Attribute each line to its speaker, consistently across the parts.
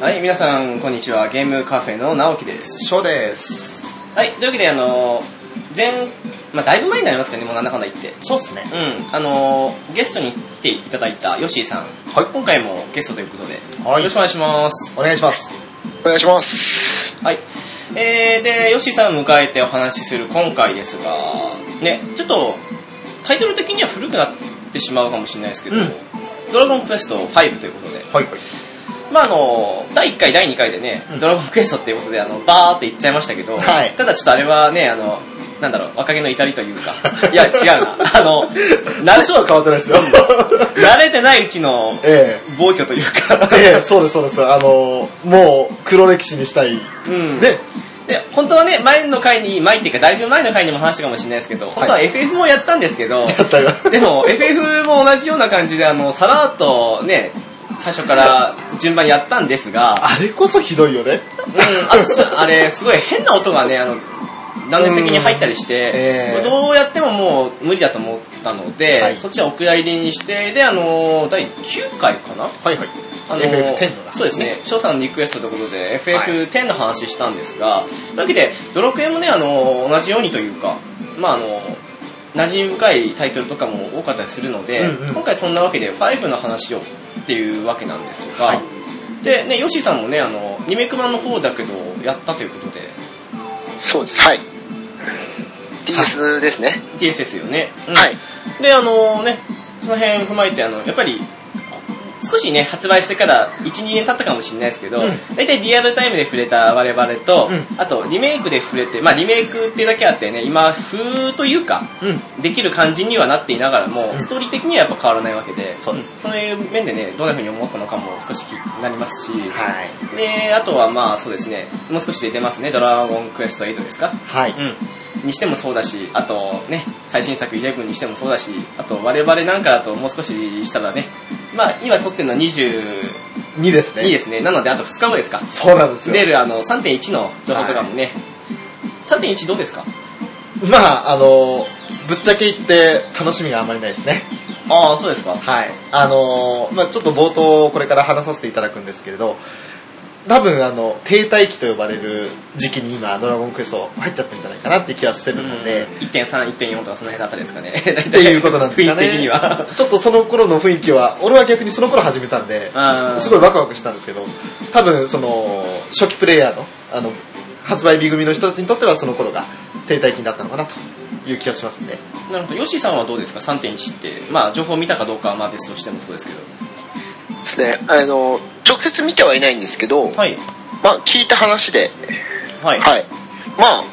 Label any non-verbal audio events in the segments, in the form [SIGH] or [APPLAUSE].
Speaker 1: はい、皆さん、こんにちは。ゲームカフェの直樹です。
Speaker 2: ショーです。
Speaker 1: はい、というわけで、あの、前、まあ、だいぶ前になりますかね、もうなんだかんだ言って。
Speaker 2: そうっすね。
Speaker 1: うん、あの、ゲストに来ていただいたヨッシーさん。
Speaker 2: はい
Speaker 1: 今回もゲストということで、
Speaker 2: はい
Speaker 1: よろしくお願いします。
Speaker 2: お願いします。
Speaker 3: お願いします。
Speaker 1: はい。えー、で、ヨッシーさんを迎えてお話しする今回ですが、ね、ちょっと、タイトル的には古くなってしまうかもしれないですけど、
Speaker 2: うん
Speaker 1: ドラゴンクエスト5ということで、
Speaker 2: はい。
Speaker 1: まああの、第1回、第2回でね、
Speaker 2: うん
Speaker 1: ドラゴンクエストっていうことで、あの、バーって言っちゃいましたけど、
Speaker 2: はい
Speaker 1: ただちょっとあれはね、あの、なんだろう、若気の至りという
Speaker 2: [LAUGHS]
Speaker 1: か、いや、違うな、あの、慣
Speaker 2: 話は変わってないですよ。
Speaker 1: れ、慣れてないうちの
Speaker 2: [LAUGHS] え
Speaker 1: 暴挙というか
Speaker 2: え、ええ、そうです、そうです。あの、もう、黒歴史にしたい。
Speaker 1: うん。で、
Speaker 2: ね。
Speaker 1: 本当はね、前の回に、前っていうか、だいぶ前の回にも話したかもしれないですけど、本当は FF もやったんですけ
Speaker 2: [LAUGHS]
Speaker 1: ど、
Speaker 2: やったよ。
Speaker 1: でも、FF も同じような感じで、あの、さらっとね、最初から順番にやったんですが、
Speaker 2: あれこそひどいよね。
Speaker 1: うん、あとす、あれ、すごい変な音がね、あの、断熱的に入ったりして、
Speaker 2: ええ
Speaker 1: どうやってももう無理だと思ったので、
Speaker 2: はい
Speaker 1: そっちはお蔵入りにして、で、あの、第9回かな
Speaker 2: はいはい。
Speaker 1: あの
Speaker 2: FF10 のだ
Speaker 1: そうですね、翔さんのリクエストということで、FF10 の話したんですが、というわけで、ドラクエもね、あの、同じようにというか、まああの、馴染み深いタイトルとかも多かったりするので、
Speaker 2: うんうん
Speaker 1: 今回そんなわけで5の話をっていうわけなんですが、
Speaker 2: はい
Speaker 1: で、ね、ヨッシーさんもね、あの、リメイク版の方だけど、やったということで、
Speaker 3: そうです。はい。DS ですね。
Speaker 1: DSS よね。うん
Speaker 3: はい。
Speaker 1: で、あのね、その辺踏まえて、あの、やっぱり、少しね、発売してから1、2年経ったかもしれないですけど、
Speaker 2: うん
Speaker 1: 大体リアルタイムで触れた我々と、
Speaker 2: うん
Speaker 1: あとリメイクで触れて、まあリメイクってだけあってね、今風というか、
Speaker 2: うん。
Speaker 1: できる感じにはなっていながらも、
Speaker 2: うん
Speaker 1: ストーリー的にはやっぱ変わらないわけで、
Speaker 2: そうで
Speaker 1: んそういう面でね、どんな風に思ったのかも少し気になりますし、
Speaker 2: はい。
Speaker 1: で、あとはまあそうですね、もう少し出てますね、ドラゴンクエスト8ですか
Speaker 2: はい。
Speaker 1: うん、にしてもそうだし、あとね、最新作11にしてもそうだし、あと我々なんかだともう少ししたらね、まあ今撮ってるのは22
Speaker 2: 2ですね。
Speaker 1: ですね、なのであと2日後ですか。
Speaker 2: そうなんですよ。
Speaker 1: 出るあの3.1の情報とかもね、3.1どうですか
Speaker 2: まあ、あの、ぶっちゃけ言って楽しみがあんまりないですね。
Speaker 1: ああ、そうですか。
Speaker 2: はい。あのーまあちょっと冒頭これから話させていただくんですけれど、多分あの、停滞期と呼ばれる時期に今、ドラゴンクエスト入っちゃってるんじゃないかなって気はしてるので、
Speaker 1: 1.3、1.4とかその辺だったですか [LAUGHS] ね。って
Speaker 2: っていうことなんですかね。
Speaker 1: 雰囲気的には。。
Speaker 2: ちょっとその頃の雰囲気は、俺は逆にその頃始めたんで、
Speaker 1: あ
Speaker 2: すご
Speaker 1: い。
Speaker 2: いワクワクしたんですけど、多分その、初期プレイヤーの、あの、発売日組の人たちにとってはその頃が停滞期になったのかなという気がしますんで。
Speaker 1: なるほど。ヨシさんはどうですか ?3.1 って。まあ情報見たかどうかはまあ別としてもそうですけど。
Speaker 3: ですね。あの、直接見てはいないんですけど、
Speaker 1: はい。
Speaker 3: まあ聞いた話で、
Speaker 1: はい。
Speaker 3: はい。まあ、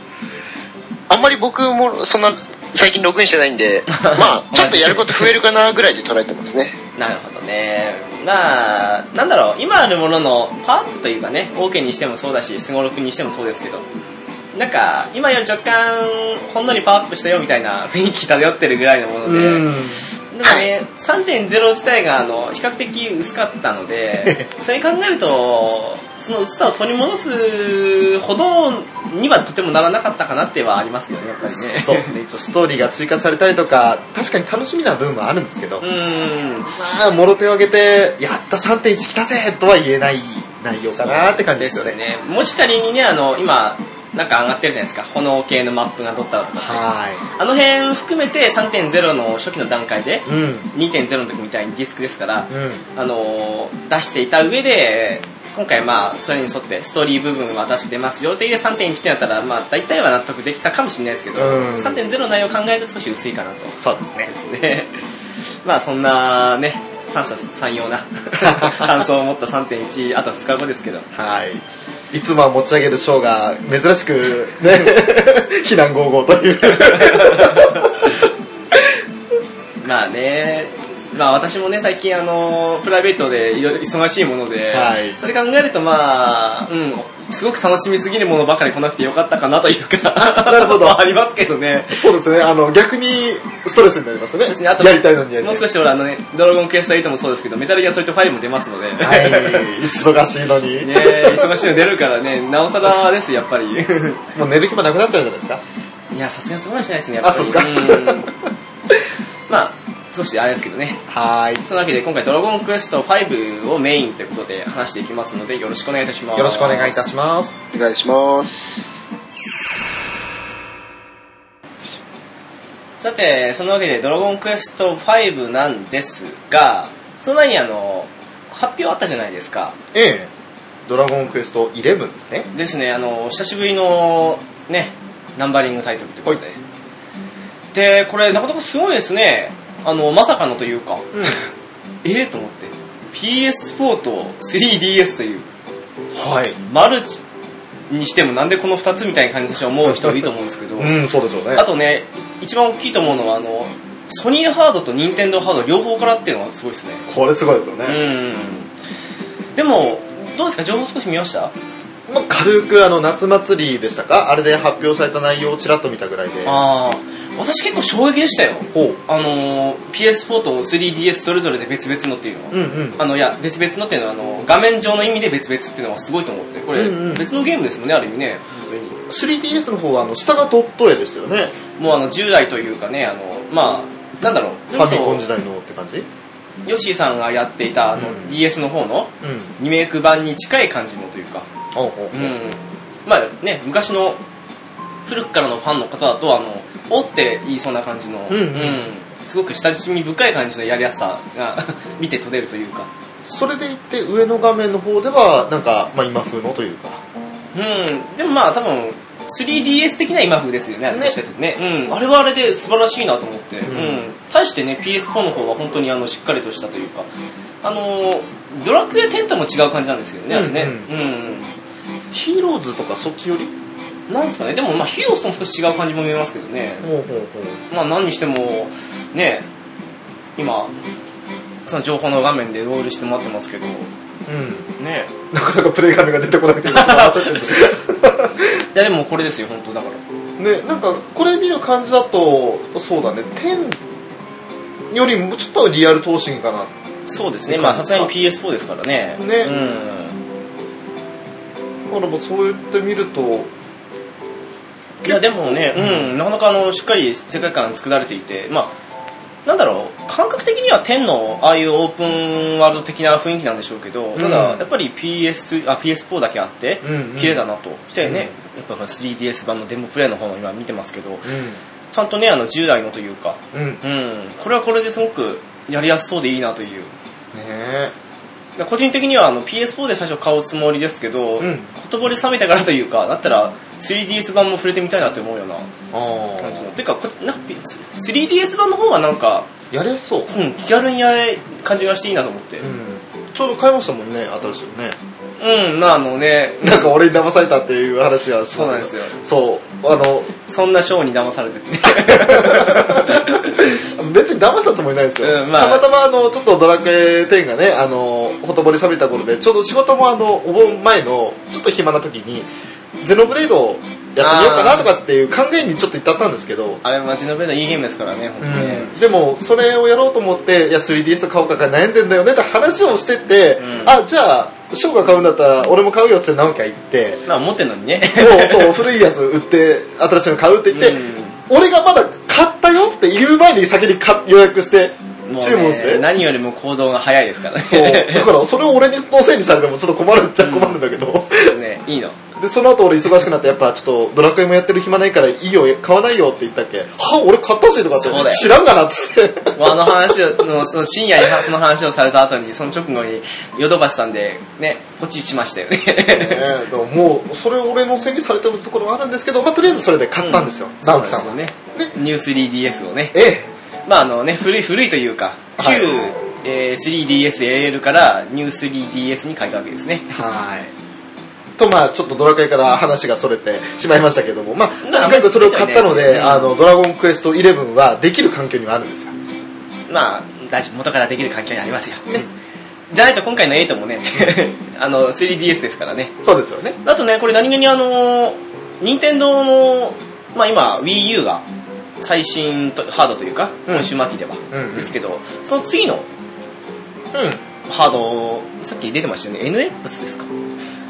Speaker 3: あんまり僕もそんな最近ログインしてないん [LAUGHS] で、まあちょっとやること増えるかなぐらいで捉えてますね。
Speaker 1: なるほどね。まあ、なんだろう、今あるもののパワーアップといえばね、オーケーにしてもそうだし、スゴロクにしてもそうですけど、なんか、今より若干、ほんのりパワーアップしたよみたいな雰囲気漂ってるぐらいのもので、なんかね、3.0自体があの比較的薄かったので、それ考えると、その薄さを取り戻すほどにはとてもならなかったかなってはありますよね、やっぱりね。
Speaker 2: そうですね、一応ストーリーが追加されたりとか、確かに楽しみな部分はあるんですけど、
Speaker 1: うーん。
Speaker 2: まあ、もろ手を挙げて、やった3.1来たぜとは言えない内容かなって感じですよね。
Speaker 1: ね。もし仮にね、あの、今、なんか上がってるじゃないですか。炎系のマップが取ったらとか。
Speaker 2: は
Speaker 1: あの辺含めて3.0の初期の段階で
Speaker 2: い。、うん。
Speaker 1: 2.0の時みたいにディスクですから、
Speaker 2: うん。
Speaker 1: あのー出していた上で、今回まあ、それに沿ってストーリー部分は出してますよっていう3.1点だったら、まあ、大体は納得できたかもしれないですけど、
Speaker 2: うん
Speaker 1: 3.0の内容を考えると少し薄いかなと。 [LAUGHS]
Speaker 2: そうですね
Speaker 1: で。すね。まあそんなね、三者三様な [LAUGHS] 感想を持った3.1、あと2日後ですけど。
Speaker 2: はい。いつもは持ち上げるショーが珍しくね、 [LAUGHS] 非難合々という。
Speaker 1: まあね、まあ私もね、最近あの、プライベートでいろいろ忙しいもので、
Speaker 2: はい
Speaker 1: それ考えるとまあ、うん、すごく楽しみすぎるものばかり来なくてよかったかなというか、な
Speaker 2: るほ
Speaker 1: [LAUGHS]
Speaker 2: ど
Speaker 1: ありますけどね。
Speaker 2: [LAUGHS] そうですね、あの、逆にストレスになります
Speaker 1: そ
Speaker 2: ね。
Speaker 1: うですねあと
Speaker 2: やりたいのにやり
Speaker 1: も
Speaker 2: た
Speaker 1: う
Speaker 2: い。
Speaker 1: 少しほら、あのね、ドラゴンクエスト8もそうですけど、メタルギアソリッド5も出ますので、
Speaker 2: はい。忙しい [LAUGHS] のに。
Speaker 1: ね忙しいの出るからね、なおさらです、やっぱり。
Speaker 2: もう寝る暇なくなっちゃうじゃないですか。
Speaker 1: いや、さすがにそこまでしないですね、やっぱり。
Speaker 2: あそっか
Speaker 1: うんまあ、少しあれですけどね。
Speaker 2: はーい。
Speaker 1: そのわけで今回ドラゴンクエスト5をメインということで話していきますのでよろしくお願いいたします。
Speaker 2: よろしくお願いいたします。
Speaker 3: お願いします。
Speaker 1: さて、そのわけでドラゴンクエスト5なんですが、その前にあの、発表あったじゃないですか。
Speaker 2: ええ。ドラゴンクエスト11ですね。
Speaker 1: ですね、あの、久しぶりのね、ナンバリングタイトルということで。
Speaker 2: はい
Speaker 1: で、これなかなかすごいですね。あの、まさかのというか、
Speaker 2: [LAUGHS]
Speaker 1: ええと思って。PS4 と 3DS という、
Speaker 2: はい。
Speaker 1: マルチにしてもなんでこの2つみたいな感じで思う人もいいと思うんですけ
Speaker 2: [LAUGHS]
Speaker 1: ど、
Speaker 2: うん、そうでしょうね。
Speaker 1: あとね、一番大きいと思うのは、あの、ソニーハードとニンテンドーハード両方からっていうのはすごいですね。
Speaker 2: これすごいですよね。
Speaker 1: うん。でも、どうですか情報少し見ました
Speaker 2: まあ、軽くあの夏祭りでしたかあれで発表された内容をちらっと見たぐらいで。
Speaker 1: ああ。私結構衝撃でしたよ。
Speaker 2: ほう。
Speaker 1: あのー、PS4 と 3DS それぞれで別々のっていうのは。
Speaker 2: うんうん。
Speaker 1: あの、いや、別々のっていうのは、あの、画面上の意味で別々っていうのはすごいと思って。これ、
Speaker 2: うんうん
Speaker 1: 別のゲームですもんね、ある意味ね。本当に。
Speaker 2: 3DS の方はあの下がドット絵ですよね。
Speaker 1: もうあの、従来というかね、あの、まあ、なんだろう。
Speaker 2: ファミコン時代のって感じ
Speaker 1: ヨッシーさんがやっていた、あの
Speaker 2: う、ん
Speaker 1: DS の方の、
Speaker 2: うん。
Speaker 1: リメイク版に近い感じのというか、
Speaker 2: ほうほう
Speaker 1: うんまあね、昔の古くからのファンの方だと、あの、おって言いそうな感じの、
Speaker 2: うんうん
Speaker 1: すごく親しみ深い感じのやりやすさが [LAUGHS] 見て取れるというか、
Speaker 2: それでいって上の画面の方ではなんか、まあ、今風のというか
Speaker 1: うん、でもまあ多分、3DS 的な今風ですよね、あれ
Speaker 2: ね
Speaker 1: 確かにね。うん、あれはあれで素晴らしいなと思って。うんん。対してね、PS4 の方は本当にあの、しっかりとしたというか、あの、ドラクエ10とも違う感じなんですけどね、あれね。
Speaker 2: う
Speaker 1: うん
Speaker 2: ヒーローズとかそっちより
Speaker 1: なんですかね、でもまあヒーローズとも少し違う感じも見えますけどね。
Speaker 2: ほうほうほう
Speaker 1: まあ何にしても、ね、今、その情報の画面でロールして待ってますけ [LAUGHS] ど、
Speaker 2: うん
Speaker 1: ね。
Speaker 2: なかなかプレイ画面が出てこなく [LAUGHS] て今焦ってるんです
Speaker 1: いやでもこれですよ、本当だから。
Speaker 2: ねなんかこれ見る感じだとそうだね10よりもちょっとリアル闘神かな
Speaker 1: そうですね、まあさすがに PS4 ですからね。
Speaker 2: ね
Speaker 1: うん。
Speaker 2: ほらもうそう言ってみると
Speaker 1: いやでもね、うん、なかなかあの、しっかり世界観作られていて、まあ、なんだろう、感覚的には10のああいうオープンワールド的な雰囲気なんでしょうけど、ただ
Speaker 2: うん
Speaker 1: やっぱり PS、あ、PS4 だけあって、
Speaker 2: うんうん
Speaker 1: 綺麗だなと。してね、やっぱこの 3DS 版のデモプレイの方の今見てますけど、
Speaker 2: う
Speaker 1: ちゃんとね、あの、従来のというか、
Speaker 2: んうんね
Speaker 1: うん、これはこれですごくやりやすそうでいいなという。
Speaker 2: え
Speaker 1: で個人的にはあの PS4 で最初買うつもりですけど、
Speaker 2: うん
Speaker 1: ほとぼり冷めたからというか、だったら 3DS 版も触れてみたいなと思うような
Speaker 2: あ
Speaker 1: 感じの。
Speaker 2: あ
Speaker 1: てか、こな 3DS 版の方はなんか、
Speaker 2: やりやすそう
Speaker 1: うん、気軽にやれ感じがしていいなと思って。
Speaker 2: う
Speaker 1: うん、
Speaker 2: んちょうど買いましたもんね新しいのね
Speaker 1: まああのね、
Speaker 2: なんか俺に騙されたっていう話はし
Speaker 1: そ
Speaker 2: ま
Speaker 1: うな
Speaker 2: した
Speaker 1: ん
Speaker 2: け
Speaker 1: で
Speaker 2: ど
Speaker 1: すよ。
Speaker 2: そう、あの、
Speaker 1: そんなショーに騙されててね。
Speaker 2: 別に騙したつもりないですよ。
Speaker 1: うんまあ
Speaker 2: たまたま、あの、ちょっとドラクエ10がね、あの、ほとぼり冷めた頃で、ちょうど仕事もあの、お盆前の、ちょっと暇な時に、ゼノブレイドをやってみようかなとかっていう考えにちょっと至ったんですけど、
Speaker 1: あれ、マジのベーのいいゲームですからね、ほんとね。
Speaker 2: でも、それをやろうと思って、いや、3DS と買おうか悩んでんだよねって話をしてて、
Speaker 1: うん
Speaker 2: あ、じゃあ、ショーが買うんだったら、俺も買うよって直樹が言って、
Speaker 1: まあ持ってんのにね。
Speaker 2: そうそう、古いやつ売って、新しいの買うって言って、俺がまだ買ったよって言う前に先に買予約して
Speaker 1: もうね
Speaker 2: 注文して、
Speaker 1: 何よりも行動が早いですからね。
Speaker 2: そうだからそれを俺にのせいにされてもちょっと困るっちゃ困るんだけど、
Speaker 1: [LAUGHS] ね、いいの。
Speaker 2: でその後俺忙しくなってやっぱちょっとドラクエもやってる暇ないからいいよ買わないよって言ったっけは俺買ったしとかって
Speaker 1: そうだよ
Speaker 2: 知らんがなっつって
Speaker 1: もうあの話の、その深夜にその話をされた後に、その直後に、ヨドバシさんで、ね、ポチ打ちましたよ
Speaker 2: [LAUGHS]
Speaker 1: ね。
Speaker 2: ねえでももうそれを俺のせいにされてるところはあるんですけど、まあ、とりあえずそれで買ったんですよ、
Speaker 1: そう
Speaker 2: 直
Speaker 1: で
Speaker 2: 樹
Speaker 1: すよ
Speaker 2: さんは
Speaker 1: ね。
Speaker 2: ね
Speaker 1: ニュー 3DS をね。
Speaker 2: ええ
Speaker 1: まああのね、古い、古いというか、旧、
Speaker 2: はい
Speaker 1: えー 3DSAL からニュー 3DS に変えたわけですね。
Speaker 2: はい。と、まあちょっとドラクエから話がそれてしまいましたけども、まあとに
Speaker 1: まあ
Speaker 2: かくそれを買ったの
Speaker 1: そうです
Speaker 2: で、
Speaker 1: ね
Speaker 2: あの、ドラゴンクエスト11はできる環境にはあるんですよ。
Speaker 1: まあ、大丈夫、元からできる環境にありますよ。
Speaker 2: ね
Speaker 1: じゃないと今回の8もね、 [LAUGHS] あの、3DS ですからね。
Speaker 2: そうですよね。
Speaker 1: あとね、これ何気にあの、任天堂の、まあ今、Wii U が最新とハードというか、
Speaker 2: うん
Speaker 1: 今週末期では、
Speaker 2: んうん
Speaker 1: ですけど、その次の
Speaker 2: う
Speaker 1: ハード、さっき出てましたよね、NX ですか
Speaker 2: ん。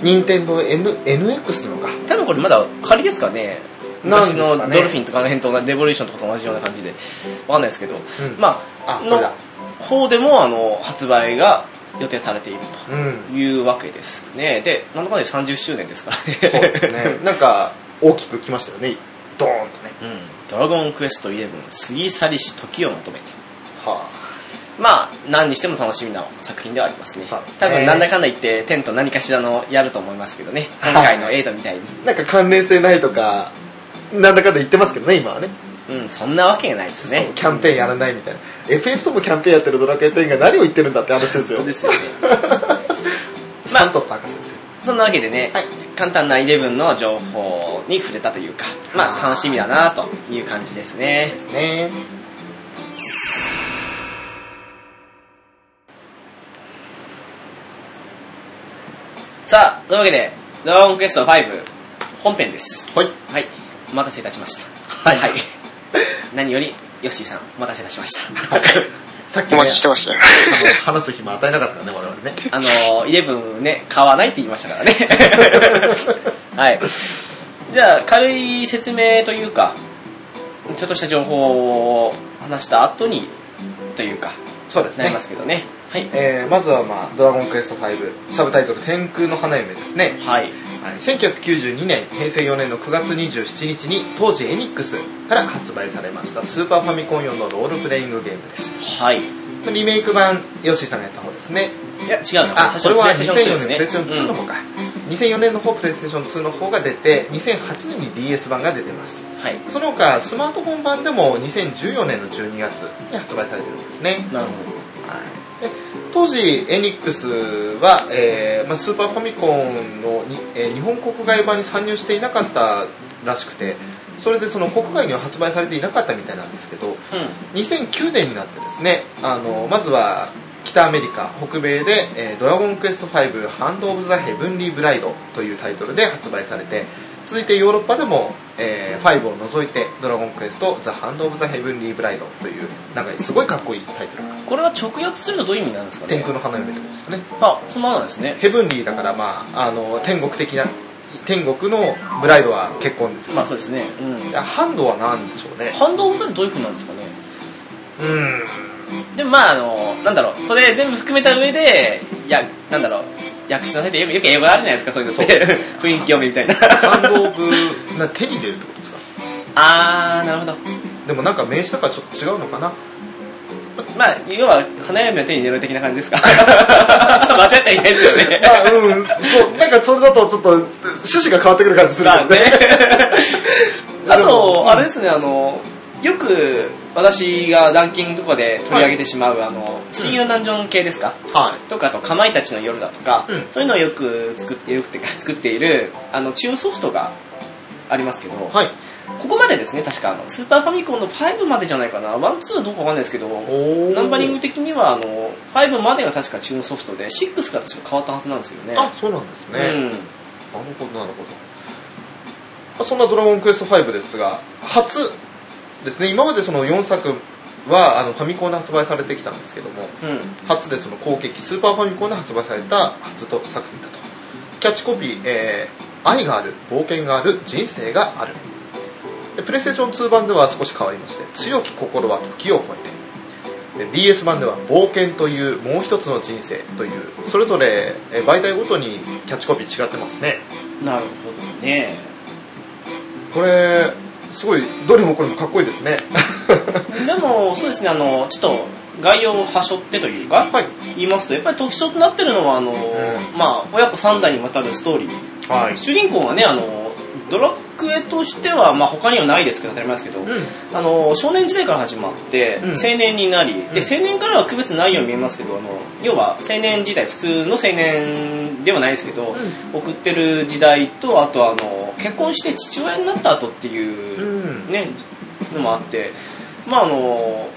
Speaker 2: 任天堂 N、NX なのか。
Speaker 1: 多分これまだ仮ですかね。
Speaker 2: な
Speaker 1: 昔
Speaker 2: んですかね
Speaker 1: のドルフィンとかあの辺と同じ、デボリューションとかと同じような感じで、わかんないですけど、
Speaker 2: ん
Speaker 1: まあ、
Speaker 2: あこれ
Speaker 1: の
Speaker 2: だ
Speaker 1: 方でも、あの、発売が予定されていると。
Speaker 2: うん
Speaker 1: いうわけですね。で、なんだかんだで30周年ですからね。
Speaker 2: そうですね [LAUGHS] なんか大きく来ましたよねドーンとね
Speaker 1: うん。ドラゴンクエスト11、過ぎ去りし時を求めて。
Speaker 2: は
Speaker 1: まあ、何にしても楽しみな作品ではありますね。
Speaker 2: そうですね
Speaker 1: 多分、なんだかんだ言って、テンと何かしらのやると思いますけどね。今回のエイトみたいに。
Speaker 2: あなんか関連性ないとかなんだかんだ言ってますけどね今はね
Speaker 1: うん、そんなわけがないですね
Speaker 2: そ。うキャンペーンやらないみたいな FF ともキャンペーンやってるドラクエ10が何を言ってるんだって話ですよ
Speaker 1: そう
Speaker 2: [LAUGHS]
Speaker 1: ですよね。
Speaker 2: サントット博士ですよ
Speaker 1: そんなわけでね、
Speaker 2: はい
Speaker 1: 簡単な11の情報に触れたというか、ま
Speaker 2: あ
Speaker 1: あ、
Speaker 2: ー
Speaker 1: 楽しみだなという感じですね。
Speaker 2: ね
Speaker 1: さあ、というわけで、ドラゴンクエスト5、本編です。
Speaker 2: はい
Speaker 1: はい、お待たせいたしました。はい。何より、ヨッシーさん、お待たせいたしました。
Speaker 2: さっき
Speaker 3: お
Speaker 2: ね
Speaker 3: 待ちしてましたよ。
Speaker 2: 話す暇与えなかったからね我々ね
Speaker 1: あの、11ね、買わないって言いましたから
Speaker 2: [LAUGHS]
Speaker 1: ね。はい。じゃあ、軽い説明というか、ちょっとした情報を話した後に、というか、
Speaker 2: そうです
Speaker 1: なり
Speaker 2: ね
Speaker 1: ますけどね。はい。
Speaker 2: えー、まずは、まあ、ドラゴンクエスト5、サブタイトル、天空の花嫁ですね。
Speaker 1: はい。
Speaker 2: はい、1992年、平成4年の9月27日に、当時エニックスから発売されました、スーパーファミコン用のロールプレイングゲームです。
Speaker 1: はい。
Speaker 2: リメイク版、ヨッシーさんがやった方ですね。
Speaker 1: いや、違うの。
Speaker 2: あ、これは
Speaker 1: 最初のプレイ
Speaker 2: 2004
Speaker 1: ステ
Speaker 2: 年プ
Speaker 1: ー
Speaker 2: レイス
Speaker 1: シ
Speaker 2: テ
Speaker 1: ョン
Speaker 2: ーション2の
Speaker 1: うん
Speaker 2: 方か。2004年の方、プレイステーション2の方が出て、2008年に DS 版が出てました。
Speaker 1: はい。
Speaker 2: その他、スマートフォン版でも2014年の12月に発売されてるんですね。
Speaker 1: なるほ
Speaker 2: はい、で当時エニックスは、えーまあ、スーパーファミコンのに、えー日本国外版に参入していなかったらしくてそれでその国外には発売されていなかったみたいなんですけど
Speaker 1: ど。うん。
Speaker 2: 2009年になってですねあのまずは北アメリカ北米で、えードラゴンクエスト5ハンド・オブ・ザ・ヘブンリー・ブライド」というタイトルで発売されて続いてヨーロッパでも、えー5を除いて「ドラゴンクエスト・ザ・ハンド・オブ・ザ・ヘブンリー・ブライド」というなんかすごいかっこいいタイトルが
Speaker 1: これは直訳するとどういう意味なんですかね
Speaker 2: 天空の花嫁ってことですかね。
Speaker 1: あ、そんなのなんですね。
Speaker 2: ヘブンリーだから、まあ、あの、天国的な、天国のブライドは結婚ですよ。
Speaker 1: まあそうですね。うん。
Speaker 2: あハンドは何でしょうね。
Speaker 1: 反動ボタンってどういう風になるんですかね
Speaker 2: うん。
Speaker 1: でもまああの、なんだろう、それ全部含めた上で、いや、なんだろう、訳しなさいってよくよく英語であるじゃないですか、そういうのって。雰囲気読みみたいな。
Speaker 2: ハンドオブ、な手に入れるってことですか。
Speaker 1: あー、なるほど。
Speaker 2: でもなんか名詞とかちょっと違うのか [LAUGHS] な。
Speaker 1: まあ、要は、花嫁の手に入れる的な感じですか。間違ったらいないですよね。
Speaker 2: まあ、うん。そう、なんかそれだとちょっと趣旨が変わってくる感じする
Speaker 1: ま
Speaker 2: け
Speaker 1: あ
Speaker 2: どね。
Speaker 1: ね。あ
Speaker 2: でも
Speaker 1: と、あれですね、あの、よく私がランキングとかで取り上げてしまう、あの、金融ダンジョン系ですか、
Speaker 2: [LAUGHS] は
Speaker 1: とか、あと、かまいたちの夜だとか、
Speaker 2: うん
Speaker 1: そういうのをよく作って、よくってか [LAUGHS] 作っている、あの、チューンソフトがありますけど、
Speaker 2: い。はい。
Speaker 1: ここまでですね、確か、あの、スーパーファミコンの5までじゃないかな、1、2はどうかわかんないですけど、
Speaker 2: お
Speaker 1: ナンバリング的には、あの、5までが確かチューンソフトで、6が確か変わったはずなんですよね。
Speaker 2: あ、そうなんです
Speaker 1: うん。
Speaker 2: ね。なるほど、なるほど。まあそんなドラゴンクエスト5ですが、初ですね、今までその4作はあのファミコンで発売されてきたんですけども、
Speaker 1: うん。
Speaker 2: 初でその攻撃、スーパーファミコンで発売された初作品だと。キャッチコピー、えー愛がある、冒険がある、人生がある。でプレイステーション2版では少し変わりまして、強き心は時を超えて。で DS 版では冒険というもう一つの人生という、それぞれえー媒体ごとにキャッチコピー違ってますね。
Speaker 1: なるほどね。
Speaker 2: これすごいどれもこれもかっこいいですね
Speaker 1: でも、そうですね、あの、ちょっと概要を端折ってというか、
Speaker 2: [LAUGHS] はい
Speaker 1: 言いますと、やっぱり特徴となってるのは、あの、
Speaker 2: ん
Speaker 1: まあ、親子3代にわたるストーリー。
Speaker 2: はい
Speaker 1: 主人公はね、あの、ドラクエとしては、まあ、他にはないですけど、当たり前ですけど、
Speaker 2: う
Speaker 1: あの、少年時代から始まって、
Speaker 2: うん
Speaker 1: 青年になり、
Speaker 2: う
Speaker 1: で、
Speaker 2: ん
Speaker 1: 青年からは区別ないように見えますけど、あの、要は青年時代、普通の青年ではないですけど、送ってる時代と、あとあの、結婚して父親になった後っていう、
Speaker 2: ん
Speaker 1: ね、のもあって、まああの、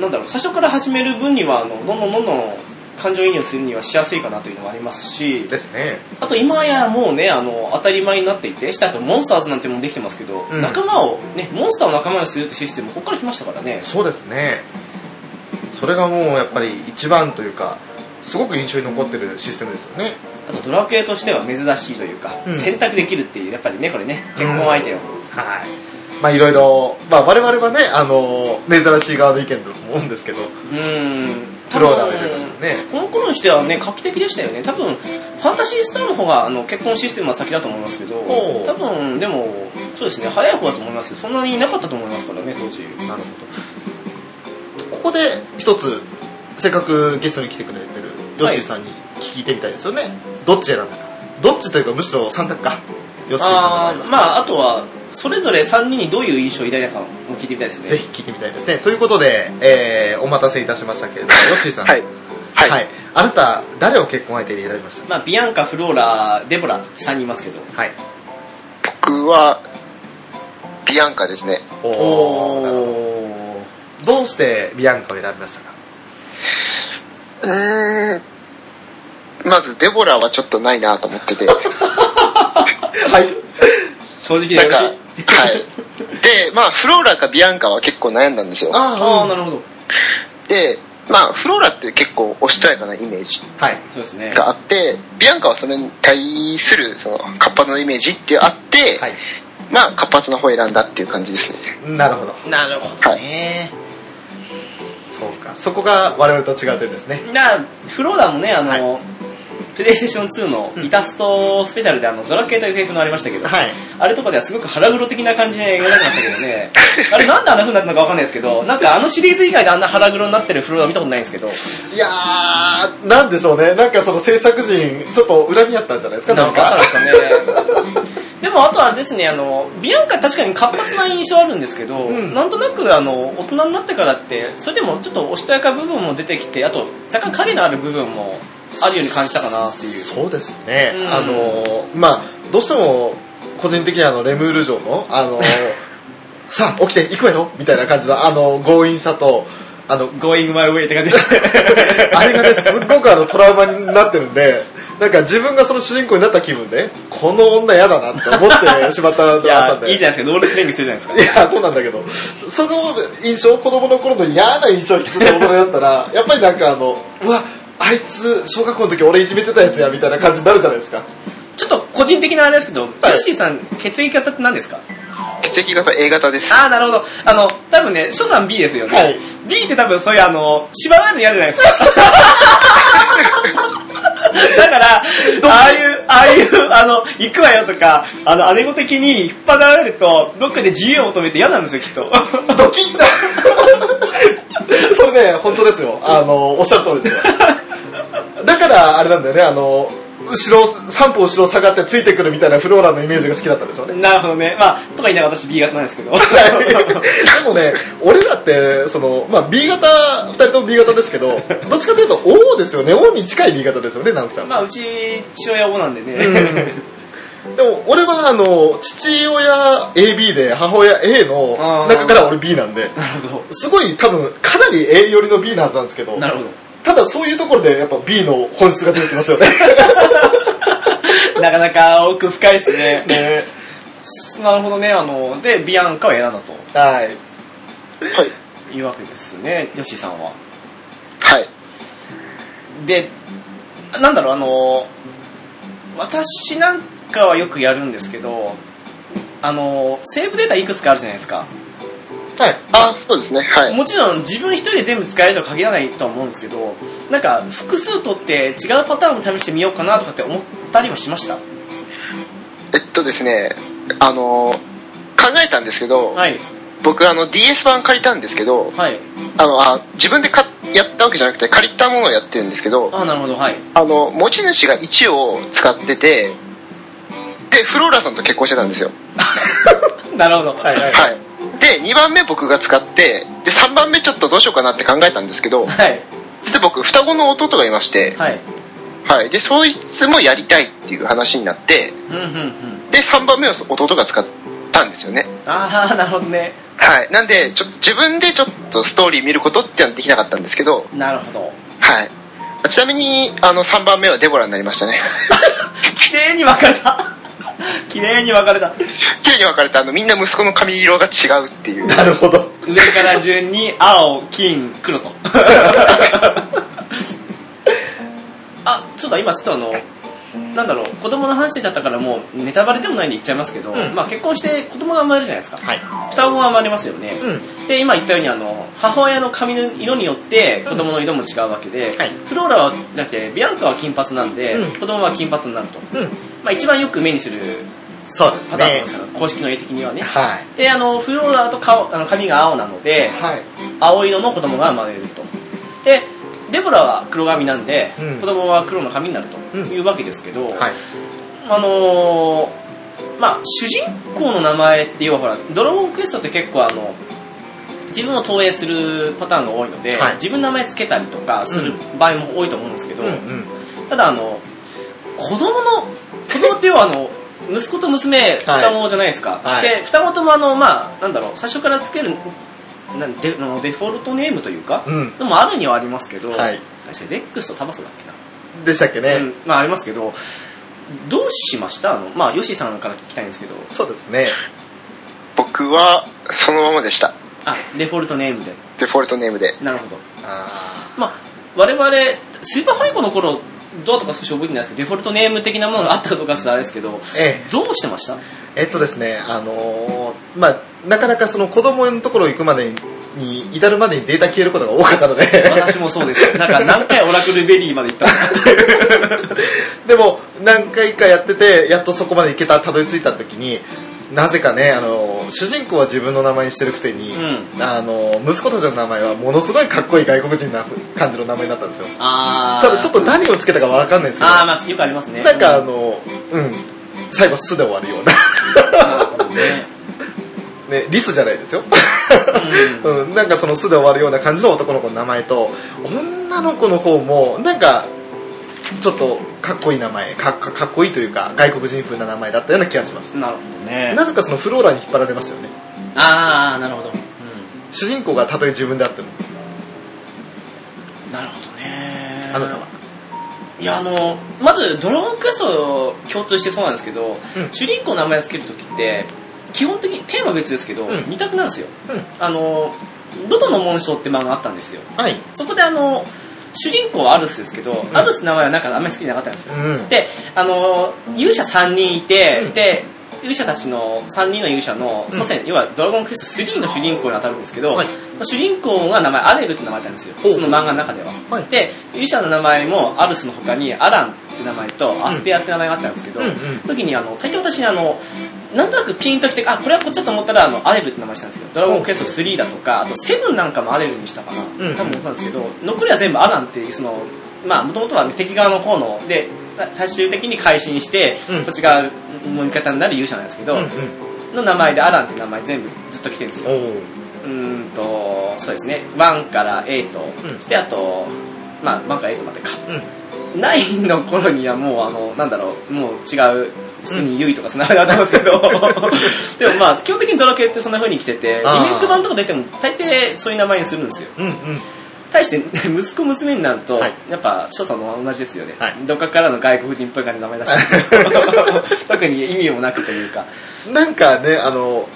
Speaker 1: なんだろう、最初から始める分には、あの、どんどんどんどん感情移入するにはしやすいかなというのもありますし、
Speaker 2: ですね
Speaker 1: あと今やもうね、あの、当たり前になっていて、したとモンスターズなんてもんできてますけど、
Speaker 2: うん
Speaker 1: 仲間を、ね、モンスターを仲間にするってシステム、ここから来ましたからね。
Speaker 2: そうですねそれがもうやっぱり一番というかすごく印象に残ってるシステムですよね。
Speaker 1: あとドラクエとしては珍しいというか、
Speaker 2: うん
Speaker 1: 選択できるっていう、やっぱりね、これね、結婚相手を。
Speaker 2: はい。まあいろいろ、まあ我々はね、あの、珍しい側の意見だと思うんですけど、
Speaker 1: うーん。
Speaker 2: プロが出てましたもんね。
Speaker 1: この頃にしてはね、画期的でしたよね。多分、ファンタシースターの方があの結婚システムは先だと思いますけど
Speaker 2: ほ、う
Speaker 1: 多分、でも、そうですね、早い方だと思いますよそんなにいなかったと思いますからね、当時。
Speaker 2: なるほど。ここで一つ、せっかくゲストに来てくれてるヨッシーさんに聞いてみたいですよね。どっち選んだか。どっちというかむしろ3択か。ヨッシーさ
Speaker 1: あ
Speaker 2: んの
Speaker 1: ー
Speaker 2: 場合は。
Speaker 1: まあ、あとは、それぞれ3人にどういう印象を抱いたかも聞いてみたいですね。
Speaker 2: ぜひ聞いてみたいですね。ということで、えー、お待たせいたしましたけれども、ヨッシーさん。
Speaker 3: はい。はい。
Speaker 2: はい。あなた、誰を結婚相手に選びました
Speaker 1: まあ、ビアンカ、フローラ、デボラ、3人いますけど。
Speaker 2: はい。
Speaker 3: 僕は、ビアンカですね。
Speaker 2: なるほど
Speaker 1: お
Speaker 2: どうしてビアンカを選びましたか
Speaker 3: うーん。まず、デボラはちょっとないなと思ってて。
Speaker 2: はい。
Speaker 1: 正直で
Speaker 3: な
Speaker 1: よ
Speaker 3: ん
Speaker 1: ろ
Speaker 3: か、
Speaker 1: し
Speaker 3: はい
Speaker 1: い。
Speaker 3: で、まあ、フローラかビアンカは結構悩んだんですよ。
Speaker 1: あ
Speaker 2: あ
Speaker 1: あ、なるほど。
Speaker 3: で、まあ、フローラって結構おしとやかなイメージ
Speaker 2: あ、はい。
Speaker 1: そうですね。
Speaker 3: があって、ビアンカはそれに対する、その、活発なイメージってあって、
Speaker 2: はい。
Speaker 3: まあ、活発な方を選んだっていう感じですね。
Speaker 2: なるほど。
Speaker 1: なるほどね。
Speaker 2: そうか。そこが我々と違う点ですね。
Speaker 1: なフローダもね、あの、
Speaker 2: は
Speaker 1: プレイステーション2のイタストスペシャルであの、ドラケーと FF のありましたけど、
Speaker 2: はい。
Speaker 1: あれとかではすごく腹黒的な感じで描かれましたけどね、あれなんであんな風になったのかわかんないですけど、なんかあのシリーズ以外であんな腹黒になってるフローダ見たことないんですけど、
Speaker 2: いやー、なんでしょうね。なんかその制作陣、ちょっと恨みあったんじゃないですか、
Speaker 1: な
Speaker 2: なんん
Speaker 1: かあ
Speaker 2: か。
Speaker 1: ったんですかね。 [LAUGHS] でもあとあれですね、あの、ビアンカ確かに活発な印象あるんですけど、
Speaker 2: うん
Speaker 1: なんとなくあの、大人になってからって、それでもちょっとおしとやか部分も出てきて、あと若干影のある部分もあるように感じたかなっていう。
Speaker 2: そうですね。
Speaker 1: うん
Speaker 2: あの、まあどうしても、個人的にあの、レムール城の、あ [LAUGHS] の、さあ、起きて、行くわよみたいな感じの、あの、強引さと、あの、
Speaker 1: Going my way って感じです。
Speaker 2: あれがね、すっごくあのトラウマになってるんで、なんか自分がその主人公になった気分で、この女嫌だなって思ってしまったの
Speaker 1: [LAUGHS] [LAUGHS] い
Speaker 2: があったん
Speaker 1: や、
Speaker 2: で。
Speaker 1: いいじゃないですか、ロールプレイングするじゃない
Speaker 2: い
Speaker 1: ですか。
Speaker 2: や、そうなんだけど、その印象、子供の頃の嫌な印象を引き継いだ大人だったら、やっぱりなんかあの、うわ、あいつ、小学校の時俺いじめてたやつや、みたいな感じになるじゃないですか。
Speaker 1: ちょっと個人的なあれですけど、ヨッシーさん、血液型って何ですか
Speaker 3: 血液型 A 型です。
Speaker 1: ああ、なるほど。あの、多分ね、諸さん B ですよね。
Speaker 2: はい
Speaker 1: B って多分そういうあの、縛られるの嫌じゃない [LAUGHS] ですか。だから、ああいう、ああいう、あの、行くわよとか、あの、姉御的に引っ張られると、どっかで自由を求めて嫌なんですよ、きっと。 [LAUGHS]
Speaker 2: ドキッだ [LAUGHS] それね、本当ですよ。あの、おっしゃる通りですよ。だから、あれなんだよね、あの、後ろ、三歩後ろ下がってついてくるみたいなフローラのイメージが好きだったんでしょうね。
Speaker 1: なるほどね。まあ、とか言いながら私 B 型なんです [LAUGHS] けど。
Speaker 2: でもね、俺らって、その、まあ B 型、二人とも B 型ですけど、どっちかというと O ですよね。O に近い B 型ですよね、直樹さん。
Speaker 1: まあ、うち、父親も [LAUGHS] なんでね。
Speaker 2: でも、俺は、あの、父親 AB で、母親 A の中から俺 B なんで、
Speaker 1: なるほ
Speaker 2: すごい多分、かなり A 寄りの B なはずなんですけど
Speaker 1: ど。、なるほど。
Speaker 2: ただそういうところでやっぱ B の本質が出てきますよね。
Speaker 1: [LAUGHS] なかなか奥深いです [LAUGHS] ね。
Speaker 2: ね
Speaker 1: なるほどね。あの、で、ビアンカを選んだと
Speaker 2: はい。
Speaker 3: はい。
Speaker 1: いうわけですね、ヨッシーさんは。
Speaker 3: はい。
Speaker 1: で、なんだろう、あの、私なんかはよくやるんですけど、あの、セーブデータいくつかあるじゃないですか。
Speaker 2: はい。
Speaker 3: あ、そうですね。はい。
Speaker 1: もちろん自分一人で全部使えるとは限らないとは思うんですけど、なんか複数取って違うパターンを試してみようかなとかって思ったりはしました。
Speaker 3: えっとですね、あの、考えたんですけど、
Speaker 1: はい。
Speaker 3: 僕あの DS 版借りたんですけど、
Speaker 1: はい。
Speaker 3: あの、あ自分でかやったわけじゃなくて借りたものをやってるんですけど、
Speaker 1: あ、なるほど、はい。
Speaker 3: あの、持ち主が1を使ってて、で、フローラさんと結婚してたんですよ。
Speaker 1: [LAUGHS] なるほど。
Speaker 2: はい。はい。
Speaker 3: はい。で、2番目僕が使って、で、3番目ちょっとどうしようかなって考えたんですけど、
Speaker 1: はい。
Speaker 3: で、僕、双子の弟がいまして、
Speaker 1: はい。
Speaker 3: はい。で、そいつもやりたいっていう話になって、
Speaker 1: うん、うん、うん。
Speaker 3: で、3番目を弟が使ったんですよね。
Speaker 1: ああ、なるほどね。
Speaker 3: はい。なんで、ちょっと自分でちょっとストーリー見ることってのはできなかったんですけど、
Speaker 1: なるほど。
Speaker 3: はい。ちなみに、あの、3番目はデボラになりましたね。
Speaker 1: [LAUGHS]
Speaker 3: [LAUGHS]
Speaker 1: 綺麗に分かれた。綺麗に分かれた。
Speaker 3: 綺麗に分かれた、あの、みんな息子の髪色が違うっていう。
Speaker 2: なるほど。
Speaker 1: 上から順に青、金、黒と。 [LAUGHS] あ、ちょっと今ちょっとあの、なんだろう、子供の話出ちゃったからもうネタバレでもないんで言っちゃいますけど、
Speaker 2: うん
Speaker 1: まあ結婚して子供が生まれるじゃないですか。
Speaker 2: はい。
Speaker 1: 双子が生まれますよね。
Speaker 2: うん。
Speaker 1: で、今言ったようにあの、母親の髪の色によって子供の色も違うわけで、
Speaker 2: はい
Speaker 1: フローラは、じゃなくて、ビアンカは金髪なんで、
Speaker 2: うん
Speaker 1: 子供は金髪になると。
Speaker 2: うん。
Speaker 1: まあ一番よく目にする
Speaker 2: そうです
Speaker 1: パターンなん
Speaker 2: ね
Speaker 1: です。から、公式の絵的にはね。
Speaker 2: はい。
Speaker 1: で、あの、フローラと顔あの髪が青なので、
Speaker 2: はい。
Speaker 1: 青色の子供が生まれると。で、デボラは黒髪なんで、
Speaker 2: うん
Speaker 1: 子供は黒の髪になると
Speaker 2: うん
Speaker 1: いうわけですけど、
Speaker 2: はい。
Speaker 1: あのーまあ、主人公の名前って要はほら、ドラゴンクエストって結構あの、自分を投影するパターンが多いので、
Speaker 2: はい
Speaker 1: 自分の名前つけたりとかする場合も多いと思うんですけど、
Speaker 2: うんうん。
Speaker 1: ただあの、子供の、子供って要はあの、息子と娘、双子じゃないですか。
Speaker 2: はい
Speaker 1: で、双子ともあの、まあ、なんだろう、最初からつける、なんデあのデフォルトネームというか、
Speaker 2: うん。
Speaker 1: でもあるにはありますけど、
Speaker 2: はい。
Speaker 1: 確かにレックスとタバサだっけな。
Speaker 2: でしたっけね。
Speaker 1: うん、まあありますけど、どうしましたあの、まあ、ヨシさんから聞きたいんですけど、
Speaker 2: そうですね。
Speaker 3: 僕は、そのままでした。
Speaker 1: あ、デフォルトネームで。
Speaker 3: デフォルトネームで。
Speaker 1: なるほど。
Speaker 2: あ
Speaker 1: まあ、我々、スーパーファイコの頃、どうとか少し覚えてないですけど、デフォルトネーム的なものがあったかどうかってあれですけど、
Speaker 2: ーえ
Speaker 1: どうしてました
Speaker 2: え、えっとですね、あのーまあなかなかその子供のところ行くまでに、に至るまでにデータ消えることが多かったので、 [LAUGHS]
Speaker 1: 私もそうです。なんか何回オラクルベリーまで行ったのかって。
Speaker 2: でも何回かやってて、やっとそこまで行けた、たどり着いた時に、なぜかね、あのー主人公は自分の名前にしてるくせに、
Speaker 1: うん
Speaker 2: あのー息子たちの名前はものすごいかっこいい外国人な感じの名前になったんですよ。
Speaker 1: あー。
Speaker 2: ただちょっと何をつけたかわかんないんですけど、
Speaker 1: あー、まあ、よくありますね。
Speaker 2: なんかあの、うん、最後、すで終わるような。
Speaker 1: うん、ね
Speaker 2: ね、リスじゃないですよ。
Speaker 1: う
Speaker 2: うん、なんかそのすで終わるような感じの男の子の名前と、女の子の方も、なんか、ちょっとかっこいい名前か、かかっこいいというか、外国人風な名前だったような気がします。
Speaker 1: んなるほどね。
Speaker 2: なぜかそのフローラに引っ張られましたよね。
Speaker 1: あー、なるほど。
Speaker 2: 主人公がたとえ自分であっても、
Speaker 1: うんなるほどね。
Speaker 2: あなたは。
Speaker 1: いや、あの、まず、ドラゴンクエスト共通してそうなんですけど、
Speaker 2: うん
Speaker 1: 主人公の名前つけるときって、基本的に、テーマは別ですけど、
Speaker 2: うん
Speaker 1: 二択なんですよ。
Speaker 2: うん
Speaker 1: あの、ドドの紋章って漫画あったんですよ。
Speaker 2: はい。
Speaker 1: そこであの、主人公はアルスですけど、
Speaker 2: ん
Speaker 1: アルスの名前はなんかあんまり好きじゃなかったんですよ。
Speaker 2: うん。
Speaker 1: で、あの、勇者3人いて、
Speaker 2: うん
Speaker 1: で、勇者たちの、3人の勇者の
Speaker 2: うん
Speaker 1: 祖先、要はドラゴンクエスト3の主人公に当たるんですけど、
Speaker 2: はい
Speaker 1: 主人公が名前アレルって名前だったんですよ。
Speaker 2: ほう
Speaker 1: その漫画の中では。
Speaker 2: はい。
Speaker 1: で、勇者の名前もアルスの他にアランって名前とアスペアって名前があったんですけど、
Speaker 2: うんうん
Speaker 1: 時にあの、大体私あの、なんとなくピンときて、あ、これはこっちだと思ったら、あの、アレルって名前したんですよ。ドラゴンクエスト3だとか、あと7なんかもアレルにしたかな。
Speaker 2: んうん
Speaker 1: 多分そうなんですけど、残りは全部アランっていう、その、まあ、もともとは、ね、敵側の方の、で、さ最終的に改心して、
Speaker 2: うん
Speaker 1: こっち側の味方になる勇者なんですけど、
Speaker 2: うんうん。
Speaker 1: の名前でアランって名前全部ずっと来てるんですよ
Speaker 2: お。ー
Speaker 1: うーんと、そうですね、1から8
Speaker 2: うん
Speaker 1: して、あと、まあ、1から8までか。
Speaker 2: うん。
Speaker 1: 9の頃にはもう、あの、なんだろう、もう違う、普通にユイとかそんな話だったんですけど、でもまあ、基本的にドラケってそんな風に来てて、リメ
Speaker 2: あー
Speaker 1: イク版とか出ても大抵そういう名前にするんですよ。
Speaker 2: うんうん。
Speaker 1: 対して、息子娘になると、
Speaker 2: はい
Speaker 1: やっぱ、翔さんの同じですよね。
Speaker 2: はい
Speaker 1: どっかからの外国人っぽい感じの名前出してるん
Speaker 2: [LAUGHS]
Speaker 1: ですよ。特に意味もなくというか、
Speaker 2: なんかね、あの、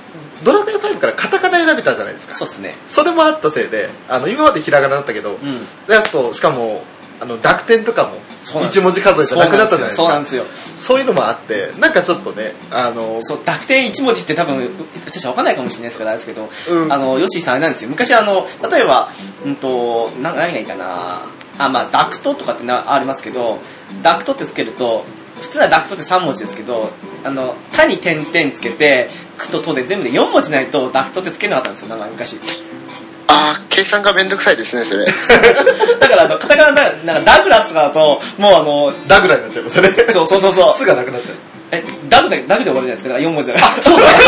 Speaker 2: ドラクエ5からカタカナ選べたじゃないですか。
Speaker 1: そうっすね。
Speaker 2: それもあったせいで、あの、今までひらがなだったけど、
Speaker 1: うん。
Speaker 2: やつと、しかも、あの、濁点とかも、
Speaker 1: そうなんです
Speaker 2: 一文字数えじゃなくなったじゃないですか。
Speaker 1: そうなんですよ。
Speaker 2: そういうのもあって、なんかちょっとね、あの、
Speaker 1: そう、濁点1文字って多分、私は分かんないかもしれないですから、あれですけど、
Speaker 2: うん
Speaker 1: あの、ヨッシーさんあれなんですよ。昔あの、例えば、うんと、な何がいいかなあ、まあ、ダクトとかってなありますけど、ダクトってつけると、普通はダクトって3文字ですけど、あの、他に点々つけて、くととで全部で4文字ないとダクトってつけなかったんですよ、名前昔。
Speaker 3: あー、計算がめんどくさいですね、それ。
Speaker 1: だからあの、カタカナだ、なんかダグラスとかだと、もうあの、
Speaker 2: ダグラになっちゃいますよね。
Speaker 1: そうそうそうそう。
Speaker 2: すがなくなっちゃう。
Speaker 1: え、ダグだ、ダグで終わるじゃないですか、だから4文字じゃない。
Speaker 2: そうだ、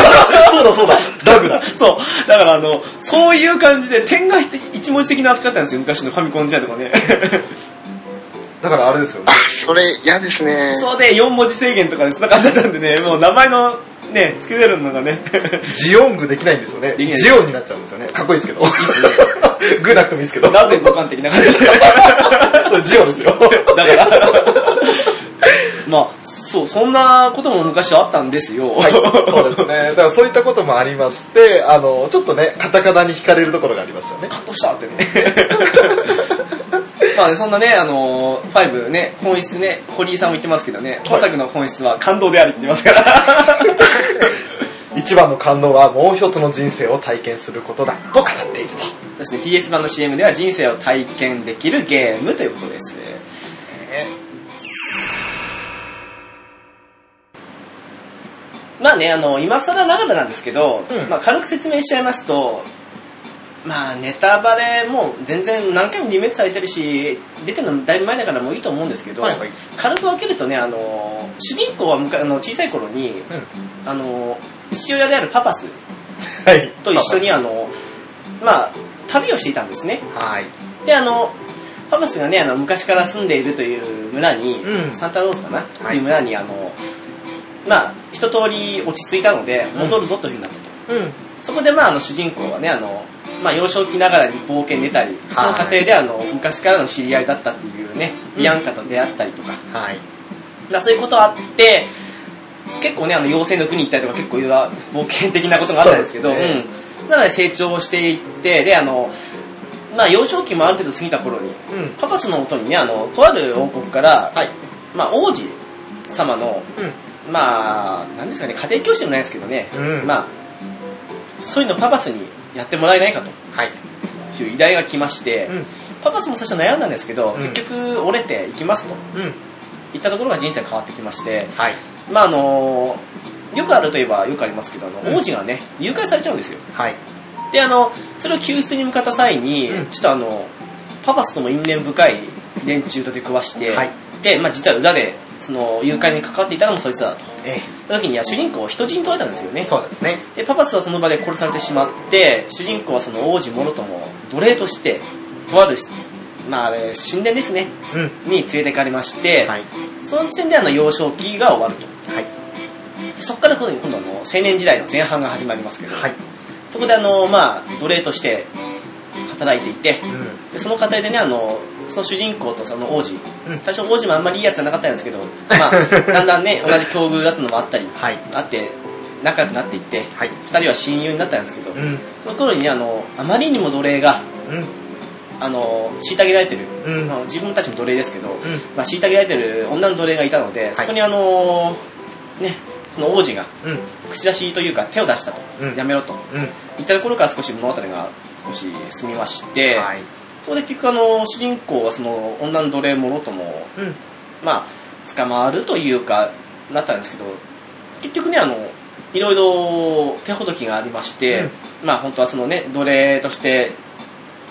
Speaker 2: そうだ、そうだ、ダグラ。
Speaker 1: そう。だからあの、そういう感じで点が一一文字的な扱いだったんですよ、昔のファミコン時代とか
Speaker 2: [LAUGHS]
Speaker 1: ね。
Speaker 2: だからあれですよね
Speaker 3: [LAUGHS] あ。ー、それ嫌ですね。
Speaker 1: そうで、4文字制限とかでそんな感じだったんでね、もう名前のね、付けてるのがね。
Speaker 2: ジオングできないんですよね。
Speaker 1: できない
Speaker 2: ジオンになっちゃうんですよね。かっこいいですけど。グーなくてもいいです [LAUGHS] けど。
Speaker 1: なぜ五感的な感じで。
Speaker 2: それジオンですよ。
Speaker 1: だから。まあ、そう、そんなことも昔はあったんですよ。
Speaker 2: はい、そうですね。だからそういったこともありまして、あの、ちょっとね、カタカナに惹かれるところがありましたね。
Speaker 1: カットしたってね。まあね、そんなね、あのー、5ね、本質ね、堀井さんも言ってますけどね、本作の本質は感動であるって言いますから。
Speaker 2: 一番の感動はもう一つの人生を体験することだと語っていると。
Speaker 1: そして TS 版の CM では人生を体験できるゲームということです。まあね、あの、今更ながらなんですけど、
Speaker 2: うん
Speaker 1: まあ軽く説明しちゃいますと、まあネタバレもう全然何回もリメイクされてるし、出てるのだいぶ前だからもういいと思うんですけど、
Speaker 2: はいはい
Speaker 1: 軽く分けるとね、あの、主人公はむかあの小さい頃に、
Speaker 2: うん
Speaker 1: あの、父親であるパパス
Speaker 2: はい。
Speaker 1: と一緒にあの、まあ、旅をしていたんですね。
Speaker 2: はい。
Speaker 1: で、あの、パパスがね、あの、昔から住んでいるという村に、
Speaker 2: うん
Speaker 1: サンタローズかな、
Speaker 2: はい
Speaker 1: という村に、あの、まあ、一通り落ち着いたので、
Speaker 2: うん
Speaker 1: 戻るぞというふうになったと。
Speaker 2: うん。
Speaker 1: そこで、まあ、あの、主人公はね、あの、まあ、幼少期ながらに冒険に出たり、その過程で、あの、昔からの知り合いだったっていうね、ビアンカと出会ったりとか、
Speaker 2: はい。
Speaker 1: だそういうことあって、結構ね、あの、妖精の国行ったりとか結構いろいろ冒険的なことがあったんですけど、
Speaker 2: そうですね
Speaker 1: うん。なので成長していって、で、あの、まあ、幼少期もある程度過ぎた頃に、
Speaker 2: うん。
Speaker 1: パパスのもとにね、あの、とある王国から、
Speaker 2: はい。
Speaker 1: まあ、王子様の、
Speaker 2: うん。
Speaker 1: まあ、なんですかね、家庭教師でもないですけどね、
Speaker 2: うん
Speaker 1: まあ、そういうのをパパスにやってもらえないかと
Speaker 2: はい。
Speaker 1: いう依頼が来まして、
Speaker 2: うん。
Speaker 1: パパスも最初悩んだんですけど、
Speaker 2: うん
Speaker 1: 結局折れていきますと
Speaker 2: うん。
Speaker 1: いったところが人生が変わってきまして、
Speaker 2: はい。
Speaker 1: まああのよくあるといえばよくありますけど、あの、
Speaker 2: うん
Speaker 1: 王子がね、誘拐されちゃうんですよ。
Speaker 2: はい。
Speaker 1: で、あの、それを救出に向かった際に、
Speaker 2: うん
Speaker 1: ちょっとあの、パパスとも因縁深い連中と出くわして、
Speaker 2: はい
Speaker 1: で、まあ実は裏で、その、誘拐に関わっていたのもそいつだと。
Speaker 2: え
Speaker 1: その時には主人公を人質に取られたんですよ
Speaker 2: え。
Speaker 1: ね。
Speaker 2: そうですね。
Speaker 1: で、パパスはその場で殺されてしまって、主人公はその王子もろとも奴隷として、とある、まああれ、神殿ですね、
Speaker 2: うん。
Speaker 1: に連れてかれまして、
Speaker 2: はい。
Speaker 1: その時点であの幼少期が終わると。
Speaker 2: はい。
Speaker 1: そこから今度あの青年時代の前半が始まりますけど、
Speaker 2: はい。
Speaker 1: そこであの、まあ、奴隷として働いていて
Speaker 2: う、ん。
Speaker 1: でその過程でね、あの、その主人公とその王子、
Speaker 2: うん。
Speaker 1: 最初王子もあんまりいいやつじゃなかったんですけど、
Speaker 2: [LAUGHS]
Speaker 1: まあ、だんだんね、同じ境遇だったのもあったり、
Speaker 2: はい。
Speaker 1: あって、仲良くなっていって、
Speaker 2: はい。
Speaker 1: 二人は親友になったんですけど
Speaker 2: う、ん。
Speaker 1: その頃にね、あの、あまりにも奴隷が、
Speaker 2: うん。
Speaker 1: あの、虐げられてる、
Speaker 2: うん。
Speaker 1: まあ自分たちも奴隷ですけど、
Speaker 2: うん。
Speaker 1: まあ、虐げられてる女の奴隷がいたので、そこにあの、ね、その王子が、
Speaker 2: うん。
Speaker 1: 口出しというか手を出したと、
Speaker 2: うん
Speaker 1: やめろと
Speaker 2: う
Speaker 1: 言ったところから少し物語が少し進みまして、
Speaker 2: ん。はい。
Speaker 1: そこで結局あの主人公はその女の奴隷もろとも
Speaker 2: うん。
Speaker 1: まあ捕まるというかなったんですけど結局ねあのいろいろ手ほどきがありまして、まあ本当はそのね奴隷として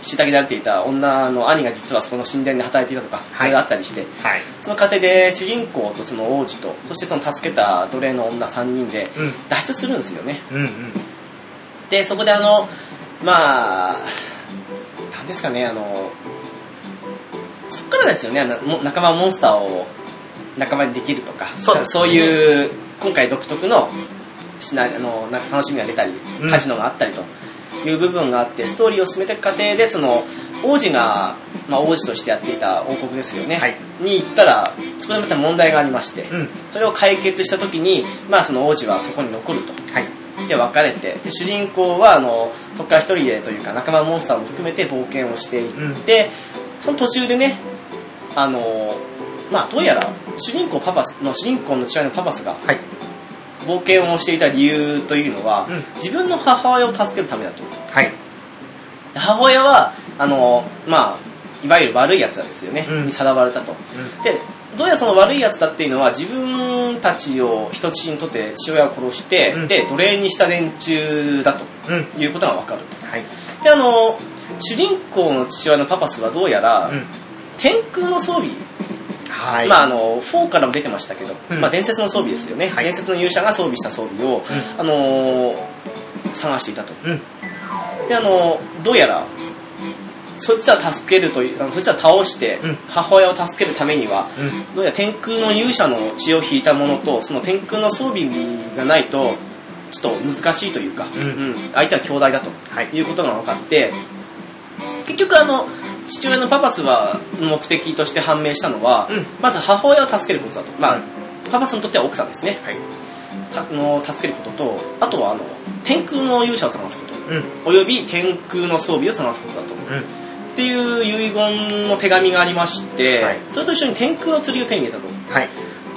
Speaker 1: 虐げられていた女の兄が実はそこの神殿で働いていたとか、
Speaker 2: はい
Speaker 1: いろいろあったりして
Speaker 2: はい。
Speaker 1: その過程で主人公とその王子とそしてその助けた奴隷の女3人で
Speaker 2: うん。
Speaker 1: 脱出するんですよね、
Speaker 2: うん。うん。
Speaker 1: でそこであのまあなんですかねあのそっからですよねあのも仲間モンスターを仲間にできるとか
Speaker 2: そうですね
Speaker 1: いう今回独特のしなあのな楽しみが出たり
Speaker 2: うん
Speaker 1: カジノがあったりという部分があって、ストーリーを進めていく過程でその王子が、まあ、王子としてやっていた王国ですよね、
Speaker 2: はい
Speaker 1: に行ったらそこでまた問題がありまして、
Speaker 2: うん。
Speaker 1: それを解決した時に、まあ、その王子はそこに残ると。
Speaker 2: はい。
Speaker 1: で別れてで主人公はあのそこから一人でというか仲間モンスターも含めて冒険をしていって、その途中でねあのまあどうやら主人公パパスの主人公の父親のパパスが
Speaker 2: はい。
Speaker 1: 冒険をしていた理由というのは、
Speaker 2: うん
Speaker 1: 自分の母親を助けるためだと
Speaker 2: はい。
Speaker 1: 母親はあのまあいわゆる悪いやつらですよね、
Speaker 2: うん
Speaker 1: にさらわれたと
Speaker 2: うん。
Speaker 1: でどうやらその悪いやつだっていうのは自分たちを人質にとって父親を殺して、
Speaker 2: うん
Speaker 1: で奴隷にした連中だと
Speaker 2: うん。
Speaker 1: いうことが分かると
Speaker 2: はい。
Speaker 1: であの主人公の父親のパパスはどうやら、
Speaker 2: うん。
Speaker 1: 天空の装備、
Speaker 2: はい。
Speaker 1: まああの4からも出てましたけど、
Speaker 2: うん
Speaker 1: まあ、伝説の装備ですよね、
Speaker 2: はい
Speaker 1: 伝説の勇者が装備した装備を、あの探していたと
Speaker 2: うん。
Speaker 1: であのどうやらそいつらを助けるというあのそいつらを倒して、
Speaker 2: うん
Speaker 1: 母親を助けるためには
Speaker 2: うん。
Speaker 1: どうやら天空の勇者の血を引いたものとその天空の装備がないとちょっと難しいというか、
Speaker 2: うん
Speaker 1: うん相手は兄弟だと
Speaker 2: はい。
Speaker 1: いうことが分かって結局あの父親のパパスは目的として判明したのは、
Speaker 2: うん
Speaker 1: まず母親を助けることだと、まあ
Speaker 2: うん
Speaker 1: パパスにとっては奥さんですね
Speaker 2: はい。
Speaker 1: たあの助けることとあとはあの天空の勇者を探すこと
Speaker 2: うん。
Speaker 1: および天空の装備を探すことだと
Speaker 2: うん。
Speaker 1: っていう遺言の手紙がありまして、
Speaker 3: はい
Speaker 1: それと一緒に天空の釣りを手に入れたと。
Speaker 3: はい。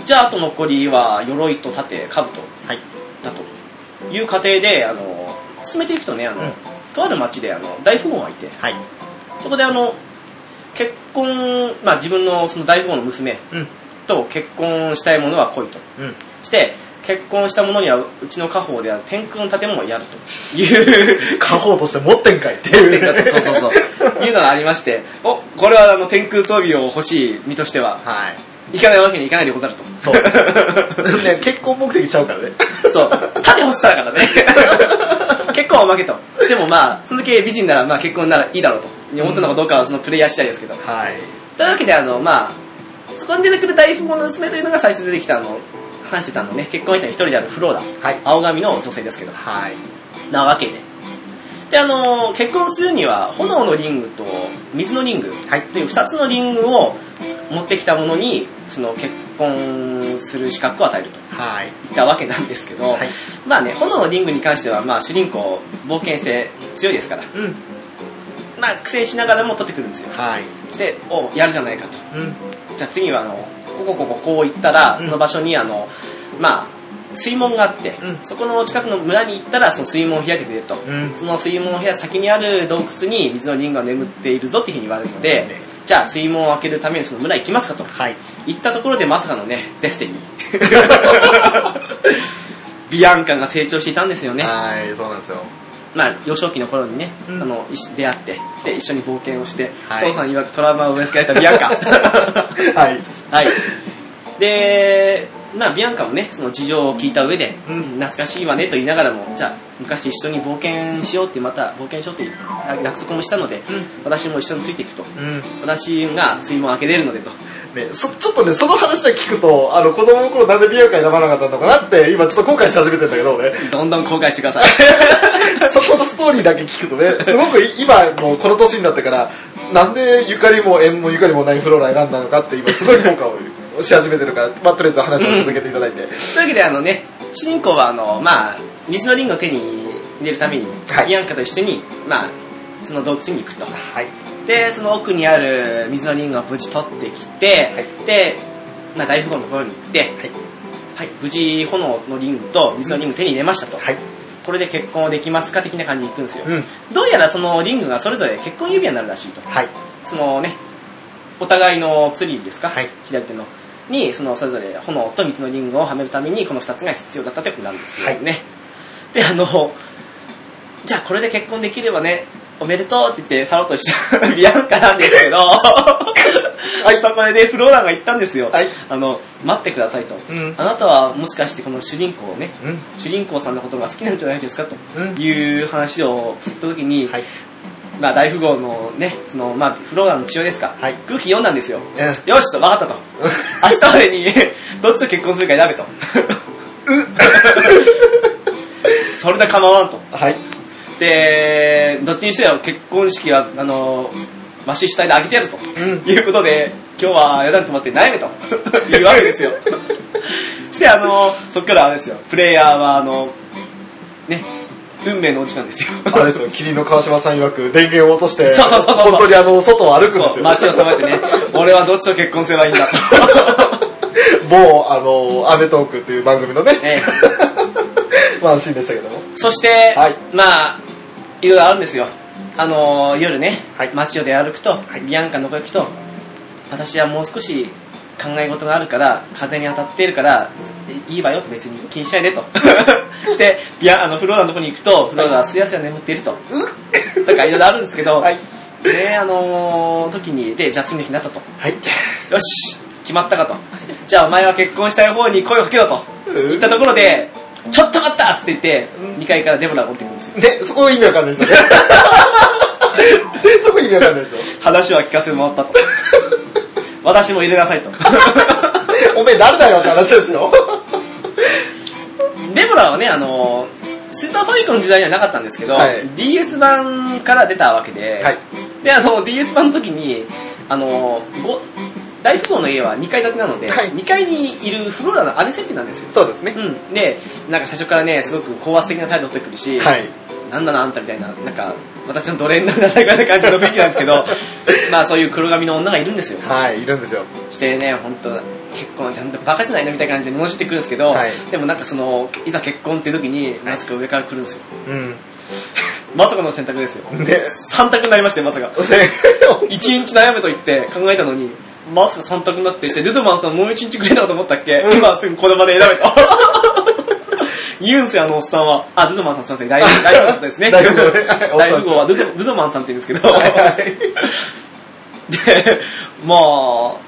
Speaker 1: じゃあ、あと残りは、鎧と盾、兜
Speaker 3: はい。
Speaker 1: だという過程で、あの、進めていくとね、あの、
Speaker 3: うん
Speaker 1: とある町で、あの、大富豪がいて、
Speaker 3: はい。
Speaker 1: そこであの、結婚、まあ自分のその大富豪の娘
Speaker 3: うん。
Speaker 1: と結婚したいものは来いと。
Speaker 3: うん。
Speaker 1: して、結婚した者にはうちの家宝である天空の建物をやるという
Speaker 2: [LAUGHS] 家宝として持ってんかいって
Speaker 1: 観点だった
Speaker 2: いう。
Speaker 1: そうそうそ
Speaker 2: [LAUGHS]
Speaker 1: う。いうのがありまして、お、これはあの天空装備を欲しい身としては、
Speaker 3: はい。
Speaker 1: 行かないわけにいかないでござると。
Speaker 2: そう。ね、結婚目的ちゃうからね。
Speaker 1: [LAUGHS] そう。盾欲しさだからね。 [LAUGHS] 結婚はおまけと。でもまあ、その時美人ならまあ結婚ならいいだろうと。思ったのかどうかはそのプレイヤー次第ですけど。
Speaker 2: はい。
Speaker 1: というわけで、あの、まあ、そこに出てくる大富豪の娘というのが最初出てきた、あの、話してたのね、結婚相手の一人であるフローダ。
Speaker 3: はい。
Speaker 1: 青髪の女性ですけど。
Speaker 3: はい。
Speaker 1: なわけで。で、あの、結婚するには、炎のリングと水のリング
Speaker 3: はい
Speaker 1: という二つのリングを持ってきたものに、その結婚する資格を与えると
Speaker 3: はい。
Speaker 1: いったわけなんですけど、
Speaker 3: はい。
Speaker 1: まあね、炎のリングに関しては、まあ主人公冒険して強いですから、
Speaker 3: うん。
Speaker 1: まあ苦戦しながらも取ってくるんですよ。
Speaker 3: はい。
Speaker 1: で、お、やるじゃないかと。
Speaker 3: うん。
Speaker 1: じゃあ次はあの、こここここう行ったら、
Speaker 3: うん
Speaker 1: その場所にあの、まあ、水門があって、
Speaker 3: うん
Speaker 1: そこの近くの村に行ったら、その水門を開いてくれると。
Speaker 3: うん。
Speaker 1: その水門を開いた先にある洞窟に水のリングが眠っているぞっていうふうに言われるので、じゃあ水門を開けるためにその村行きますかと。
Speaker 3: はい。
Speaker 1: 行ったところでまさかのね、デスティニー。
Speaker 3: [LAUGHS]
Speaker 1: ビアンカが成長していたんですよね。
Speaker 3: はい、そうなんですよ。
Speaker 1: まあ、幼少期の頃にね、
Speaker 3: うん
Speaker 1: あの、一緒出会って、で、一緒に冒険をして、
Speaker 3: はい
Speaker 1: 翔さん曰くトラウマを植え付けられたビアン
Speaker 3: [LAUGHS]
Speaker 1: カ。
Speaker 2: はい。
Speaker 1: はい。で、まあ、ビアンカもね、その事情を聞いた上で、
Speaker 3: うん
Speaker 1: 懐かしいわねと言いながらも、じゃあ、昔一緒に冒険しようって、また冒険しようって約束もしたので、
Speaker 3: うん
Speaker 1: 私も一緒についていくと。
Speaker 3: うん。
Speaker 1: 私が水門を開けれるのでと。
Speaker 2: ね、そ、ちょっとね、その話で聞くと、あの、子供の頃なんで美容会選ばなかったのかなって、今ちょっと後悔し始めてんだけどね、
Speaker 1: [LAUGHS] どんどん後悔してください。
Speaker 2: そこのストーリーだけ聞くとね、すごくい今のこの年になってから、なんでゆかりも縁もゆかりもないフローラ選んだのかって、今すごい効果をし始めてるから、まあ、とりあえず話を続けていただい
Speaker 1: と
Speaker 2: て。
Speaker 1: いうわけで、あのね、主人公は、あの、まあ、水のリングを手に入れるために、
Speaker 2: はい
Speaker 1: ビアンカと一緒に、まあ、その洞窟に行くと。
Speaker 2: はい。
Speaker 1: で、その奥にある水のリングを無事取ってきて、
Speaker 2: はい
Speaker 1: で、まあ、大富豪のところに行って、
Speaker 2: はい。
Speaker 1: はい、無事炎のリングと水のリング手に入れましたと、
Speaker 2: はい。
Speaker 1: これで結婚できますか的な感じに行くんですよ、
Speaker 2: うん。
Speaker 1: どうやらそのリングがそれぞれ結婚指輪になるらしいと
Speaker 2: はい。
Speaker 1: そのねお互いのツリーですか、
Speaker 2: はい
Speaker 1: 左手のにそのそれぞれ炎と水のリングをはめるためにこの2つが必要だったということなんですよね、であのじゃあこれで結婚できればねおめでとうって言って去ろうとしたビアンカなんですけど、はい、そこでね、フローランが言ったんですよ。
Speaker 2: はい。
Speaker 1: あの、待ってくださいと。
Speaker 2: うん。
Speaker 1: あなたはもしかしてこの主人公をね、
Speaker 2: うん。
Speaker 1: 主人公さんのことが好きなんじゃないですかと
Speaker 2: うん。
Speaker 1: いう話を振った時に、
Speaker 2: はい。
Speaker 1: まあ大富豪のね、その、まあフローラの父親ですか、
Speaker 2: はい
Speaker 1: 空気読んだんですよ。
Speaker 2: うん。
Speaker 1: よしと、わかったと。 [LAUGHS] 明日までに [LAUGHS] どっちと結婚するか選べと。 [LAUGHS] それで構わんと。
Speaker 2: はい。
Speaker 1: で、どっちにせよ結婚式は、あの、マシ主体であげてやると。 [LAUGHS]
Speaker 2: うん。
Speaker 1: いうことで、今日はやだに泊まって悩めと [LAUGHS] いうわけですよ。 [LAUGHS] して、あの、そっからあれですよ、プレイヤーは、あの、ね、運命のお時間ですよ。
Speaker 2: あれですよ、霧の川島さん曰く電源を落として、
Speaker 1: そうそうそうそう
Speaker 2: 本当にあの、外を歩くんです
Speaker 1: そ
Speaker 2: よ。
Speaker 1: う、街をさましてね、俺はどっちと結婚すればいいん
Speaker 2: [LAUGHS]
Speaker 1: だと。
Speaker 2: 某、あの、アメトークっていう番組のね、
Speaker 1: ええ
Speaker 2: まあ、シーンでしたけども。
Speaker 1: そして、
Speaker 2: はい
Speaker 1: まあ、いろいろあるんですよ。あの、夜ね、
Speaker 2: はい
Speaker 1: 街を出歩くと、
Speaker 2: い
Speaker 1: ビアンカの子行くと、私はもう少し考え事があるから、風に当たっているから、いいわよと別に気にしないで
Speaker 2: [LAUGHS]
Speaker 1: と。して、ビアン、あの、フローラのとこに行くと、フローラはすやすや眠っていると。とかいろいろあるんですけど、
Speaker 2: はい。
Speaker 1: ね、あの時に、で、じゃあ次の日になったと。
Speaker 2: はい。
Speaker 1: よし決まったかと。じゃあお前は結婚したい方に声をかけろと。言ったところで、ちょっと待ったっつって言って、
Speaker 2: うん
Speaker 1: 2階からデボラが降りてくるんですよ。
Speaker 2: ね、そこ意味わかんな
Speaker 1: [LAUGHS]
Speaker 2: いですよね。そこ意味わかんないですよ。
Speaker 1: 話は聞かせてもらったと。私も入れなさ
Speaker 2: [LAUGHS]
Speaker 1: いと。
Speaker 2: おめえ誰だよって話ですよ。
Speaker 1: デボラはね、あの、スーパーファミコンの時代にはなかったんですけど、
Speaker 2: はい
Speaker 1: DS 版から出たわけで、
Speaker 2: はい。
Speaker 1: で、あの、DS 版の時に、あの、ご大富豪の家は2階建てなので、
Speaker 2: はい
Speaker 1: 2階にいるフローラの姉設定なんですよ。
Speaker 2: そうですね。
Speaker 1: うん。で、なんか最初からね、すごく高圧的な態度を取ってくるし、
Speaker 2: はい。
Speaker 1: なんだなあんたみたいな、なんか、私の奴隷になりなさいぐらいな感じの雰囲気なんですけ
Speaker 2: [LAUGHS]
Speaker 1: ど、まあそういう黒髪の女がいるんですよ。
Speaker 2: はい、いるんですよ。
Speaker 1: してね、本当結婚って本当バカじゃないのみたいな感じで罵ってくるんですけど、
Speaker 2: はい
Speaker 1: でもなんかその、いざ結婚っていう時に、なぜか上から来るんですよ。
Speaker 2: うん。ね。
Speaker 1: まさかの選択ですよ。 [LAUGHS]
Speaker 2: ね、
Speaker 1: 3択になりまして、まさか。一日悩むと言って考えたのに、まさか三択になってして、ルドマンさんもう一日くれたかと思ったっけ、
Speaker 2: うん
Speaker 1: 今すぐこの場で選べた。 [LAUGHS] 言うんすよ、あのおっさんは。あ、ルドマンさんすいません、大富大富豪だったですね。
Speaker 2: [LAUGHS] 大富豪ねはい
Speaker 1: 大富豪はルドルドマンさんって言うんですけど。 [LAUGHS] で、まあ、そこ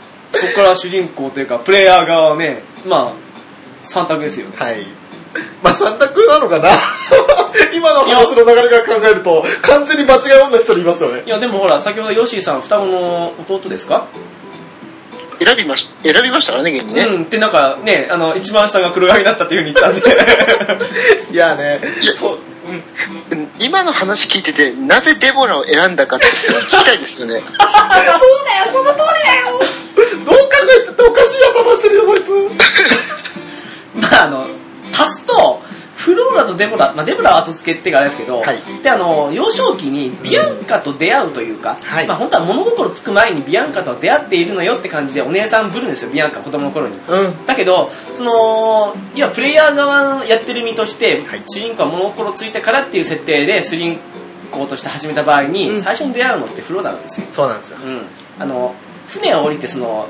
Speaker 1: から主人公というか、プレイヤー側はね、まあ、三択ですよね。
Speaker 2: はい。まあ、三択なのかな [LAUGHS] 今の話の流れから考えると、完全に間違い女一人いますよね。
Speaker 1: いや、でもほら、先ほどヨッシーさん、双子の弟ですか
Speaker 3: 選びまし、選びましたからね、現にね。
Speaker 1: うん、ってなんかね、あの、一番下が黒髪だったっていうふうに言ったんで。
Speaker 2: いやね
Speaker 3: い、や
Speaker 2: そう、
Speaker 3: うん今の話聞いてて、なぜデボラを選んだかってすごい聞きたいですよね。
Speaker 2: どう考えてっておかしい頭してるよ、そいつ。
Speaker 1: まああの、足すと、フローラとデボラ、まあデボラは後付けっていうかあれですけど、
Speaker 2: はい
Speaker 1: で、あの、幼少期にビアンカと出会うというか、
Speaker 2: はい
Speaker 1: まあ本当は物心つく前にビアンカと出会っているのよって感じでお姉さんぶるんですよ、ビアンカ子供の頃に。
Speaker 2: うん。
Speaker 1: だけど、その、いや、プレイヤー側のやってる身として、
Speaker 2: はい
Speaker 1: 主人公は物心ついてからっていう設定で主人公として始めた場合に、
Speaker 2: うん
Speaker 1: 最初に出会うのってフローラなんですよ。
Speaker 2: そうなんですよ。
Speaker 1: うん。あの、船を降りてその、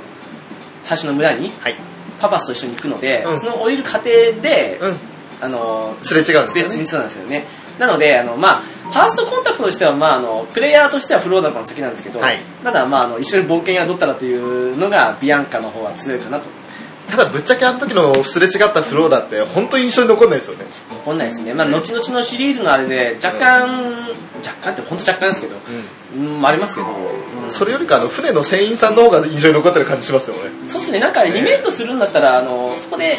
Speaker 1: 最初の村に
Speaker 2: はい。
Speaker 1: パパスと一緒に行くので、
Speaker 2: うん
Speaker 1: その降りる過程で、
Speaker 2: うん。
Speaker 1: あの、
Speaker 2: すれ違うんです
Speaker 1: スレ
Speaker 2: よ
Speaker 1: ッ
Speaker 2: ね。
Speaker 1: にそうなんですよね。なので、あの、まあ、ファーストコンタクトとしては、まあ、あの、プレイヤーとしてはフローダの方が先なんですけど、
Speaker 2: はい
Speaker 1: ただ、まあ、あの、一緒に冒険がどったらというのが、ビアンカの方は強いかなと。
Speaker 2: ただぶっちゃけあの時のすれ違ったフローだって本当に印象に残んないですよね。
Speaker 1: 本来ですね、まあ、後々のシリーズのあれで、若干、若干って、ほんと若干ですけど、うん、ありますけど、うん
Speaker 2: それよりかあの船の船員さんの方が印象に残ってる感じしますよね。
Speaker 1: そうですね、なんかリメイクするんだったら、あの、そこで、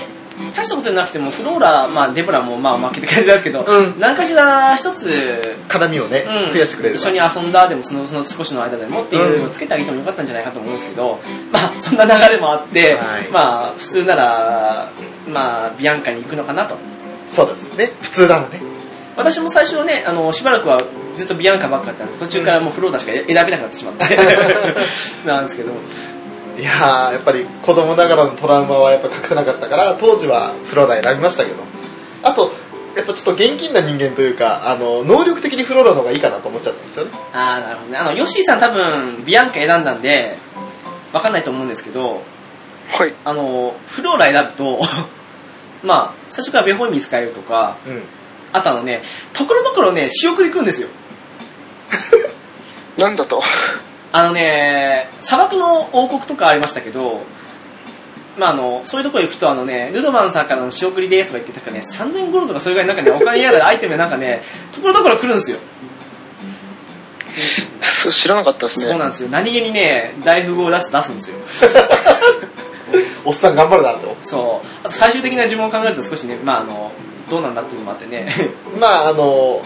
Speaker 1: 大したことなくても、フローラ、まあ、デブラも、まあ、負けって感じなんですけど、
Speaker 2: うん
Speaker 1: 何かしら一つ、
Speaker 2: 絡みをね、
Speaker 1: うん
Speaker 2: 増やしてくれる。
Speaker 1: 一緒に遊んだでもそのその少しの間でもっていうのをつけてあげてもよかったんじゃないかと思うんですけど、まあそんな流れもあって、
Speaker 2: はい
Speaker 1: まあ普通なら、まあビアンカに行くのかなと。
Speaker 2: そうですね。普通ならね。
Speaker 1: 私も最初ね、あの、しばらくはずっとビアンカばっかだったんですけど、途中からもうフローダしか選べなくなってしまって、 [LAUGHS] なんですけど、
Speaker 2: いやー、やっぱり子供ながらのトラウマはやっぱ隠せなかったから、当時はフローラ選びましたけど。あと、やっぱちょっと現金な人間というか、あの、能力的にフローラの方がいいかなと思っちゃったんですよね。
Speaker 1: ああ、なるほどね。あの、ヨッシーさん多分ビアンカ選んだんで、わかんないと思うんですけど、
Speaker 3: [LAUGHS] はい。
Speaker 1: あの、フローラ選ぶと、 [LAUGHS] まあ、最初からベホイミ使えるとか、
Speaker 2: うん。
Speaker 1: あとあのね、ところどころね、仕送り行くんですよ。
Speaker 3: なんだと。
Speaker 1: あのね、砂漠の王国とかありましたけど、まああの、そういうところ行くとあのね、ルドマンさんからの仕送りですとか言ってたからね、3000ゴールドとかそれぐらいなんかね、お金やらアイテムやなんかね、ところどころ来るんですよ。
Speaker 3: そう知らなかったですね。
Speaker 1: そうなんですよ。何気にね、大富豪を出す、出すんですよ。
Speaker 2: おっさん頑張るなと。
Speaker 1: そう。あと最終的な呪文を考えると少しね、まああの、どうなんだっていうのもあってね、
Speaker 2: まああの、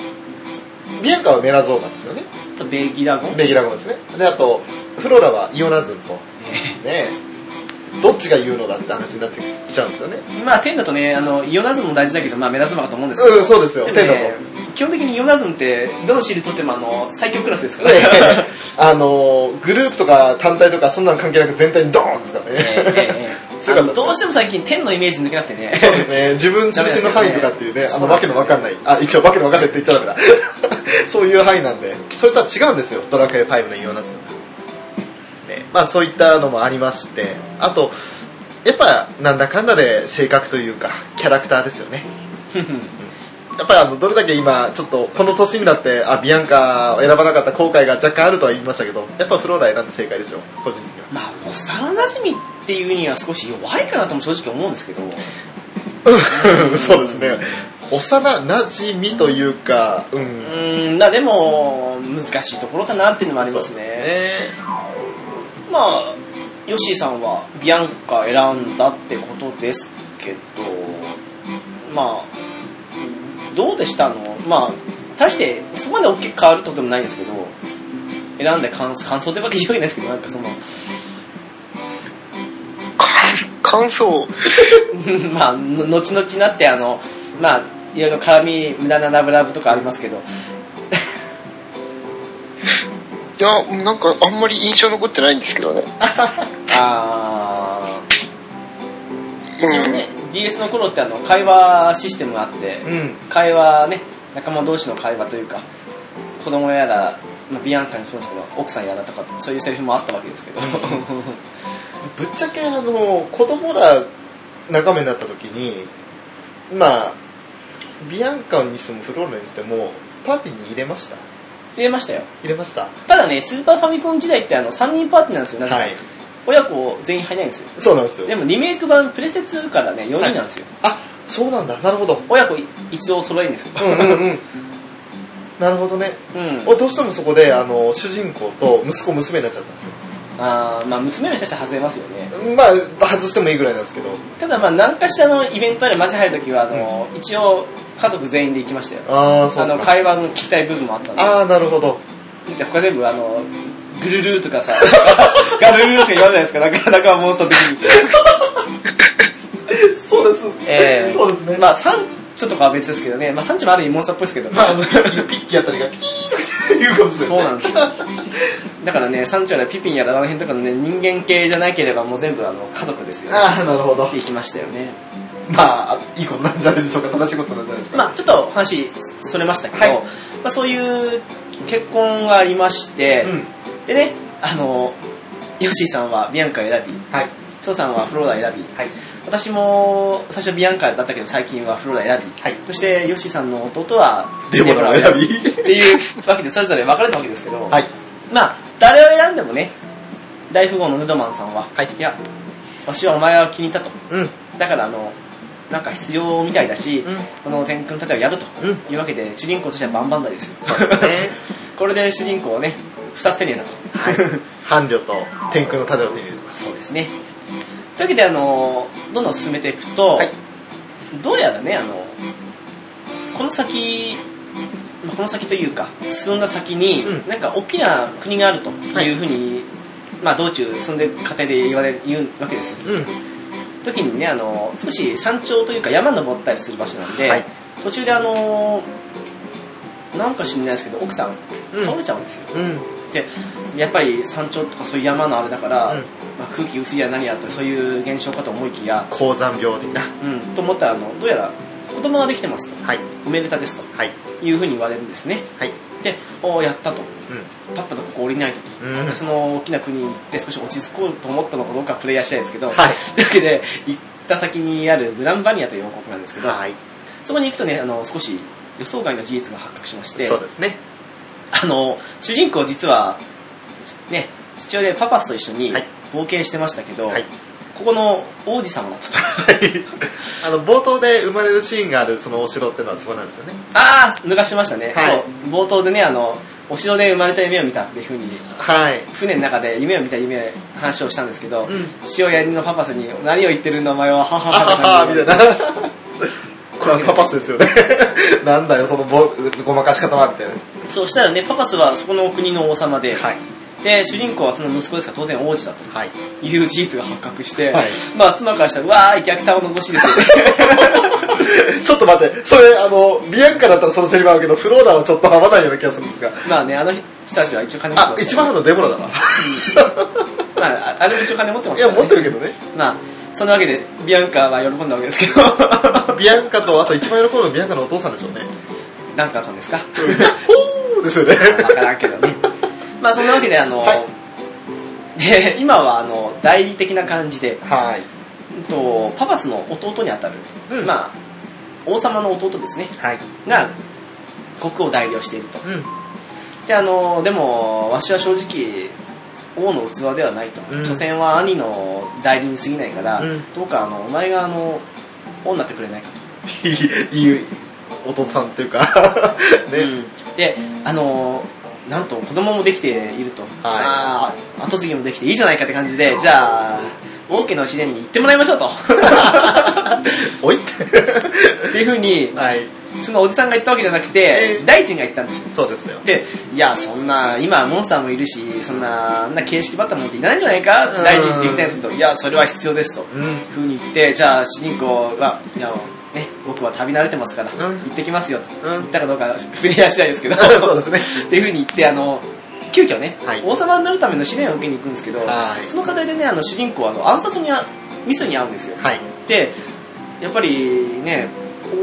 Speaker 2: ビアンカはメラゾーマですよね。
Speaker 1: [LAUGHS] あとベイキーダーゴン。
Speaker 2: レギュラーゴンですね。で、あと、フローラはイオナズンと、ねどっちが言うのだって話になってきちゃうんですよね。
Speaker 1: まあ天だとね、あの、イオナズムも大事だけど、まあ目立つのかと思うんですけど、
Speaker 2: うん、そうですよ。
Speaker 1: で
Speaker 2: テ
Speaker 1: も
Speaker 2: ンダ
Speaker 1: ね
Speaker 2: と。、
Speaker 1: 基本的にイオナズンって、どのシリーズとってもあの、最強クラスですからね。
Speaker 2: ねあの、グループとか単体とかそんなの関係なく全体にドーンですから
Speaker 1: えええ
Speaker 2: ね。
Speaker 1: え
Speaker 2: 強
Speaker 1: あ
Speaker 2: かった
Speaker 1: のど
Speaker 2: ですね
Speaker 1: うしても最近天のイメージ抜けなくてね。
Speaker 2: そうですね。自分中心の範囲とかっていうね、
Speaker 1: ダ
Speaker 2: あ
Speaker 1: メですよね
Speaker 2: の、わけのわかんない。あ、一応わけのわかんないって言っちゃダメだ。 [LAUGHS] そういう範囲なんで。それとは違うんですよ、ドラクエ5のイオナズンは。ね、まあそういったのもありまして、あと、やっぱなんだかんだで性格というか、キャラクターですよね。やっぱりあの、どれだけ今、ちょっと、この年になって、あ、ビアンカを選ばなかった後悔が若干あるとは言いましたけど、やっぱフローラ選んで正解ですよ、個人的に
Speaker 1: まあ、
Speaker 2: は。
Speaker 1: 幼馴染っていうには少し弱いかなとも正直思うんですけど、
Speaker 2: うん [LAUGHS] そうですね。幼馴染というか、う。
Speaker 1: うんーん、まあでも、難しいところかなっていうのもありますね。まあ、ヨッシーさんはビアンカ選んだってことですけど、まあ、どうでしたのまあ、大して、そこまで大きく変わることでもないんですけど、選んで感感想ってわけじゃないですけど、なんかその、 [LAUGHS]
Speaker 3: か感想。
Speaker 1: まあ、の後々になって、あの、まあ、いろいろ絡み、無駄なラブラブとかありますけど、
Speaker 3: いや、なんかあんまり印象残ってないんですけどね。
Speaker 1: あー、
Speaker 3: うん
Speaker 1: 一応ね、DS の頃ってあの、会話システムがあって、
Speaker 2: うん。
Speaker 1: 会話ね、仲間同士の会話というか、子供やら、まあ、ビアンカにしますけど、奥さんやらとか、そういうセリフもあったわけですけど、
Speaker 2: ぶっちゃけあの子供ら仲間になった時にまあビアンカにしてもフローラにしてもパーティーに入れました
Speaker 1: 言えましたよ。
Speaker 2: 入れました
Speaker 1: ただね、スーパーファミコン時代ってあの、3人パーティーなんですよ。なんか
Speaker 2: はい
Speaker 1: 親子全員入れないんですよ。
Speaker 2: そうなんです
Speaker 1: で
Speaker 2: よ
Speaker 1: もリメイク版プレステ2からね、4人なんですよ。
Speaker 2: あそうなんだなるほど
Speaker 1: 親子い一同揃えるんですよ。
Speaker 2: うんうんうんなるほどね
Speaker 1: うん。
Speaker 2: おどうしてもそこであの主人公と息子娘になっちゃったんです
Speaker 1: あーまあ娘めちゃくちゃ外れますよね。
Speaker 2: よまあ外してもいいぐらいなんですけど
Speaker 1: ただまあ何かしらのイベントでマジ入るときは、あの、一応家族全員で行きましたよ。
Speaker 2: ああそ
Speaker 1: あ
Speaker 2: う
Speaker 1: の、
Speaker 2: か
Speaker 1: 会話の聞きたい部分もあったんで。だ
Speaker 2: ああーなるほど
Speaker 1: って他全部あの、グルルーと [LAUGHS] かさ、ガルルーしか言わないですか、なかなかモンスター的に。
Speaker 2: そうです
Speaker 1: ええ
Speaker 2: そうですね
Speaker 1: まあ三丁とかは別ですけどね、まあ三丁もある意味モンスターっぽいですけど、
Speaker 2: まああのピッキーあたりがピーって言うかもしれ
Speaker 1: そ
Speaker 2: ないう
Speaker 1: なんですよ。だからね、三丁やらピピンやらあの辺とかのね、人間系じゃなければもう全部あの、家族ですよ。
Speaker 2: ああなるほど
Speaker 1: 行きましたよね。
Speaker 2: まあ、いいことなんじゃないでしょうか、正しいことなんじゃないでしょうか。
Speaker 1: まあちょっと話それましたけど、
Speaker 2: はい
Speaker 1: まあそういう結婚がありまして、
Speaker 2: うん。
Speaker 1: でね、あの、ヨッシーさんはビアンカを選び、
Speaker 2: はい。
Speaker 1: 翔さんはフローラを選び、私も最初ビアンカだったけど最近はフローラを選び、
Speaker 2: はい
Speaker 1: そしてヨッシーさんの弟は
Speaker 2: デボラを選び。
Speaker 1: っていうわけでそれぞれ分かれたわけですけど、
Speaker 2: はい。
Speaker 1: まあ誰を選んでもね、大富豪のヌドマンさんは、
Speaker 2: はい
Speaker 1: や、わしはお前は気に入ったと。
Speaker 2: うん。
Speaker 1: だからあの、なんか必要みたいだし、
Speaker 2: うん
Speaker 1: この天君たちはやると
Speaker 2: うん
Speaker 1: いうわけで、主人公としては万々歳
Speaker 2: [LAUGHS]
Speaker 1: ですよ。
Speaker 2: ね
Speaker 1: これで主人公をね、二つ手に入れたと。
Speaker 2: 伴侶と天空の盾を手に入れてます。
Speaker 1: そうですね。というわけで、あの、どんどん進めていくと、
Speaker 2: はい
Speaker 1: どうやらね、あの、この先、まあこの先というか、進んだ先に、
Speaker 2: うん
Speaker 1: なんか大きな国があると
Speaker 2: はい
Speaker 1: いうふうに、まあ道中進んでいく過程で言われ、言うわけですよ。
Speaker 2: うん。
Speaker 1: 時にね、あの、少し山頂というか山登ったりする場所なんで、
Speaker 2: はい
Speaker 1: 途中であの、なんか知んないですけど、奥さん、
Speaker 2: うん
Speaker 1: 倒れちゃうんですよ。
Speaker 2: うん。
Speaker 1: で、やっぱり山頂とかそういう山のあれだから、
Speaker 2: うん
Speaker 1: まあ、空気薄いや何やってそういう現象かと思いきや、
Speaker 2: 高山病的な。
Speaker 1: うん、と思ったら、あの、どうやら子供ができてますと、
Speaker 2: はい。
Speaker 1: おめでたですと
Speaker 2: はい。
Speaker 1: いうふうに言われるんですね。
Speaker 2: はい。
Speaker 1: で、おーやったと、
Speaker 2: うん。
Speaker 1: パッパとここ降りないとと。
Speaker 2: うん
Speaker 1: でその大きな国に行って少し落ち着こうと思ったのかどうかはプレイヤー次第ですけど、
Speaker 2: はい。
Speaker 1: というわけで、行った先にあるグランバニアという王国なんですけど、
Speaker 2: はい。
Speaker 1: そこに行くとね、あの、少し予想外の事実が発覚しまして、
Speaker 2: そうですね。
Speaker 1: あの、主人公実は、ね、父親でパパスと一緒に
Speaker 2: はい
Speaker 1: 冒険してましたけど、
Speaker 2: はい。
Speaker 1: ここの王子様だったと。
Speaker 2: あの、冒頭で生まれるシーンがあるそのお城ってのはそこなんですよね。
Speaker 1: あー、抜かしましたね。
Speaker 2: はい
Speaker 1: そう、冒頭でね、あの、お城で生まれた夢を見たっていうふうに、
Speaker 2: はい。
Speaker 1: 船の中で夢を見た夢、話をしたんですけど、
Speaker 2: うん。
Speaker 1: 父親のパパスに、何を言ってるんだお前は、はは
Speaker 2: あはは
Speaker 1: は
Speaker 2: [LAUGHS] はみたいな。これはパパスですよね。 [LAUGHS] なんだよ、そのぼごまかし方は、みたいな。
Speaker 1: そうしたらね、パパスはそこの国の王様で、
Speaker 2: はい。
Speaker 1: で、主人公はその息子ですから当然王子だと
Speaker 2: はい。
Speaker 1: いう事実が発覚して、
Speaker 2: はい
Speaker 1: まあ妻からしたら、うわーい、逆玉の腰ですよ。 [LAUGHS]
Speaker 2: [LAUGHS] ちょっと待って、それ、あの、ビアンカだったらそのセリフあるけど、フローラはちょっと合わないような気がするんですが。
Speaker 1: まあね、あの人たちは一応金持って
Speaker 2: あ
Speaker 1: ま、す、
Speaker 2: 一番あるのデボラだわ。
Speaker 1: まあ、ああれも一応金持ってま
Speaker 2: い
Speaker 1: すか
Speaker 2: や、
Speaker 1: ら、ね。
Speaker 2: 持ってるけどね。
Speaker 1: まあ、そんなわけで、ビアンカは喜んだわけですけど、 [LAUGHS]
Speaker 2: ビアンカと、あと一番喜ぶのはビアンカのお父さんでしょうね。
Speaker 1: ダンカーさんですか
Speaker 2: ほーですよね。
Speaker 1: わからんけ
Speaker 2: [LAUGHS]
Speaker 1: どね。まあそんなわけで、あの、
Speaker 2: はい
Speaker 1: で、今は、あの、代理的な感じで、
Speaker 2: はい。
Speaker 1: うんと、パパスの弟にあたる、
Speaker 2: うん
Speaker 1: まあ、王様の弟ですね、
Speaker 2: はい。
Speaker 1: が、国を代表していると。
Speaker 2: うん。
Speaker 1: であのでもわしは正直王の器ではないと、
Speaker 2: うん
Speaker 1: 所詮は兄の代理に過ぎないから、
Speaker 2: うん
Speaker 1: どうかあのお前があの王になってくれないかと、
Speaker 2: いい、いいお父さんっていうか、 [LAUGHS] ね。
Speaker 1: うんであのなんと子供もできていると、ああ後継ぎもできていいじゃないかって感じでじゃあ王家の
Speaker 2: [LAUGHS]
Speaker 1: 試練に行ってもらいましょうとっ
Speaker 2: おいって。
Speaker 1: ていうふうに
Speaker 2: はい。
Speaker 1: そのおじさんが言ったわけじゃなく
Speaker 2: え
Speaker 1: て、
Speaker 2: ー
Speaker 1: 大臣が言ったんですよ。
Speaker 2: そうですよ。
Speaker 1: で、いや、そんな、今、モンスターもいるし、そんな、あんな形式ばったもんっていらないんじゃないか
Speaker 2: うん
Speaker 1: 大臣って言ったんですけど、いや、それは必要ですと。
Speaker 2: うん。
Speaker 1: ふうに言って、じゃあ主人公が、いや、ね、僕は旅慣れてますから、
Speaker 2: う
Speaker 1: 行
Speaker 2: ん
Speaker 1: ってきますよと、
Speaker 2: う
Speaker 1: 行っ
Speaker 2: ん
Speaker 1: たかどうかプレイヤー次第ですけど、
Speaker 2: [LAUGHS] そうですね。
Speaker 1: [LAUGHS] っていうふうに言って、あの、急遽ね、
Speaker 2: はい
Speaker 1: 王様になるための試練を受けに行くんですけど、
Speaker 2: はい
Speaker 1: その過程でね、あの主人公はあの暗殺にあ、ミスに遭うんですよ。
Speaker 2: はい。
Speaker 1: で、やっぱりね、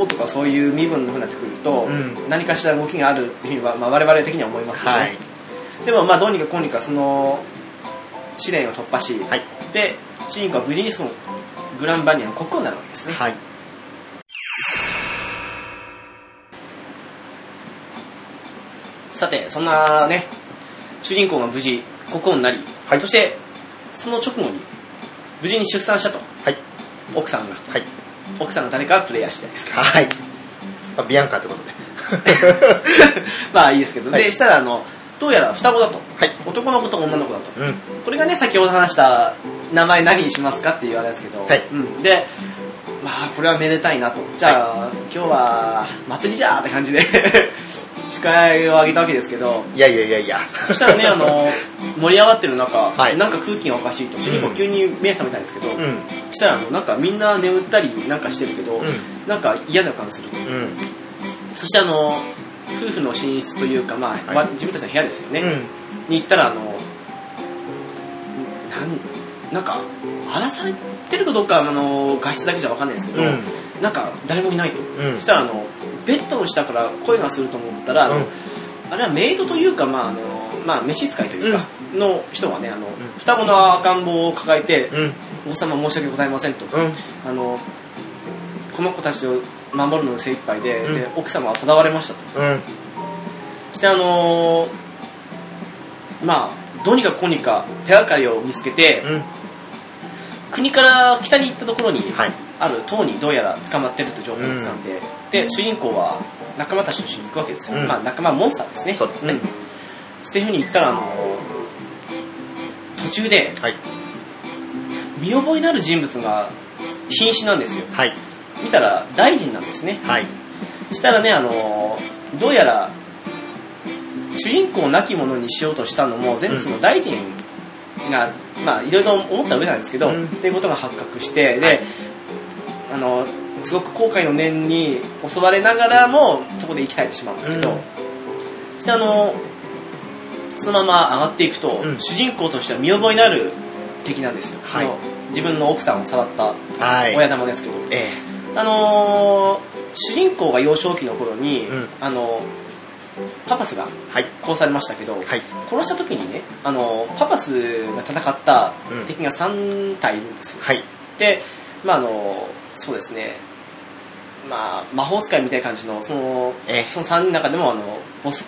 Speaker 1: 王とかそういう身分のふうになってくると、
Speaker 2: うん
Speaker 1: 何かしら動きがあるっていうふうには、まあ、我々的には思いますよね。
Speaker 2: はい。
Speaker 1: でもまあどうにかこうにかその試練を突破し、
Speaker 2: はい
Speaker 1: で主人公は無事にそのグランバニアの国王になるわけですね、
Speaker 2: はい。
Speaker 1: さてそんなね主人公が無事国王になり、
Speaker 2: はい
Speaker 1: そしてその直後に無事に出産したと
Speaker 2: はい。
Speaker 1: 奥さんが
Speaker 2: はい。
Speaker 1: 奥さんが誰かはプレイヤー次第です
Speaker 2: はい。まあビアンカってことで。
Speaker 1: [LAUGHS] まあいいですけど、
Speaker 2: はい
Speaker 1: でしたらあのどうやら双子だと
Speaker 2: [LAUGHS] はい。
Speaker 1: 男の子と女の子だと
Speaker 2: うん。
Speaker 1: これがね、先ほど話した、名前何にしますかって言われですけど、
Speaker 2: はい
Speaker 1: うん、で、まあ、これはめでたいなと。じゃあ、今日は、祭りじゃーって感じで、 [LAUGHS] 宿題をあげたわけですけど、
Speaker 2: いやいやいやいや。
Speaker 1: そした
Speaker 2: [LAUGHS]
Speaker 1: らね、あの、盛り上がってる中、
Speaker 2: はい
Speaker 1: なんか空気がおかしいと、主人公急に目覚めたんですけど、
Speaker 2: うん。
Speaker 1: そしたらあの、なんかみんな眠ったりなんかしてるけど、
Speaker 2: う
Speaker 1: なんか嫌な予感すると。
Speaker 2: ん。うん。
Speaker 1: そしてあの、夫婦の寝室というか、まあ、
Speaker 2: はい
Speaker 1: 自分たちの部屋ですよね。
Speaker 2: うん。
Speaker 1: に行ったら、あの、なん、なんか、荒らされてるかどうかは、あの、画質だけじゃわかんないんですけど、
Speaker 2: うん。
Speaker 1: なんか、誰もいないと。
Speaker 2: うん
Speaker 1: そし。たら、あの、ベッドの下から声がすると思ったら、あのあれはメイドというか、まあ、あの、まあ、召使いというか、の人がね、あの、双子の赤ん坊を抱えて、
Speaker 2: うん。
Speaker 1: 王様申し訳ございませんと。
Speaker 2: うん。
Speaker 1: あの、この子たちを守るので精一杯で、
Speaker 2: うん
Speaker 1: で、奥様は定われましたと。
Speaker 2: うん。
Speaker 1: そしてあのーまあ、どうにかこうにか手がかりを見つけて、
Speaker 2: うん。
Speaker 1: 国から北に行ったところに、
Speaker 2: はい。
Speaker 1: ある塔にどうやら捕まってるという情報を掴んで、で、主人公は仲間たちと一緒に行くわけですよ。
Speaker 2: うん
Speaker 1: まあ、仲間はモンスターですね。
Speaker 2: そうですね
Speaker 1: んそういうふうに行ったら、あのー途中で
Speaker 2: はい。
Speaker 1: 見覚えのある人物が瀕死なんですよ。
Speaker 2: はい。
Speaker 1: 見たら大臣なんですね。
Speaker 2: はい。
Speaker 1: したらね、あのどうやら、主人公を亡き者にしようとしたのも、全部その大臣が、まあ、いろいろ思った上なんですけど、
Speaker 2: うん
Speaker 1: っていうことが発覚して、で、
Speaker 2: はい
Speaker 1: あのすごく後悔の念に襲われながらも、そこで生き絶えてしまうんですけど、
Speaker 2: うん
Speaker 1: そしてあのそのまま上がっていくと、
Speaker 2: うん
Speaker 1: 主人公としては見覚えのある敵なんですよ。
Speaker 2: はい
Speaker 1: その自分の奥さんをさらった
Speaker 2: はい。
Speaker 1: 親玉ですけど。
Speaker 2: え
Speaker 1: あのー主人公が幼少期の頃に、
Speaker 2: うん
Speaker 1: あのパパスが
Speaker 2: えはい。
Speaker 1: 殺されましたけど、
Speaker 2: はい。
Speaker 1: 殺した時にね、あのパパスが戦った
Speaker 2: うん
Speaker 1: 敵が3体いるんですよ。
Speaker 2: はい。
Speaker 1: で、まああのそうですね、まあ魔法使いみたいな感じの、その、
Speaker 2: ええ
Speaker 1: その3人の中でも、あの、ボス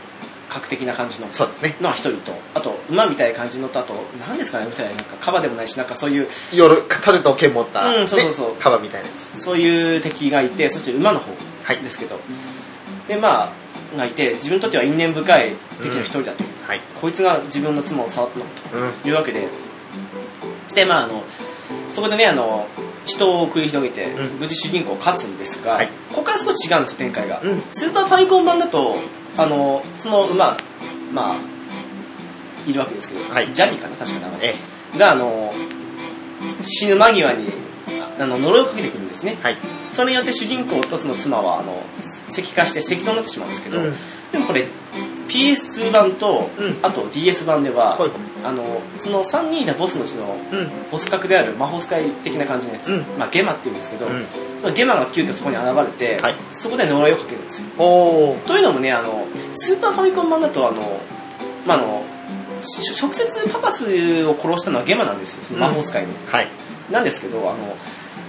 Speaker 1: 格的な感じの、
Speaker 2: そうですね。
Speaker 1: のは1人と、あと、馬みたいな感じのと、あと、何ですかね、みたいな、なんか、カバでもないし、なんかそういう、
Speaker 2: 夜、盾と剣持った、
Speaker 1: うんそうそう
Speaker 2: ね
Speaker 1: そう
Speaker 2: カバみたいなやつ。
Speaker 1: そういう敵がいて、そして馬の方。
Speaker 2: はい。
Speaker 1: ですけど、でまあがいて自分にとっては因縁深い敵の一人だと、
Speaker 2: はい。
Speaker 1: こいつが自分の妻を触ったのか
Speaker 2: うん。
Speaker 1: というわけでしてまああのそこでねあの死闘を繰り広げて、
Speaker 2: うん
Speaker 1: 無事主人公勝つんですが、
Speaker 2: はい
Speaker 1: ここから少し違うんですよ展開が、
Speaker 2: うん。
Speaker 1: スーパーファミコン版だとあのその馬まあいるわけですけど、
Speaker 2: はい
Speaker 1: ジャミーかな確か名前
Speaker 2: え
Speaker 1: があの死ぬ間際にああの呪いをかけてくるんですね
Speaker 2: えはい。
Speaker 1: それによって主人公とその妻はあの石化して石像になってしまうんですけど、
Speaker 2: うん。
Speaker 1: でもこれ PS2 版と、
Speaker 2: うん
Speaker 1: あと DS 版では、
Speaker 2: はい。
Speaker 1: あのその3人いたボスのうちの
Speaker 2: うん。
Speaker 1: ボス格である魔法使い的な感じのやつ、
Speaker 2: うん
Speaker 1: まあ、ゲマって言うんですけど、
Speaker 2: うん。
Speaker 1: そのゲマが急遽そこに現れて、
Speaker 2: はい
Speaker 1: そこで呪いをかけるんですよ
Speaker 2: おー。
Speaker 1: というのもねあのスーパーファミコン版だとあの、まあ、あのし直接パパスを殺したのはゲマなんですよその魔法使いの、
Speaker 2: はい。
Speaker 1: なんですけど、あの、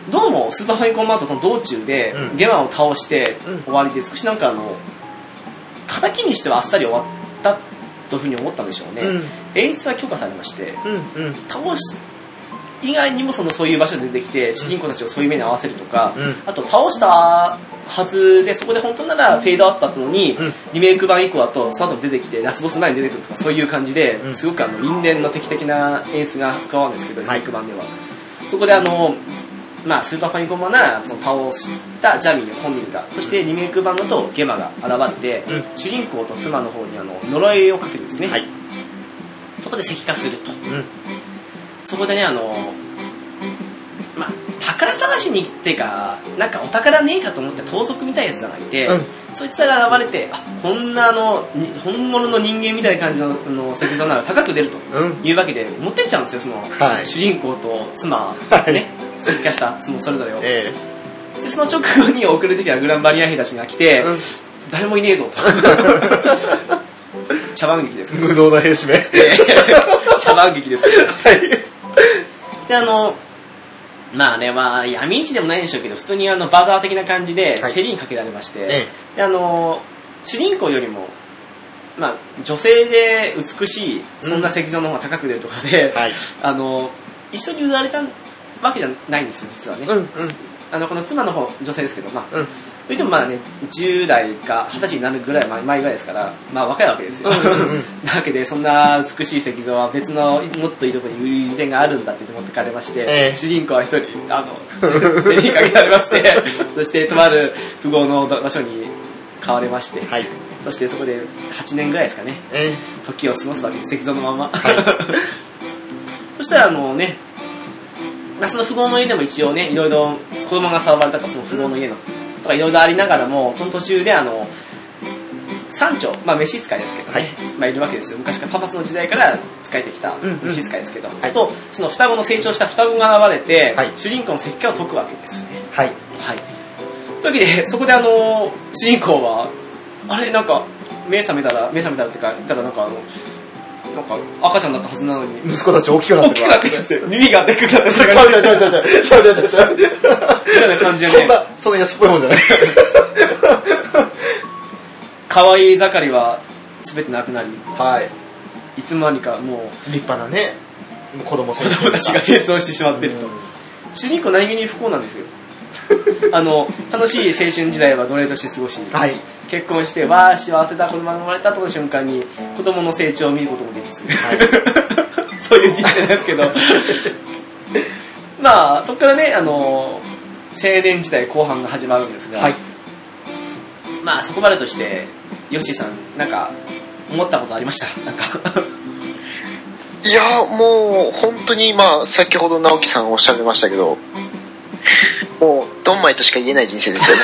Speaker 1: どうもスーパーファミコンマートとの道中で、
Speaker 2: うん
Speaker 1: ゲマを倒して
Speaker 2: うん
Speaker 1: 終わりで、少しなんかあの、敵にしてはあっさり終わったというふうに思ったんでしょうね。
Speaker 2: うん。
Speaker 1: 演出は強化されまして、
Speaker 2: うん。うん。
Speaker 1: 倒し、以外にもそのそういう場所で出てきて、主人公たちをそういう目に合わせるとか、
Speaker 2: うん。
Speaker 1: あと倒したはずで、そこで本当ならフェードアウトだったのに、
Speaker 2: うん
Speaker 1: リメイク版以降だと、その後出てきて、ラスボス前に出てくるとか、そういう感じで、
Speaker 2: うん
Speaker 1: すごくあの、因縁の敵的な演出が加わるんですけど、リ
Speaker 2: は
Speaker 1: メ
Speaker 2: い
Speaker 1: イク版では。そこであの、まあ、スーパーファミコン版ならその倒したジャミー本人がそしてリメイク版だとゲマが現れて、
Speaker 2: うん
Speaker 1: 主人公と妻の方にあの呪いをかけるんですね、
Speaker 2: はい
Speaker 1: そこで石化すると
Speaker 2: うん
Speaker 1: そこでねあのまあ宝探しに行ってかなんかお宝ねえかと思って盗賊みたいなやつらがいて、
Speaker 2: うん
Speaker 1: そいつらが現れてあこんなあのに本物の人間みたいな感じのあの石像なら高く出ると
Speaker 2: うん
Speaker 1: いうわけで持ってっちゃうんですよその、
Speaker 2: はい
Speaker 1: 主人公と妻
Speaker 2: はい
Speaker 1: ね石化したそのそれぞれをで
Speaker 2: え
Speaker 1: その直後に送る時はグランバリア兵たちが来て、
Speaker 2: えうん
Speaker 1: 誰もいねえぞと
Speaker 2: [LAUGHS]
Speaker 1: 茶番劇ですけど
Speaker 2: 無能な兵士めはい
Speaker 1: で [LAUGHS] 茶番劇ですけどで、あの、まあね、まあ、闇市でもないんでしょうけど、普通にあの、バザー的な感じで、
Speaker 2: はい
Speaker 1: 競りにかけられまして、
Speaker 2: え
Speaker 1: で、あの、主人公よりも、まあ、女性で美しい、そんな石像の方が高く出るとかで、
Speaker 2: えはい
Speaker 1: あの、一緒に売られたわけじゃないんですよ、実はね。
Speaker 2: うんうん
Speaker 1: あの、この妻の方、女性ですけど、まあ、
Speaker 2: うん
Speaker 1: 言ってもまあね、10代か20歳になるぐらい前前ぐらいですから、まあ若いわけですよ。
Speaker 2: うんうんうん
Speaker 1: [LAUGHS] なわけで、そんな美しい石像は別のもっといいところに売り店があるんだって言って持ってかれまして、
Speaker 2: ええ
Speaker 1: 主人公は一人、あ
Speaker 2: [LAUGHS]
Speaker 1: の、手にかけられまして、そしてとある富豪の場所に買われまして、
Speaker 2: はい
Speaker 1: そしてそこで8年ぐらいですかね、
Speaker 2: ええ
Speaker 1: 時を過ごすわけです、石像のまま。 [LAUGHS] そしたらあのね、まあ、その富豪の家でも一応ね、いろいろ子供が触られたとか、その富豪の家の、とかいろいろありながらも、その途中であの、三丁、まあ召使いですけどね、
Speaker 2: はい
Speaker 1: まあいるわけですよ。昔からパパスの時代から使えてきた
Speaker 2: うんうん
Speaker 1: 召使いですけど、
Speaker 2: はい
Speaker 1: と、その双子の成長した双子が現れて、
Speaker 2: はい
Speaker 1: 主人公の石化を解くわけです。
Speaker 2: はい
Speaker 1: はい。というわけで、 [LAUGHS] そこであの、主人公は、あれ、なんか、目覚めたら、目覚めたらってか、言ったらなんかあの、なんか赤ちゃんだったはずなのに、
Speaker 2: 息子たち大きくなっ
Speaker 1: [LAUGHS] 大
Speaker 2: て
Speaker 1: きく
Speaker 2: るわ
Speaker 1: なってきて、耳がでっかく [LAUGHS] なってき
Speaker 2: ちゃ
Speaker 1: て、
Speaker 2: う
Speaker 1: み
Speaker 2: ちゃうちゃうちゃうちゃうちゃうちゃうちゃう
Speaker 1: たいな感じ
Speaker 2: そ
Speaker 1: で
Speaker 2: ん
Speaker 1: ね、
Speaker 2: なそんな安っぽいもんじゃない
Speaker 1: 可愛い盛りは全てなくなり、
Speaker 2: はい
Speaker 1: いつの間にかもう、
Speaker 2: 立派なね子供子
Speaker 1: 子供たちが成長してしまってると。主人公何気に不幸なん [LAUGHS] ですよ。あの、楽しい青春時代は奴隷として過ごし、
Speaker 2: はい
Speaker 1: 結婚して、わー、幸せだ、子供が生まれたとの瞬間に、子供の成長を見ることもできず、そういう人生なんですけど、まあ、そこからね、あの、青年時代後半が始まるんですが、
Speaker 2: はい
Speaker 1: まあ、そこまでとして、ヨッシーさん、なんか、思ったことありましたなんか
Speaker 3: いや、もう、本当に、まあ、先ほど直樹さんがおっしゃってましたけど、もう、ドンマイとしか言えない人生ですよね。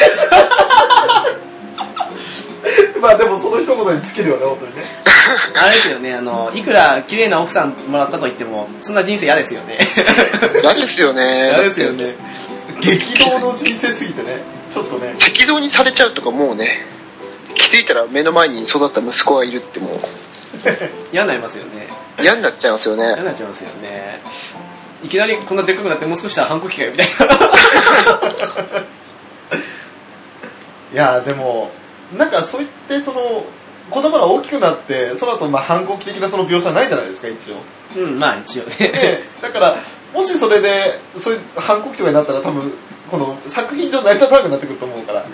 Speaker 2: まあでもその一言に尽きるよね本当にね
Speaker 1: あれですよね、あの、いくら綺麗な奥さんもらったと言っても、そんな人生嫌ですよね。
Speaker 3: 嫌ですよね。
Speaker 1: 嫌ですよね。
Speaker 2: 激動の人生すぎてねちょっとね
Speaker 3: 赤道にされちゃうとかもうね、気づいたら目の前に育った息子がいるってもう、
Speaker 1: 嫌になりますよね。
Speaker 3: 嫌になっちゃいますよ
Speaker 1: 嫌
Speaker 3: ね。
Speaker 1: になっちゃいますよね。いきなりこんなでっかくなってもう少したら反抗期かよみたいな。
Speaker 2: いやでもなんかそういってその子供が大きくなってその後まあ反抗期的なその描写はないじゃないですか一応
Speaker 1: うん、まあ一応ね。
Speaker 2: でだからもしそれでそういう反抗期とかになったら多分この作品上成り立たなくなってくると思うから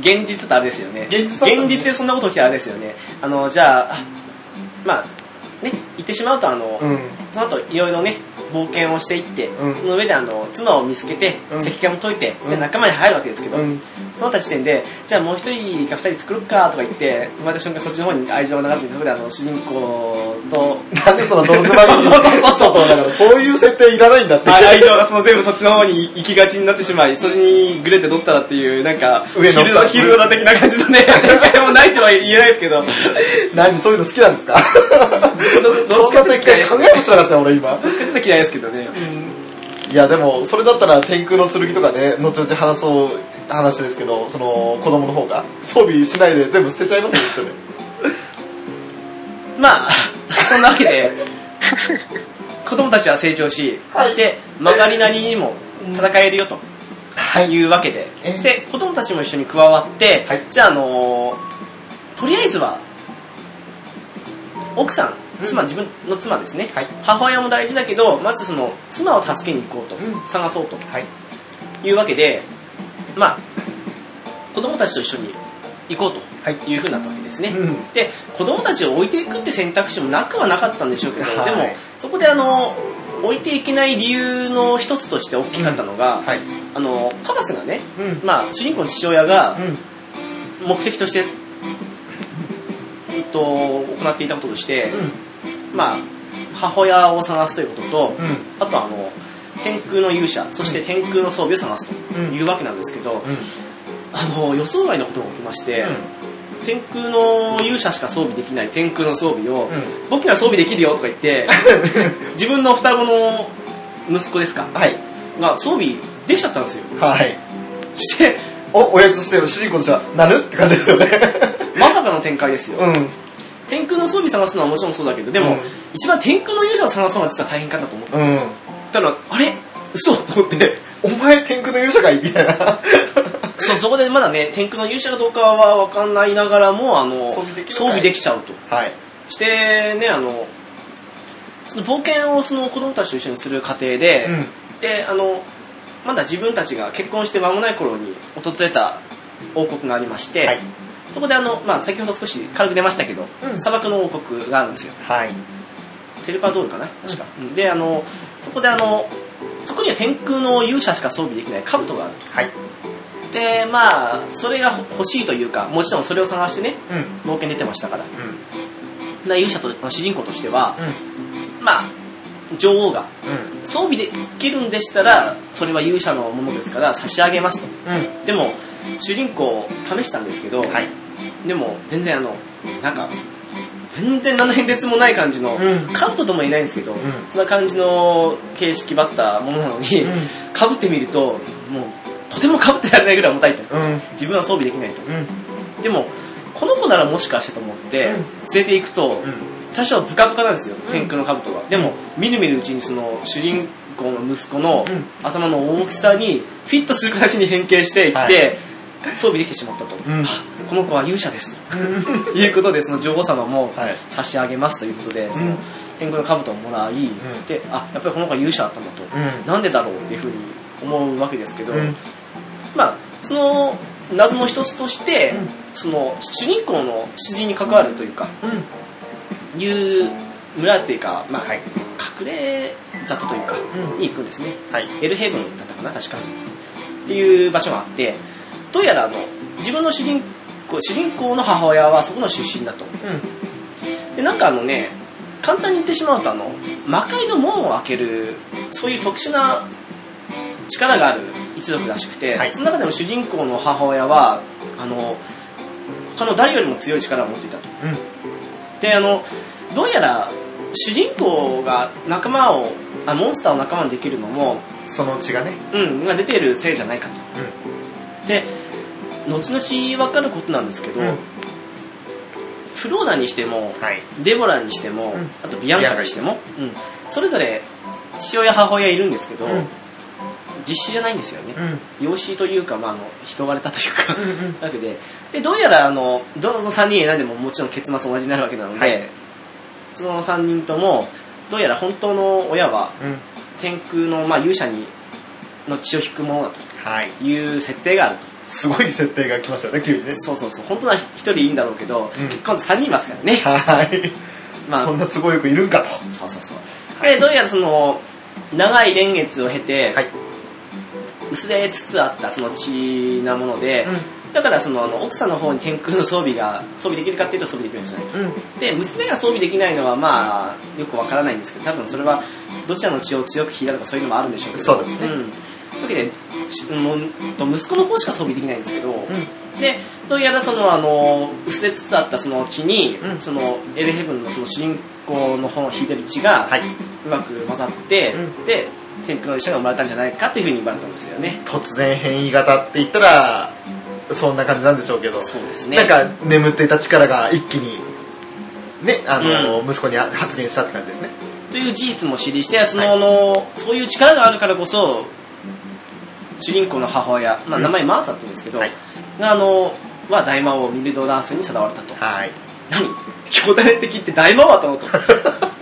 Speaker 1: 現実ってあれですよね。
Speaker 2: 現実だったんだ
Speaker 1: 現実でそんなこと起きたらあれですよね。あの、じゃあ、あまあ、ね、言ってしまうとあの、
Speaker 2: うん
Speaker 1: その後いろいろね、冒険をしていって、
Speaker 2: うん
Speaker 1: その上であの、妻を見つけて、
Speaker 2: うん
Speaker 1: 石化も解いて、そして
Speaker 2: うん
Speaker 1: 仲間に入るわけですけど、
Speaker 2: うん
Speaker 1: そうなった時点で、じゃあもう一人か二人作ろっかとか言って、生まれた瞬間そっちの方に愛情が流れて、そこであの、主人公と、
Speaker 2: なんでそのドルマ
Speaker 1: そ
Speaker 2: に
Speaker 1: うそうそうそう
Speaker 2: だからそういう設定いらないんだって
Speaker 1: あ愛情がその全部そっちの方に行きがちになってしまい、そっちにグレて取ったらっていう、なんか、
Speaker 2: 上の
Speaker 1: 昼ドラ、
Speaker 2: 二人
Speaker 1: 昼ドラ的な感じの [LAUGHS] ね、展開もないとは言えないですけど、
Speaker 2: [LAUGHS] 何そういうの好きなんですか
Speaker 1: ど
Speaker 2: どっちかって一回考えもしなかったよ俺今
Speaker 1: ちょっと嫌いですけどね。
Speaker 2: いやでもそれだったら天空の剣とかね後々話そう話ですけどその子供の方が装備しないで全部捨てちゃいますよきっとね
Speaker 1: まあ、 [LAUGHS] そんなわけで、子供たちは成長し、
Speaker 2: はい
Speaker 1: で、曲がりなりにも戦えるよと。
Speaker 2: は
Speaker 1: いうわけで、
Speaker 2: え
Speaker 1: そして子供たちも一緒に加わって、
Speaker 2: はい
Speaker 1: じゃあ、あのーとりあえずは、奥さん、妻、
Speaker 2: うん
Speaker 1: 自分の妻ですね、
Speaker 2: はい
Speaker 1: 母親も大事だけど、まずその、妻を助けに行こうと、
Speaker 2: うん
Speaker 1: 探そうと
Speaker 2: はい
Speaker 1: いうわけで、まあ、子供たちと一緒に行こうと
Speaker 2: はい
Speaker 1: いうふうになったわけですね。
Speaker 2: うん
Speaker 1: で、子供たちを置いていくって選択肢もなくはなかったんでしょうけど、
Speaker 2: はい
Speaker 1: でも、そこであの、置いていけない理由の一つとして大きかったのが、
Speaker 2: はい。
Speaker 1: あのカバスがね、
Speaker 2: うん。うん。
Speaker 1: まあ、主人公の父親が目的として、うんと行っていたこととして、まあ、母親を探すということと、
Speaker 2: うん。うん。
Speaker 1: あとあの天空の勇者そして天空の装備を探すと
Speaker 2: うん。
Speaker 1: いうわけなんですけど、
Speaker 2: うん。
Speaker 1: あの予想外のことが起きまして、天空の勇者しか装備できない天空の装備を、
Speaker 2: うん。
Speaker 1: 僕ら装備できるよとか言って
Speaker 2: [LAUGHS]
Speaker 1: 自分の双子の息子ですか
Speaker 2: はい。
Speaker 1: が装備できちゃったんですよ
Speaker 2: はい。
Speaker 1: して
Speaker 2: お、おやつとしての主人公としては、なるって感じですよね。
Speaker 1: まさかの展開ですよ、
Speaker 2: うん。
Speaker 1: 天空の装備探すのはもちろんそうだけどでも、
Speaker 2: うん
Speaker 1: 一番天空の勇者を探すのは実は大変かなと思っ
Speaker 2: うん。
Speaker 1: たらあれ嘘と思って
Speaker 2: お前天空の勇者かいみたいな。
Speaker 1: そう、そこでまだね、天空の勇者かどうかは分かんないながらも、あの、
Speaker 2: 装備できるかい
Speaker 1: 装備できちゃうと。
Speaker 2: はい。
Speaker 1: して、ね、あの、その冒険をその子供たちと一緒にする過程で、
Speaker 2: うん。
Speaker 1: で、あの、まだ自分たちが結婚して間もない頃に訪れた王国がありまして、
Speaker 2: はい。
Speaker 1: そこであの、まあ先ほど少し軽く出ましたけど、
Speaker 2: うん
Speaker 1: 砂漠の王国があるんですよ。
Speaker 2: はい。
Speaker 1: テルパドールかな確か、うんで、あの、そこであの、そこには天空の勇者しか装備できない兜がある。
Speaker 2: はい。
Speaker 1: でまあそれが欲しいというかもちろんそれを探してね
Speaker 2: うん。
Speaker 1: 冒険出てましたからな
Speaker 2: うん。
Speaker 1: 勇者と主人公としては
Speaker 2: う
Speaker 1: まあ女王が
Speaker 2: ん。うん。
Speaker 1: 装備できるんでしたらそれは勇者のものですから差し上げますと
Speaker 2: うん。
Speaker 1: でも主人公試したんですけど、
Speaker 2: はい。
Speaker 1: でも全然あのなんか全然何の変哲もない感じの、
Speaker 2: うん
Speaker 1: カブトとも言えないんですけど、
Speaker 2: ん
Speaker 1: そんな感じの形式ばったものなのに、
Speaker 2: うん。
Speaker 1: かぶってみるともうとてもかぶってられないぐらい重たいと
Speaker 2: うん。
Speaker 1: 自分は装備できないと
Speaker 2: うん。
Speaker 1: でも、この子ならもしかしてと思って、
Speaker 2: うん
Speaker 1: 連れて行くと、
Speaker 2: うん。
Speaker 1: 最初はブカブカなんですよ、
Speaker 2: ん
Speaker 1: 天空の兜が。でも、みるみるうちにその、主人公の息子の頭の大きさに、フィットする形に変形していって、
Speaker 2: はい
Speaker 1: 装備できてしまったと。あ
Speaker 2: ん
Speaker 1: この子は勇者ですと。いうことで、その女王様も
Speaker 2: はい。
Speaker 1: 差し上げますということで、その天空の兜をもらい、
Speaker 2: ん
Speaker 1: で、あ、やっぱりこの子は勇者だったんだと。
Speaker 2: うん。
Speaker 1: なんでだろうっていうふうに思うわけですけど、
Speaker 2: うん。
Speaker 1: まあ、その謎の一つとして、
Speaker 2: うん
Speaker 1: その主人公の出陣に関わるというか、
Speaker 2: うん。
Speaker 1: いう村っていうか、まあ、
Speaker 2: はい。
Speaker 1: 隠れ里というか、
Speaker 2: うん
Speaker 1: に行くんですね。
Speaker 2: はい。
Speaker 1: エルヘブンだったかな、確か。っていう場所があって、どうやらあの、自分の主人公、主人公の母親はそこの出身だと。
Speaker 2: う
Speaker 1: で、なんかあのね、簡単に言ってしまうとあの、魔界の門を開ける、そういう特殊な力がある一族らしくて、
Speaker 2: はい
Speaker 1: その中でも主人公の母親は、あの、他の誰よりも強い力を持っていたと。
Speaker 2: ん。うん。
Speaker 1: で、あの、どうやら主人公が仲間を、あモンスターを仲間にできるのも、
Speaker 2: その血がね。
Speaker 1: うん、が出ているせいじゃないかと。
Speaker 2: う
Speaker 1: で、後々わかることなんですけど、
Speaker 2: うん
Speaker 1: フローダにしても、
Speaker 2: はい。
Speaker 1: デボラにしても、
Speaker 2: うん
Speaker 1: あとビアンカにしても、うん、それぞれ父親母親いるんですけど、
Speaker 2: うん
Speaker 1: 実子じゃないんですよね、
Speaker 2: ん。
Speaker 1: 養子というか、まあ、あの人割れたというか、
Speaker 2: うんうん
Speaker 1: わけででどうやらあのどの3人選んでももちろん結末同じになるわけなので、
Speaker 2: はい
Speaker 1: その3人ともどうやら本当の親は
Speaker 2: うん。
Speaker 1: 天空の、まあ、勇者にの血を引くものだと
Speaker 2: はい。
Speaker 1: いう設定があると
Speaker 2: すごい設定が来ましたね、急にね。
Speaker 1: そうそうそう本当は1人いいんだろうけど、
Speaker 2: うん
Speaker 1: 今度3人いますからね、
Speaker 2: はい。
Speaker 1: まあ
Speaker 2: そんな都合よくいるんかと。
Speaker 1: そうそうそう。で、どうやらその、長い年月を経て、
Speaker 2: はい
Speaker 1: 薄れつつあったその血なもので、だからそのあの奥さんの方に天空の装備が装備できるかっていうと装備できるんじゃないと。
Speaker 2: うん。うん。
Speaker 1: で、娘が装備できないのはまあ、よくわからないんですけど、多分それはどちらの血を強く引いたとかそういうのもあるんでしょうけど。
Speaker 2: そうですね
Speaker 1: ん。というわけで、しもうと息子の方しか装備できないんですけど、
Speaker 2: うん。
Speaker 1: で、どうやらその、あの、薄れつつあったその血に、
Speaker 2: うん
Speaker 1: その、エルヘブンのその主人公の方を引いてる血が、
Speaker 2: はい。
Speaker 1: うまく混ざって、
Speaker 2: う
Speaker 1: で天空の医者が生まれたんじゃないかっていうふうに言われたんですよね
Speaker 2: 突然変異型って言ったら、そんな感じなんでしょうけど。
Speaker 1: うです
Speaker 2: なんか、眠っていた力が一気に、ね、あの、
Speaker 1: う
Speaker 2: 息子に発言したって感じですね。
Speaker 1: という事実も知りしてその、
Speaker 2: はい
Speaker 1: あのそういう力があるからこそ主人公の母親、まあ、
Speaker 2: うん
Speaker 1: 名前マーサって言うんですけど、
Speaker 2: はい
Speaker 1: があのは大魔王ミルド・ラースに定われたと
Speaker 2: はい。
Speaker 1: 何兄弟的って大魔王だったの
Speaker 2: [LAUGHS]
Speaker 1: と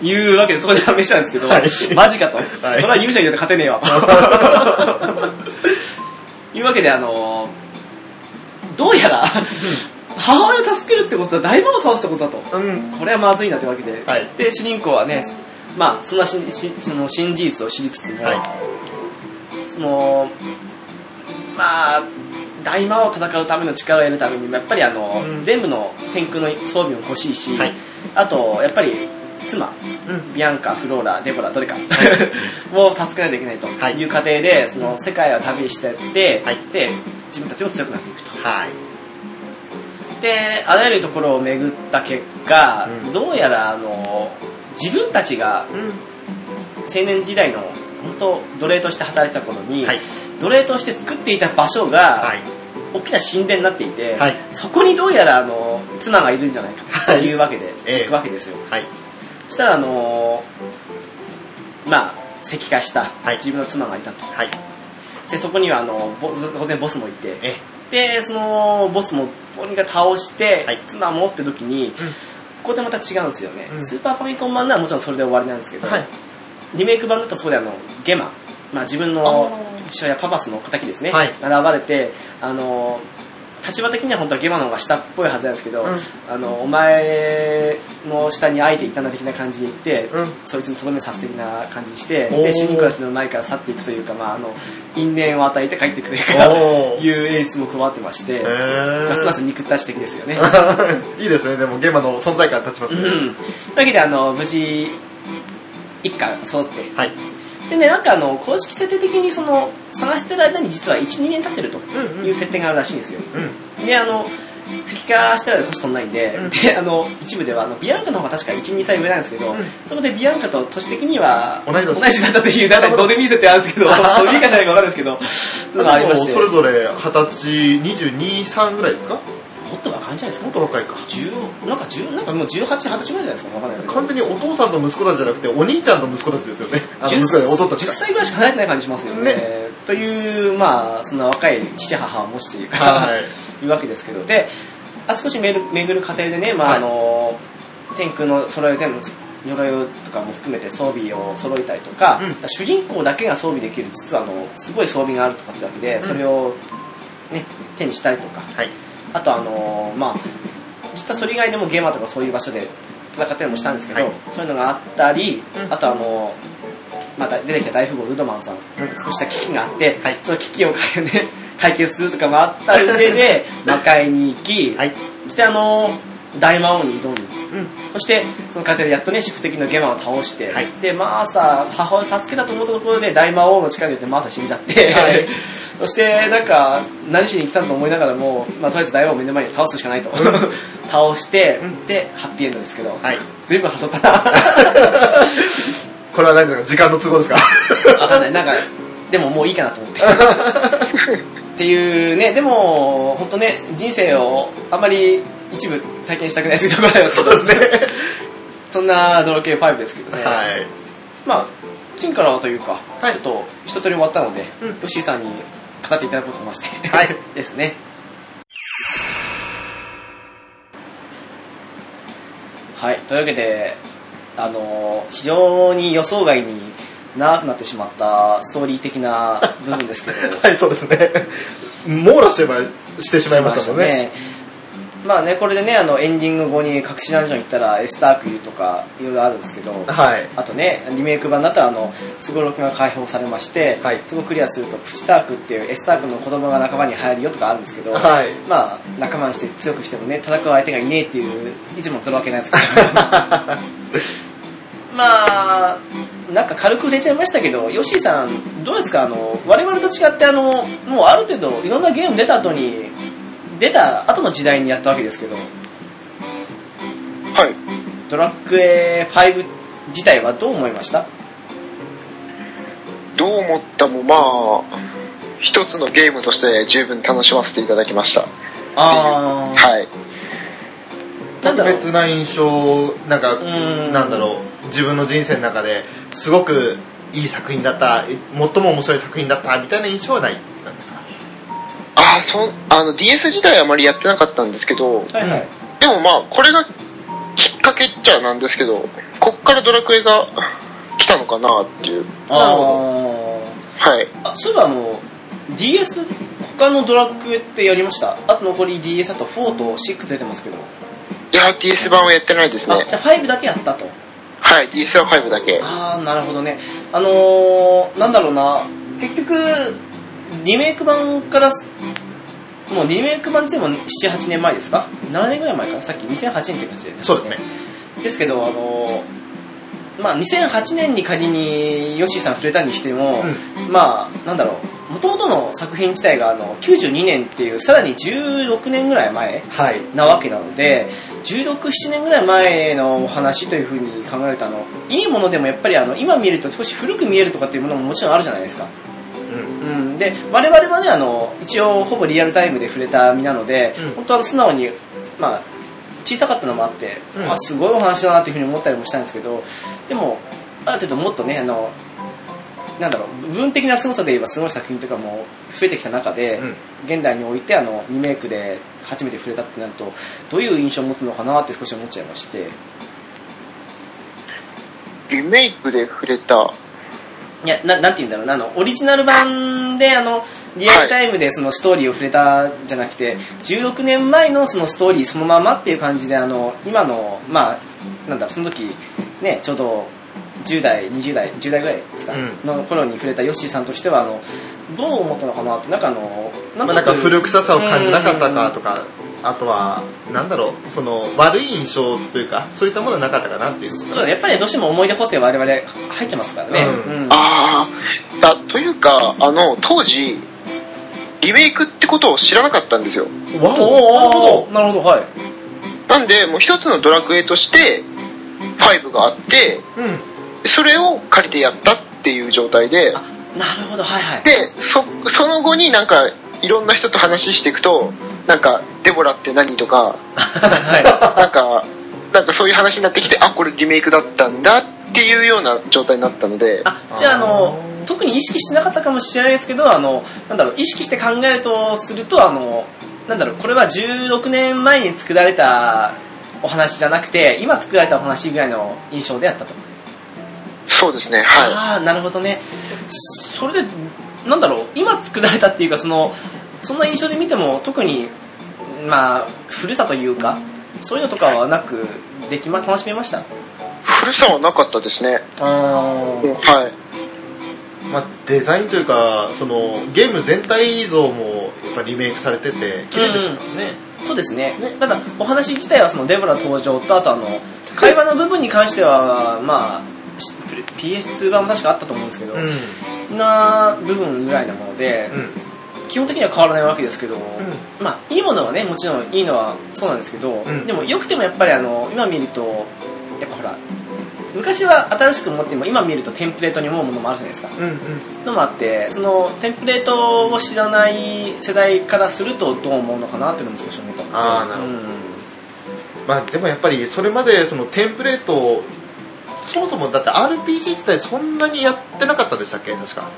Speaker 1: いうわけでそこで判明したんですけど、
Speaker 2: はい
Speaker 1: マジかと、それは勇者によって勝てねえ
Speaker 2: [LAUGHS]
Speaker 1: わというわけであのどうやら母親を助けるってことは大魔王を倒すってことだと
Speaker 2: うん。
Speaker 1: これはまずいなってわけで、
Speaker 2: はい
Speaker 1: で主人公はねまあそんなししその新事実を知りつつも、
Speaker 2: はい
Speaker 1: そのまあ大魔王を戦うための力を得るためにもやっぱりあの、
Speaker 2: うん
Speaker 1: 全部の天空の装備も欲しいし、
Speaker 2: はい
Speaker 1: あとやっぱり妻
Speaker 2: うん
Speaker 1: ビアンカフローラデボラどれか [LAUGHS] もう助けないといけないと
Speaker 2: はい
Speaker 1: いう過程でその世界を旅してって、
Speaker 2: はい
Speaker 1: で自分たちも強くなっていくと
Speaker 2: はい
Speaker 1: であらゆるところを巡った結果、
Speaker 2: うん
Speaker 1: どうやらあの自分たちが
Speaker 2: う
Speaker 1: 青年時代の本当奴隷として働いてた頃に、
Speaker 2: んはい
Speaker 1: 奴隷として作っていた場所が、
Speaker 2: はい
Speaker 1: 大きな神殿になっていて、
Speaker 2: はい
Speaker 1: そこにどうやらあの妻がいるんじゃないか
Speaker 2: は
Speaker 1: と
Speaker 2: い
Speaker 1: いうわけで、
Speaker 2: ええ
Speaker 1: 行くわけですよ
Speaker 2: はい
Speaker 1: そしたらあのまあ石化した
Speaker 2: はい
Speaker 1: 自分の妻がいたと、
Speaker 2: はい
Speaker 1: でそこにはあのボス当然ボスもいて
Speaker 2: え
Speaker 1: でそのボスもどうにか倒して、
Speaker 2: はい
Speaker 1: 妻もって時に、ここでまた違うんですよね、
Speaker 2: うん
Speaker 1: スーパーファミコン版ならもちろんそれで終わりなんですけど、
Speaker 2: はい
Speaker 1: リメイク版だとそうであのゲマ、まあ、自分の
Speaker 2: あー
Speaker 1: 父親パパスの敵ですね、
Speaker 2: はい
Speaker 1: が現れてあの立場的には本当はゲマの方が下っぽいはずなんですけど、
Speaker 2: うん
Speaker 1: あのお前の下にあえていたな的な感じで言って、
Speaker 2: うん
Speaker 1: そいつにとどめさせ的な感じにして
Speaker 2: おー
Speaker 1: で主人公たちの前から去っていくというか、まあ、あの因縁を与えて帰っていくというか
Speaker 2: おー
Speaker 1: いう演出も加わってまして、
Speaker 2: えー
Speaker 1: ますます憎たらし的ですよね
Speaker 2: [LAUGHS] いいですねでもゲーマの存在感立ちます
Speaker 1: う
Speaker 2: ね
Speaker 1: んというわけであの無事一家揃って
Speaker 2: はい
Speaker 1: でね、なんかあの、公式設定的にその、探してる間に実は1、2年経ってると
Speaker 2: んうん
Speaker 1: いう設定があるらしいんですよ。
Speaker 2: うん
Speaker 1: で、あの、石化してる間年取んないんで、
Speaker 2: うん
Speaker 1: で、あの、一部ではあの、ビアンカの方が確か1、2歳上なんですけど、
Speaker 2: うん
Speaker 1: そこでビアンカと年的には、
Speaker 2: 同い年
Speaker 1: だったという、だか
Speaker 2: な
Speaker 1: ら
Speaker 2: る
Speaker 1: ど
Speaker 2: ほど
Speaker 1: うでもいい設定あるん
Speaker 2: [LAUGHS]
Speaker 1: ですけど、どうでもいいかじゃないかわかんないですけど、のがありま
Speaker 2: も
Speaker 1: して、
Speaker 2: それ
Speaker 1: も
Speaker 2: ぞれ二十歳223ぐらいですか
Speaker 1: っと若いんじゃないですか
Speaker 2: もっと若いか
Speaker 1: 10なんか10、なんかもう18、20歳ぐらいじゃないですかわかんないけど
Speaker 2: 完全にお父さんと息子たちじゃなくてお兄ちゃんと息子たちですよねあの息子たちお父たち
Speaker 1: 10
Speaker 2: か
Speaker 1: 歳ぐらいしか離れてない感じしますよね。
Speaker 2: ね
Speaker 1: という、まあ、その若い父母を持ちというか、
Speaker 2: [LAUGHS] はい
Speaker 1: いうわけですけど、で、あちこち巡る巡る過程でね、まあ
Speaker 2: はい
Speaker 1: あの、天空の揃いを全部、鎧とかも含めて装備を揃えたりとか、
Speaker 2: うん
Speaker 1: だから主人公だけが装備できる、実はあの、すごい装備があるとかってわけで、それを、ね、手にしたりとか、
Speaker 2: はい
Speaker 1: あとあの、まあ、実はそれ以外でもゲーマーとかそういう場所で戦ったりもしたんですけど、
Speaker 2: はい
Speaker 1: そういうのがあったり、
Speaker 2: うん
Speaker 1: あとあの、また出てきた大富豪ルドマンさん、少しした危機があって、
Speaker 2: はい
Speaker 1: その危機を解,、ね、 [LAUGHS] 解決するとかもあった上
Speaker 2: [LAUGHS]
Speaker 1: で、魔界に行き、
Speaker 2: はい
Speaker 1: そしてあの、大魔王に挑み、
Speaker 2: うん
Speaker 1: そしてその過程でやっとね、宿敵のゲマを倒して、
Speaker 2: はい
Speaker 1: で、マーサ、母親を助けたと思ったところで大魔王の力によってマーサ死んじゃって、
Speaker 2: はい
Speaker 1: [LAUGHS] そしてなんか、何しに来たのと思いながらも、まあとりあえず大魔王を目の前に倒すしかないと。 [LAUGHS] 倒して、
Speaker 2: うん
Speaker 1: で、ハッピーエンドですけど、
Speaker 2: はい
Speaker 1: 随分はしょったな。
Speaker 2: これは何ですか時間の都合 [LAUGHS] ですか
Speaker 1: [LAUGHS] わかんない。なんか、でももういいかなと思って。 [LAUGHS] っていうね、でも、本当ね、人生をあんまり一部体験したくないですけど、そうですね。 [LAUGHS] そんなドラケイ5ですけどね。
Speaker 2: はい
Speaker 1: まあ、次からはというか、
Speaker 2: はい
Speaker 1: ちょっと一通り終わったので、
Speaker 2: うん
Speaker 1: ヨッシーさんに語っていただこうと思いまして。
Speaker 2: はい
Speaker 1: です [LAUGHS] ね。はい、というわけで、あのー非常に予想外に長くなってしまったストーリー的な部分
Speaker 2: [LAUGHS]
Speaker 1: ですけど、
Speaker 2: はいそうですね網羅してましてしまいましたもんね
Speaker 1: しましたねまあね、これでね、あの、エンディング後に隠しダンジョン行ったら、エスタークいるとか、いろいろあるんですけど、
Speaker 2: はい
Speaker 1: あとね、リメイク版だったら、あの、スゴロクが解放されまして、
Speaker 2: はい
Speaker 1: そこクリアすると、プチタークっていうエスタークの子供が仲間に入るよとかあるんですけど、
Speaker 2: はい
Speaker 1: まあ、仲間にして強くしてもね、戦う相手がいねえっていう、いつもとるわけなん
Speaker 2: [LAUGHS]
Speaker 1: ですけど、まあ、なんか軽く触れちゃいましたけど、ヨッシーさん、どうですかあの、我々と違って、あの、もうある程度、いろんなゲーム出た後に、出た後の時代にやったわけですけど、
Speaker 3: はい。
Speaker 1: ドラクエ5自体はどう思いました
Speaker 3: どう思ったも、まあ、一つのゲームとして十分楽しませていただきました。
Speaker 1: あー、
Speaker 3: はい。
Speaker 1: [LAUGHS] なんだ
Speaker 2: 特
Speaker 1: ろう。
Speaker 2: 別な印象なんか
Speaker 1: うん
Speaker 2: なんだろう自分の人生の中ですごくいい作品だった最も面白い作品だったみたいな印象はないなんですか
Speaker 3: ああ、そう、あの、DS 自体はあまりやってなかったんですけど、
Speaker 1: はいはい。
Speaker 3: でもまあ、これがきっかけっちゃなんですけど、こっからドラクエが来たのかなっていう。
Speaker 2: なるほ
Speaker 1: あ
Speaker 3: はい。
Speaker 1: ーあ、そういえばあの、DS、他のドラクエってやりましたあと残り DS だと4と6出てますけど。
Speaker 3: いや、DS 版はやってないです
Speaker 1: あ
Speaker 3: ね、
Speaker 1: じ。ゃあ5だけやったと。
Speaker 3: はい、DSR5 だけ。
Speaker 1: ああなるほどねあのー、なんだろうな結局リメイク版からすもうリメイク版自体も78年前ですか7年ぐらい前かなさっき2008年って形で、
Speaker 2: そうですね
Speaker 1: ですけどあのーまあ、2008年に仮にヨッシーさん触れたにしても、まあなんだろう元々の作品自体があの92年っていうさらに16年ぐらい前
Speaker 2: はい
Speaker 1: なわけなので167年ぐらい前のお話というふうに考えるとあのいいものでもやっぱりあの今見ると少し古く見えるとかっていうものももちろんあるじゃないですか、
Speaker 2: うん
Speaker 1: うん、で我々はねあの一応ほぼリアルタイムで触れた身なので、
Speaker 2: うん
Speaker 1: 本当は素直に、まあ、小さかったのもあって、
Speaker 2: うん
Speaker 1: あすごいお話だなっていうふうに思ったりもしたんですけどでもある程度もっとねあのなんだろう部分的な凄さで言えばすごい作品とかも増えてきた中で、
Speaker 2: うん
Speaker 1: 現代においてあのリメイクで初めて触れたってなるとどういう印象を持つのかなって少し思っちゃいまして
Speaker 3: リメイクで触れた。
Speaker 1: いやななんて言うんだろうなあのオリジナル版であのリアルタイムでそのストーリーを触れたじゃなくて16年前のそのストーリーそのままっていう感じであの今のまあなんだろうその時ねちょうど10代20代10代ぐらいですか、
Speaker 2: うん
Speaker 1: の頃に触れたヨッシーさんとしてはあのどう思ったのかなってなんかあのな
Speaker 2: ま
Speaker 1: ん
Speaker 2: あ、
Speaker 1: とな
Speaker 2: なんか
Speaker 1: く
Speaker 2: 古臭さを感じなかったかとか、あとは、なんだろう、その、悪い印象というか、そういったものはなかったかなっていう。
Speaker 1: そうだねやっぱりどうしても思い出補正我々入っちゃいますからね。
Speaker 2: うん
Speaker 1: うん
Speaker 3: ああ、だ、というか、あの、当時、リメイクってことを知らなかったんですよ。
Speaker 2: わ
Speaker 1: お
Speaker 2: お
Speaker 1: ーなるほど、はい。
Speaker 3: なんで、もう一つのドラクエとして、5があって、
Speaker 2: うん。
Speaker 3: それを借りてやったっていう状態で、
Speaker 1: なるほど、はいはい。
Speaker 3: で、そ、その後になんか、いろんな人と話していくと、なんか、デボラって何とか、
Speaker 1: [LAUGHS] は
Speaker 3: なんか、なんかそういう話になってきて、あ、これリメイクだったんだっていうような状態になったので、
Speaker 1: あ、じゃあ、あの
Speaker 2: あ、ー
Speaker 1: 特に意識してなかったかもしれないですけど、あの、なんだろう、意識して考えるとすると、あの、なんだろう、これは16年前に作られたお話じゃなくて、今作られたお話ぐらいの印象であったと。
Speaker 3: そうですね、は
Speaker 1: ああ、なるほどね。それで、なんだろう、今作られたっていうか、その、そんな印象で見ても、特に、まあ、古さというか、そういうのとかはなく、できま、楽しめました。
Speaker 3: い。古さはなかったですね。
Speaker 1: あ
Speaker 3: うんはい。
Speaker 2: まあ、デザインというか、その、ゲーム全体像も、やっぱリメイクされてて、綺麗でしたからね。
Speaker 1: そうですね
Speaker 2: ね。
Speaker 1: ただ、お話自体は、その、デボラ登場と、あと、あの、会話の部分に関しては、まあ、し PS2 版も確かあったと思うんですけど、な部分ぐらいなもので、
Speaker 2: うん。
Speaker 1: 基本的には変わらないわけですけど、まあいいものはねもちろんいいのはそうなんですけど、
Speaker 2: うん
Speaker 1: でもよくてもやっぱりあの今見るとやっぱほら昔は新しく持っても今見るとテンプレートに思うものもあるじゃないですか
Speaker 2: うん。うん。
Speaker 1: のもあってそのテンプレートを知らない世代からするとどう思うのかなっていうのも少し思ったので
Speaker 2: あーなるほ
Speaker 1: ど、
Speaker 2: まあ、でもやっぱり、それまで、その、テンプレートを、そもそもだって RPG 自体そんなにやってなかったでしたっけ確か。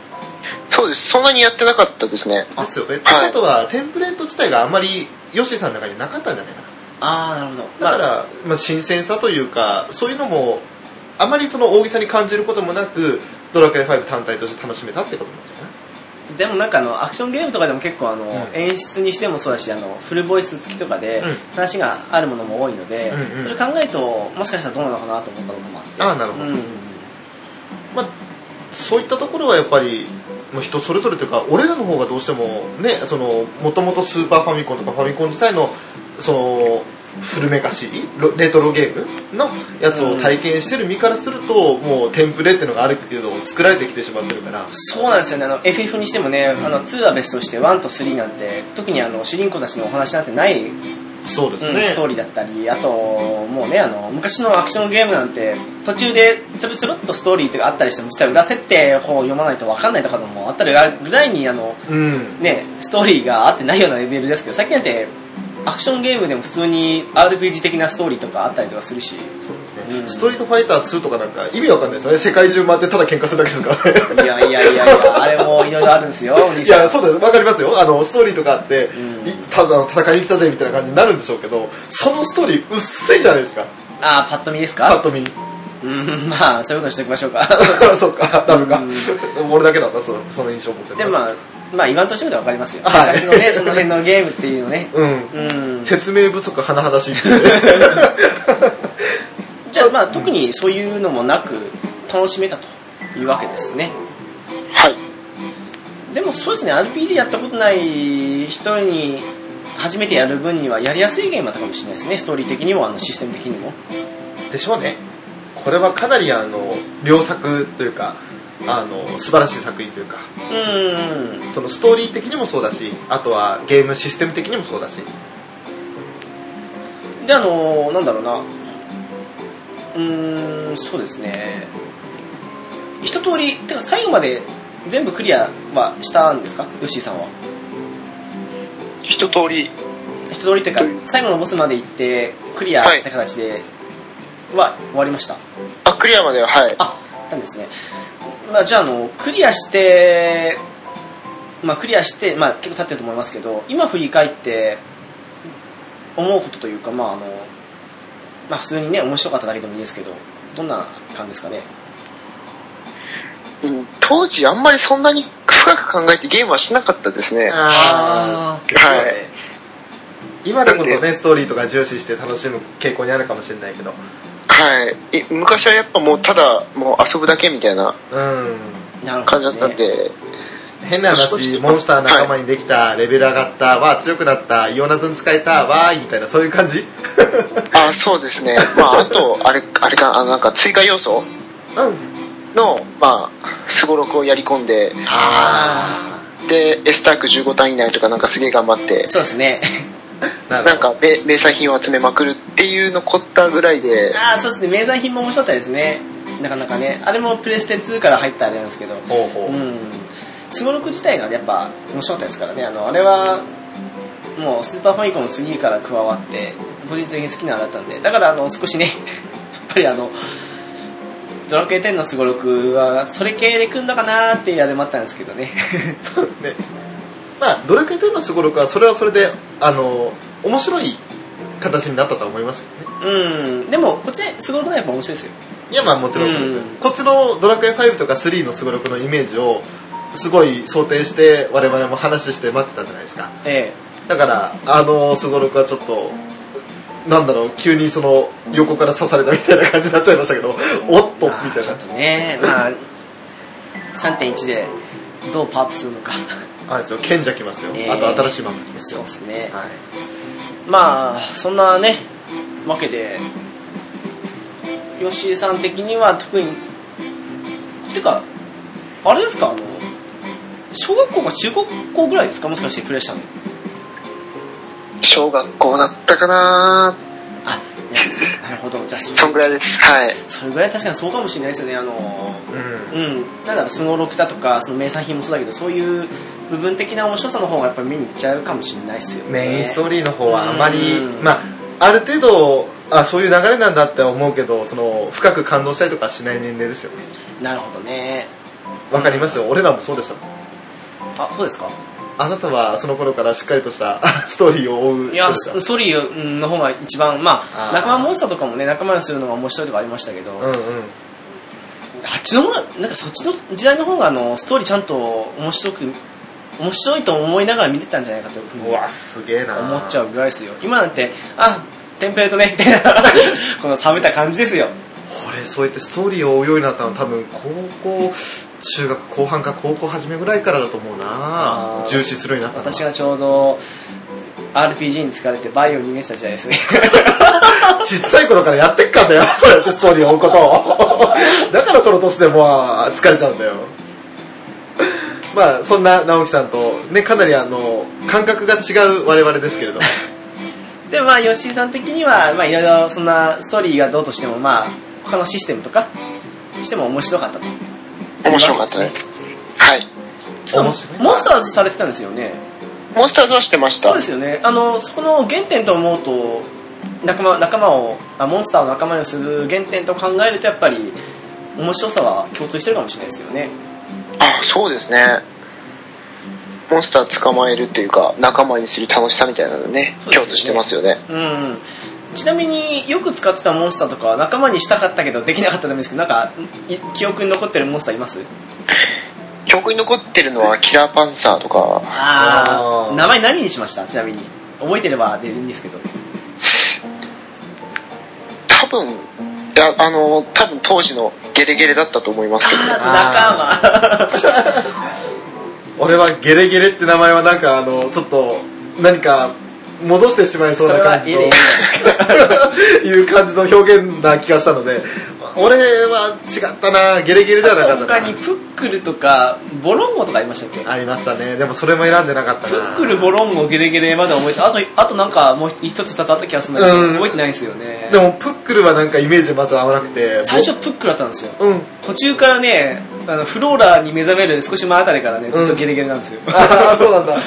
Speaker 3: そうです。そんなにやってなかったですね。
Speaker 2: ですよね。ってことは、テンプレート自体があんまり、ヨッシーさんの中になかったんじゃないかな。
Speaker 1: ああなるほど
Speaker 2: だから、まあ、新鮮さというか、そういうのも、あまりその大げさに感じることもなく、ドラクエ5単体として楽しめたってことなんじゃない
Speaker 1: でもなんかあのアクションゲームとかでも結構あの、
Speaker 2: ん
Speaker 1: 演出にしてもそうだしあのフルボイス付きとかで
Speaker 2: うん
Speaker 1: 話があるものも多いので、
Speaker 2: うんうん
Speaker 1: それ考えるともしかしたらどうなのかなと思ったこともあって
Speaker 2: ああ、なるほど。
Speaker 1: うん
Speaker 2: まあ、そういったところはやっぱり、まあ人それぞれというか、俺らの方がどうしても、ね、その、もともとスーパーファミコンとかファミコン自体の、その、古めかしいロレトロゲームのやつを体験してる身からすると、もうテンプレっていうのがあるけど、作られてきてしまってるから、
Speaker 1: そうなんですよねあの FF にしてもね、あの2は別として1と3なんて特にあの主人公たちのお話なんてない、うん
Speaker 2: そうですね。
Speaker 1: ストーリーだったりあともうねあの昔のアクションゲームなんて途中でちょろちょろっとストーリーとかあったりしても実は裏設定を読まないと分かんないとかでもあったりがあるぐらいにあの
Speaker 2: うん。
Speaker 1: ね、ストーリーが合ってないようなレベルですけど、最近だって、アクションゲームでも普通に RPG 的なストーリーとかあったりとかするし、
Speaker 2: そうね
Speaker 1: うん
Speaker 2: ストリートファイター2とかなんか意味わかんないですよね。世界中回ってただ喧嘩するだけですか
Speaker 1: い
Speaker 2: らね。
Speaker 1: やいやいやいや、あれもいろいろあるんですよ、お兄
Speaker 2: い
Speaker 1: さん
Speaker 2: や、そうだよ。わかりますよ。あの、ストーリーとかあって、
Speaker 1: うん
Speaker 2: いただの戦いに来たぜみたいな感じになるんでしょうけど、そのストーリー薄いじゃないですか。
Speaker 1: あー、パッと見です
Speaker 2: パッ
Speaker 1: か
Speaker 2: と見。 [LAUGHS]
Speaker 1: うん、まあ、そういうことにしておきましょうか。
Speaker 2: そうか、ダメか
Speaker 1: う。
Speaker 2: [LAUGHS] 俺だけだった、そうその印象を持ってる
Speaker 1: でもまあ、まあ言わんとしてみればわかりますよ。
Speaker 2: はい
Speaker 1: 昔のね、その辺のゲームっていうのね。
Speaker 2: う
Speaker 1: [LAUGHS] う
Speaker 2: ん。
Speaker 1: ん。
Speaker 2: 説明不足、甚だしい。
Speaker 1: じゃあ、まあ、特にそういうのもなく、楽しめたというわけですね。
Speaker 3: はい。
Speaker 1: でもそうですね、RPG やったことない人に、初めてやる分にはやりやすいゲームだったかもしれないですね。ストーリー的にも、あの、システム的にも。
Speaker 2: でしょうねこれはかなりあの良作というかあの素晴らしい作品というか
Speaker 1: うーん。
Speaker 2: そのストーリー的にもそうだしあとはゲームシステム的にもそうだし
Speaker 1: であのなんだろうなうーんそうですね一通りてか最後まで全部クリアはしたんですかヨッシーさんは
Speaker 3: 一通り、
Speaker 1: 一通りというか
Speaker 3: はい
Speaker 1: 最後のボスまで行ってクリアって形では終わりました、
Speaker 3: あ、クリアまでは、はい。
Speaker 1: あなんですね、まあ、じゃああのクリアしてまあクリアして、まあ、結構経ってると思いますけど今振り返って思うことというかまああのまあ普通にね面白かっただけでもいいですけどどんな感じですかね
Speaker 3: うん当時あんまりそんなに深く考えてゲームはしなかったですね。
Speaker 2: あー
Speaker 3: あー
Speaker 2: そうね今でこそ
Speaker 3: だっ
Speaker 2: ねストーリーとか重視して楽しむ傾向にあるかもしれないけど
Speaker 3: はい。い昔はやっぱもうただもう遊ぶだけみたいな
Speaker 2: うん
Speaker 1: なるほ
Speaker 3: 感じ
Speaker 1: ど、
Speaker 3: だったん
Speaker 1: ね、
Speaker 3: で、
Speaker 2: 変な話モンスター仲間にできたレベル上がったわー強くなったイオナズン使えたわーいみたいなそういう感じ
Speaker 3: あ、そうですね。まあ、あと、あれ、あれか、あの、なんか追加要素
Speaker 2: うん
Speaker 3: の、まあ、すごろくをやり込んで、
Speaker 2: あ
Speaker 3: で、S ターク15単以内とかなんかすげえ頑張って、
Speaker 1: そうですね [LAUGHS]
Speaker 2: あなる
Speaker 3: なん
Speaker 2: ほど
Speaker 3: か名名産品を集めまくるっていうのこったぐらいで、
Speaker 1: ああそうですね名産品も面白かったですねなかなかねあれもプレステ2から入ったあれなんですけど
Speaker 2: ほうほう
Speaker 1: うんスゴロク自体がねやっぱ面白かったですからねあのあれはもうスーパーファミコン3から加わって個人的に好きなのだったんでだからあの少しね [LAUGHS] やっぱりあのドラクエ10のスゴロクはそれ系で組んだかなーっていうあれもあったんですけどね [LAUGHS]
Speaker 2: そうね。まあ、ドラクエ10のすごろくは、それはそれで、あの、面白い形になったとは思いますけどね。
Speaker 1: うんでもこっちねスゴロクはやっぱ面白いですよ
Speaker 2: いや、まあもちろんそうです。
Speaker 1: うん
Speaker 2: こっちのドラクエ5とか3のすごろくのイメージを、すごい想定して、我々も話して待ってたじゃないですか。
Speaker 1: え
Speaker 2: だから、あの、すごろくはちょっと、なんだろう、急にその、横から刺されたみたいな感じになっちゃいましたけど、おっ
Speaker 1: え
Speaker 2: と、み
Speaker 1: あー
Speaker 2: たい
Speaker 1: ちょっ
Speaker 2: な。
Speaker 1: とねまあ3.1でどうパワーアップするのか
Speaker 2: あれですよ、賢者来ますよ。
Speaker 1: えー
Speaker 2: あと新しいマップです
Speaker 1: そう
Speaker 2: よ
Speaker 1: で。すね
Speaker 2: はい。
Speaker 1: まあそんなねわけで吉井さん的には特にてかあれですかあの小学校か中学校ぐらいですかもしかしてプレイしたの
Speaker 3: 小学校だったかな
Speaker 1: あなるほどじゃあそ
Speaker 3: そんぐらいです。はい。
Speaker 1: それぐらい確かにそうかもしれないですよねあの
Speaker 2: うん
Speaker 1: うんなんだろうスゴロクだとかその名産品もそうだけどそういう部分的な面白さの方がやっぱり見に行っちゃうかもしれないですよね
Speaker 2: メインストーリーの方はあまり、
Speaker 1: うん
Speaker 2: まあ、ある程度、あ、そういう流れなんだって思うけど、その、深く感動したりとかしない年齢ですよね。
Speaker 1: なるほどね
Speaker 2: わかりますよ。俺らもそうでしたもん。
Speaker 1: あそうですか
Speaker 2: あなたはその頃からしっかりとした [LAUGHS] ストーリーを追う人
Speaker 1: い
Speaker 2: で
Speaker 1: や、
Speaker 2: した。
Speaker 1: ストーリーの方が一番、まあ
Speaker 2: あ、ー
Speaker 1: 仲間モンスターとかもね、仲間にするのが面白いとかありましたけど、
Speaker 2: うん
Speaker 1: あ
Speaker 2: う
Speaker 1: っ
Speaker 2: ん。
Speaker 1: ちの方が、なんかそっちの時代の方が、あの、ストーリーちゃんと面白く、面白いと思いながら見てたんじゃないかというふうに
Speaker 2: うわ、すげえな
Speaker 1: 思っちゃ
Speaker 2: う。
Speaker 1: うぐらいですよ。今なんて、あ、テンプレートね、みたいな、 [LAUGHS] この冷めた感じですよ。
Speaker 2: 俺、そうやってストーリーを追うようになったの多分、高校、中学後半か高校初めぐらいからだと思うな
Speaker 1: あー
Speaker 2: 重視するようになったのは
Speaker 1: 私がちょうど、RPG に疲れてバイオに逃げてた時代ですね。 [LAUGHS]
Speaker 2: ちっさい頃からやってっかんだよ、 [LAUGHS] そうやってストーリーを [LAUGHS] 追うことを。だからその年でもう疲れちゃうんだよ。まあ、そんな直樹さんと、ね、かなりあの、感覚が違う我々ですけれども。
Speaker 1: でまあ吉井さん的にはまあいろいろそんなストーリーがどうとしてもまあ他のシステムとかしても面白かったと
Speaker 3: 面白かったです。はい。
Speaker 2: 面白い
Speaker 1: モンスターズされてたんですよね
Speaker 3: モンスターズはしてました。
Speaker 1: そうですよねあのそこの原点と思うと仲間仲間をあモンスターを仲間にする原点と考えるとやっぱり面白さは共通してるかもしれないですよね
Speaker 3: あ、そうですね。モンスター捕まえるっていうか、仲間にする楽しさみたいなのね、
Speaker 1: そうですね
Speaker 3: 共通してますよね。
Speaker 1: うんちなみによく使ってたモンスターとかは仲間にしたかったけどできなかったためですけどなんかい記憶に残ってるモンスターいます
Speaker 3: 記憶に残ってるのはキラーパンサーとか、
Speaker 1: あ
Speaker 2: あ
Speaker 1: あ
Speaker 2: ー
Speaker 1: 名前何にしましたちなみに覚えてればでいいんですけど
Speaker 3: 多分、いや、あの、多分当時のゲレゲレだったと思います [LAUGHS] けど。
Speaker 1: あー
Speaker 2: [LAUGHS]
Speaker 1: 仲間。
Speaker 2: 俺はゲレゲレって名前はなんかあの、ちょっと、何か、戻してしまいそうな感じの、
Speaker 1: それ
Speaker 2: [LAUGHS] いう感じの表現な気がしたので、俺は違ったなゲレゲレではなかった
Speaker 1: 他
Speaker 2: な
Speaker 1: にプックルとか、ボロンゴとかありましたっけ
Speaker 2: ありましたね。でもそれも選んでなかった
Speaker 1: プ
Speaker 2: な
Speaker 1: ックル、ボロンゴ、ゲレゲレまで覚えて、あと、あとなんかもう一つ二つあった気がするんだけ
Speaker 2: うん
Speaker 1: ど、覚えてないですよね
Speaker 2: で。もプックルはなんかイメージまず合わなくて、
Speaker 1: 最初プックルだったんですよ。
Speaker 2: うん。
Speaker 1: 途中からね、あのフローラに目覚める少し前あたりからね、ずっとゲレゲレなんですよ。
Speaker 2: あ [LAUGHS] あ、そうなんだ。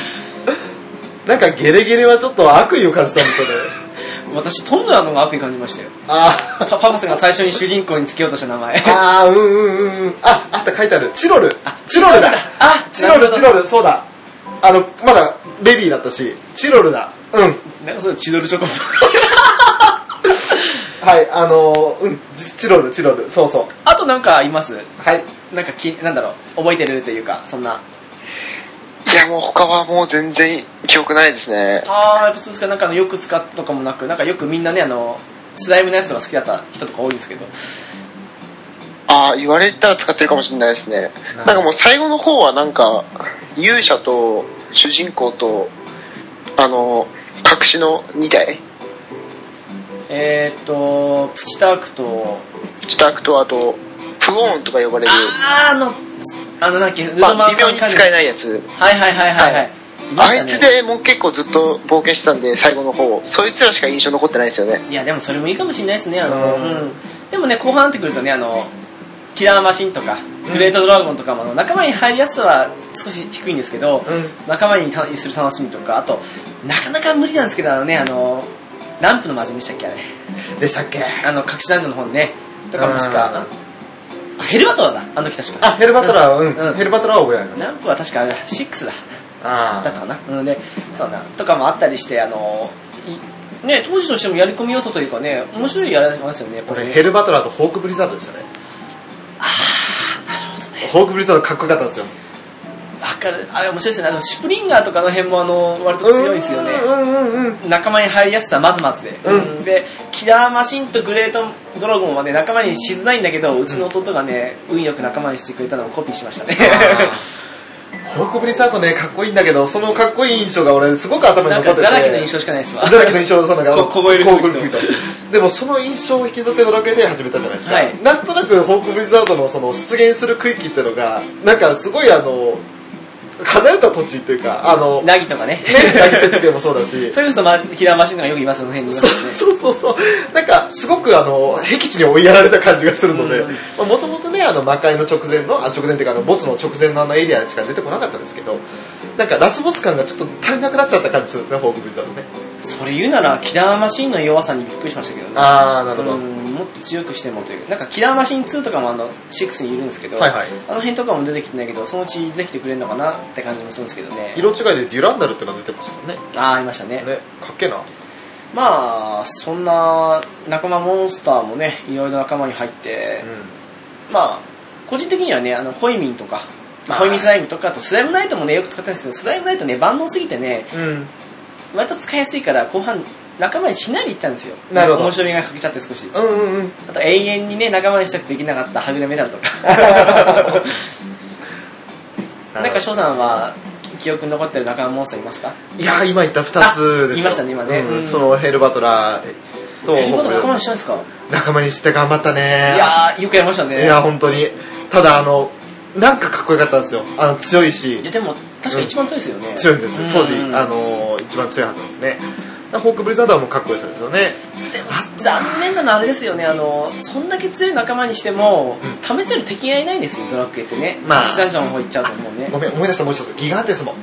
Speaker 2: なんかゲレゲレはちょっと悪意を感じたんですよね。
Speaker 1: [LAUGHS] 私、トンドラの方が悪意感じましたよ。
Speaker 2: あ
Speaker 1: パ
Speaker 2: ー
Speaker 1: パパスが最初に主人公につけようとした名前。
Speaker 2: あー、うんうんうんうん。あ、あった書いてある。チロル。チロルだ。
Speaker 1: あ
Speaker 2: チロ
Speaker 1: なる
Speaker 2: ル、
Speaker 1: ほど
Speaker 2: チロル、そうだ。あの、まだベビーだったし、チロルだ。うん。
Speaker 1: なんかそのチドルチョコ。
Speaker 2: はい、あのー、うん、チチロル、チロル、そうそう。
Speaker 1: [LAUGHS] あとなんかいます
Speaker 2: はい。
Speaker 1: なんかき、なんだろう、覚えてるというか、そんな。
Speaker 3: いや、もう他はもう全然記憶ないですね。
Speaker 1: あー、やっぱそうですか、なんかあのよく使ったとかもなく、なんかよくみんなね、あの、スライムのやつとか好きだった人とか多いんですけど。
Speaker 3: ああ、言われたら使ってるかもしれないですね。なんかもう最後の方はなんか、勇者と主人公と、あの、隠しの2体、
Speaker 1: えーっと、プチタークと、
Speaker 3: スタークとあと、プオーンとか呼ばれる、
Speaker 1: あー、あの、あの、なんだっけ、ルド
Speaker 3: ま
Speaker 1: マ
Speaker 3: あ、
Speaker 1: ン
Speaker 3: 微
Speaker 1: さ
Speaker 3: 妙
Speaker 1: ん
Speaker 3: に
Speaker 1: 関
Speaker 3: 使
Speaker 1: 連
Speaker 3: えないやつ。
Speaker 1: はいはいはいはいは
Speaker 3: はいい。
Speaker 1: ま
Speaker 3: あ
Speaker 1: した
Speaker 3: い
Speaker 1: ね
Speaker 3: つ。でもう結構ずっと冒険してたんで、最後の方、そいつらしか印象残ってないですよね。
Speaker 1: いや、でもそれもいいかもしれないですね、あの、
Speaker 2: う
Speaker 1: うんん。でもね、後半になってくるとね、あの、キラーマシンとか、グレートドラゴンとかも、あの仲間に入りやすさは少し低いんですけど、
Speaker 2: うん。
Speaker 1: 仲間にたする楽しみとか、あと、なかなか無理なんですけど、あのね、あの、ランプの魔人でしたっけあれ。
Speaker 2: でしたっけ
Speaker 1: あの、隠し男女の本ね。とかも確か、あヘルバトラだ、あの時確か。
Speaker 2: あ、ヘルバトラは、うん、
Speaker 1: うん
Speaker 2: ヘルバトラは覚えられます。
Speaker 1: ランプは確かあれだ、6だ。
Speaker 2: あ
Speaker 1: だったかな。うんで、そうだな、とかもあったりして、あの、いね、当時としてもやり込み要素というかね、面白いやられてますよね、こ
Speaker 2: こ
Speaker 1: れ
Speaker 2: れ
Speaker 1: ね。
Speaker 2: ヘルバトラとホークブリザードでしたね。あー、なるほどね。ホークブリザードかっこよかったんですよ。
Speaker 1: わかる。あれ面白いですね。あの、シュプリンガーとかの辺もあの、割と強いですよね。
Speaker 2: うんうんうんうん。
Speaker 1: 仲間に入りやすさまずまずで、
Speaker 2: う
Speaker 1: でキラーマシンとグレートドラゴンはね仲間にしづらいんだけどうちの弟がね運よく仲間にしてくれたのをコピーしましたね
Speaker 2: [LAUGHS] ホークブリザードね、かっこいいんだけど、そのかっこいい印象が俺すごく頭に
Speaker 1: なん
Speaker 2: 残
Speaker 1: か
Speaker 2: ってて。
Speaker 1: ザラキの印象しかないですわ
Speaker 2: ザラキの印象そうなん
Speaker 1: [LAUGHS]
Speaker 2: か、
Speaker 1: こ凍える
Speaker 2: こう
Speaker 1: 人
Speaker 2: 凍える人でもその印象を引きずってドラクエ10始めたじゃないですか。
Speaker 1: はい
Speaker 2: なんとなくホークブリザードのその出現する区域っていうのが、なんかすごいあの、離れた土地っていうか、あ
Speaker 1: [LAUGHS]
Speaker 2: の、ね、
Speaker 1: ナギとかね
Speaker 2: 大節でもそうだし、
Speaker 1: それこそ、まあ、キラーマシンとかよくいますあの辺にいます
Speaker 2: そう
Speaker 1: しね
Speaker 2: そうそうそう。なんか、すごくあの、僻地に追いやられた感じがするので
Speaker 1: うん、
Speaker 2: もともとね、あの、魔界の直前の、あ、直前っていうか、あの、ボスの直前のあのエリアしか出てこなかったですけど、なんかラスボス感がちょっと足りなくなっちゃった感じするんですね、ホークブリザードね。
Speaker 1: それ言うならキラーマシンの弱さにびっくりしましたけどね
Speaker 2: あー、なるほど。
Speaker 1: うんもっと強くしてもというかなんかキラーマシン2とかもあの6にいるんですけど、
Speaker 2: はいはい
Speaker 1: あの辺とかも出てきてないけどそのうち出てきてくれるのかなって感じもするんですけどね
Speaker 2: 色違いでデュランダルってのが出てましたもんね。
Speaker 1: ああいましたね
Speaker 2: ね、かっけえな。
Speaker 1: まあそんな仲間モンスターもねいろいろ仲間に入って、まあ個人的にはねあのホイミンとか、まあ、ホ
Speaker 2: はい
Speaker 1: イミンスライムとかあとスライムナイトもねよく使ってたんですけどスライムナイトね万能すぎてね
Speaker 2: うん。うん。
Speaker 1: 割と使いやすいから後半仲間にしないでいったんですよ
Speaker 2: なるほど
Speaker 1: 面白みがかけちゃって少し
Speaker 2: うんうんうん。
Speaker 1: あと永遠にね仲間にしたくてできなかったはぐれメダルとか
Speaker 2: [LAUGHS]
Speaker 1: なんか翔さんは記憶に残ってる仲間モンスターいますか
Speaker 2: いやー、今言った二つですよ。
Speaker 1: あ言いましたね今ね
Speaker 2: うん
Speaker 1: うん
Speaker 2: そのヘルバトラと
Speaker 1: ヘリポート仲間
Speaker 2: ホー
Speaker 1: にしたんですか
Speaker 2: ク仲間にして頑張ったね。
Speaker 1: いやーよくやりましたね
Speaker 2: いや、本当に。ただ、あの、なんかかっこよかったんですよ。あの、強いし
Speaker 1: いや、でも確か一番強いですよね、
Speaker 2: 強いんですよ。当時、
Speaker 1: うん
Speaker 2: あの、一番強いはずなんですね。ホークブリザードはもうかっこよさですよね。
Speaker 1: でも残念なのはあれですよねあのそんだけ強い仲間にしても、試せる敵がいないんですよドラクエってね
Speaker 2: まあ
Speaker 1: 騎士団長の方行っちゃうと思うね
Speaker 2: ごめん、思い出したもう一つ。ギガンテスも。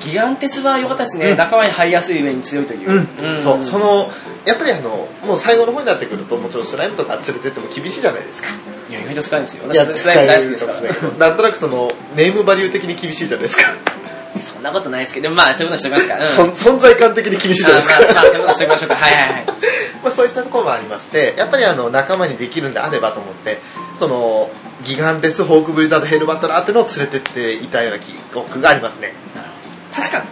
Speaker 1: ギガンテスは良かったですね、
Speaker 2: うん
Speaker 1: 仲間に入りやすい上に強いという、
Speaker 2: うん。そう、その、やっぱりあの、もう最後の方になってくると、もちろんスライムとか連れてっても厳しいじゃないですか。
Speaker 1: いや意外と使うんですよ
Speaker 2: いや、
Speaker 1: 私スライム大好きですから
Speaker 2: 使えるかもしれないけどなんとなくその、ネームバリュー的に厳しいじゃないですか。
Speaker 1: そんなことないですけどまあそういうことにしておきますから、うん、
Speaker 2: そん存在感的に厳しいじゃないですか。
Speaker 1: あまあまあそういうことにしておきましょうかはいはいはい
Speaker 2: まあ、そういったところもありまして、やっぱりあの仲間にできるんであればと思って、そのギガンテス、ホークブリザード、ヘルバトラーっていうのを連れてっていたような記憶がありますね。
Speaker 1: 確か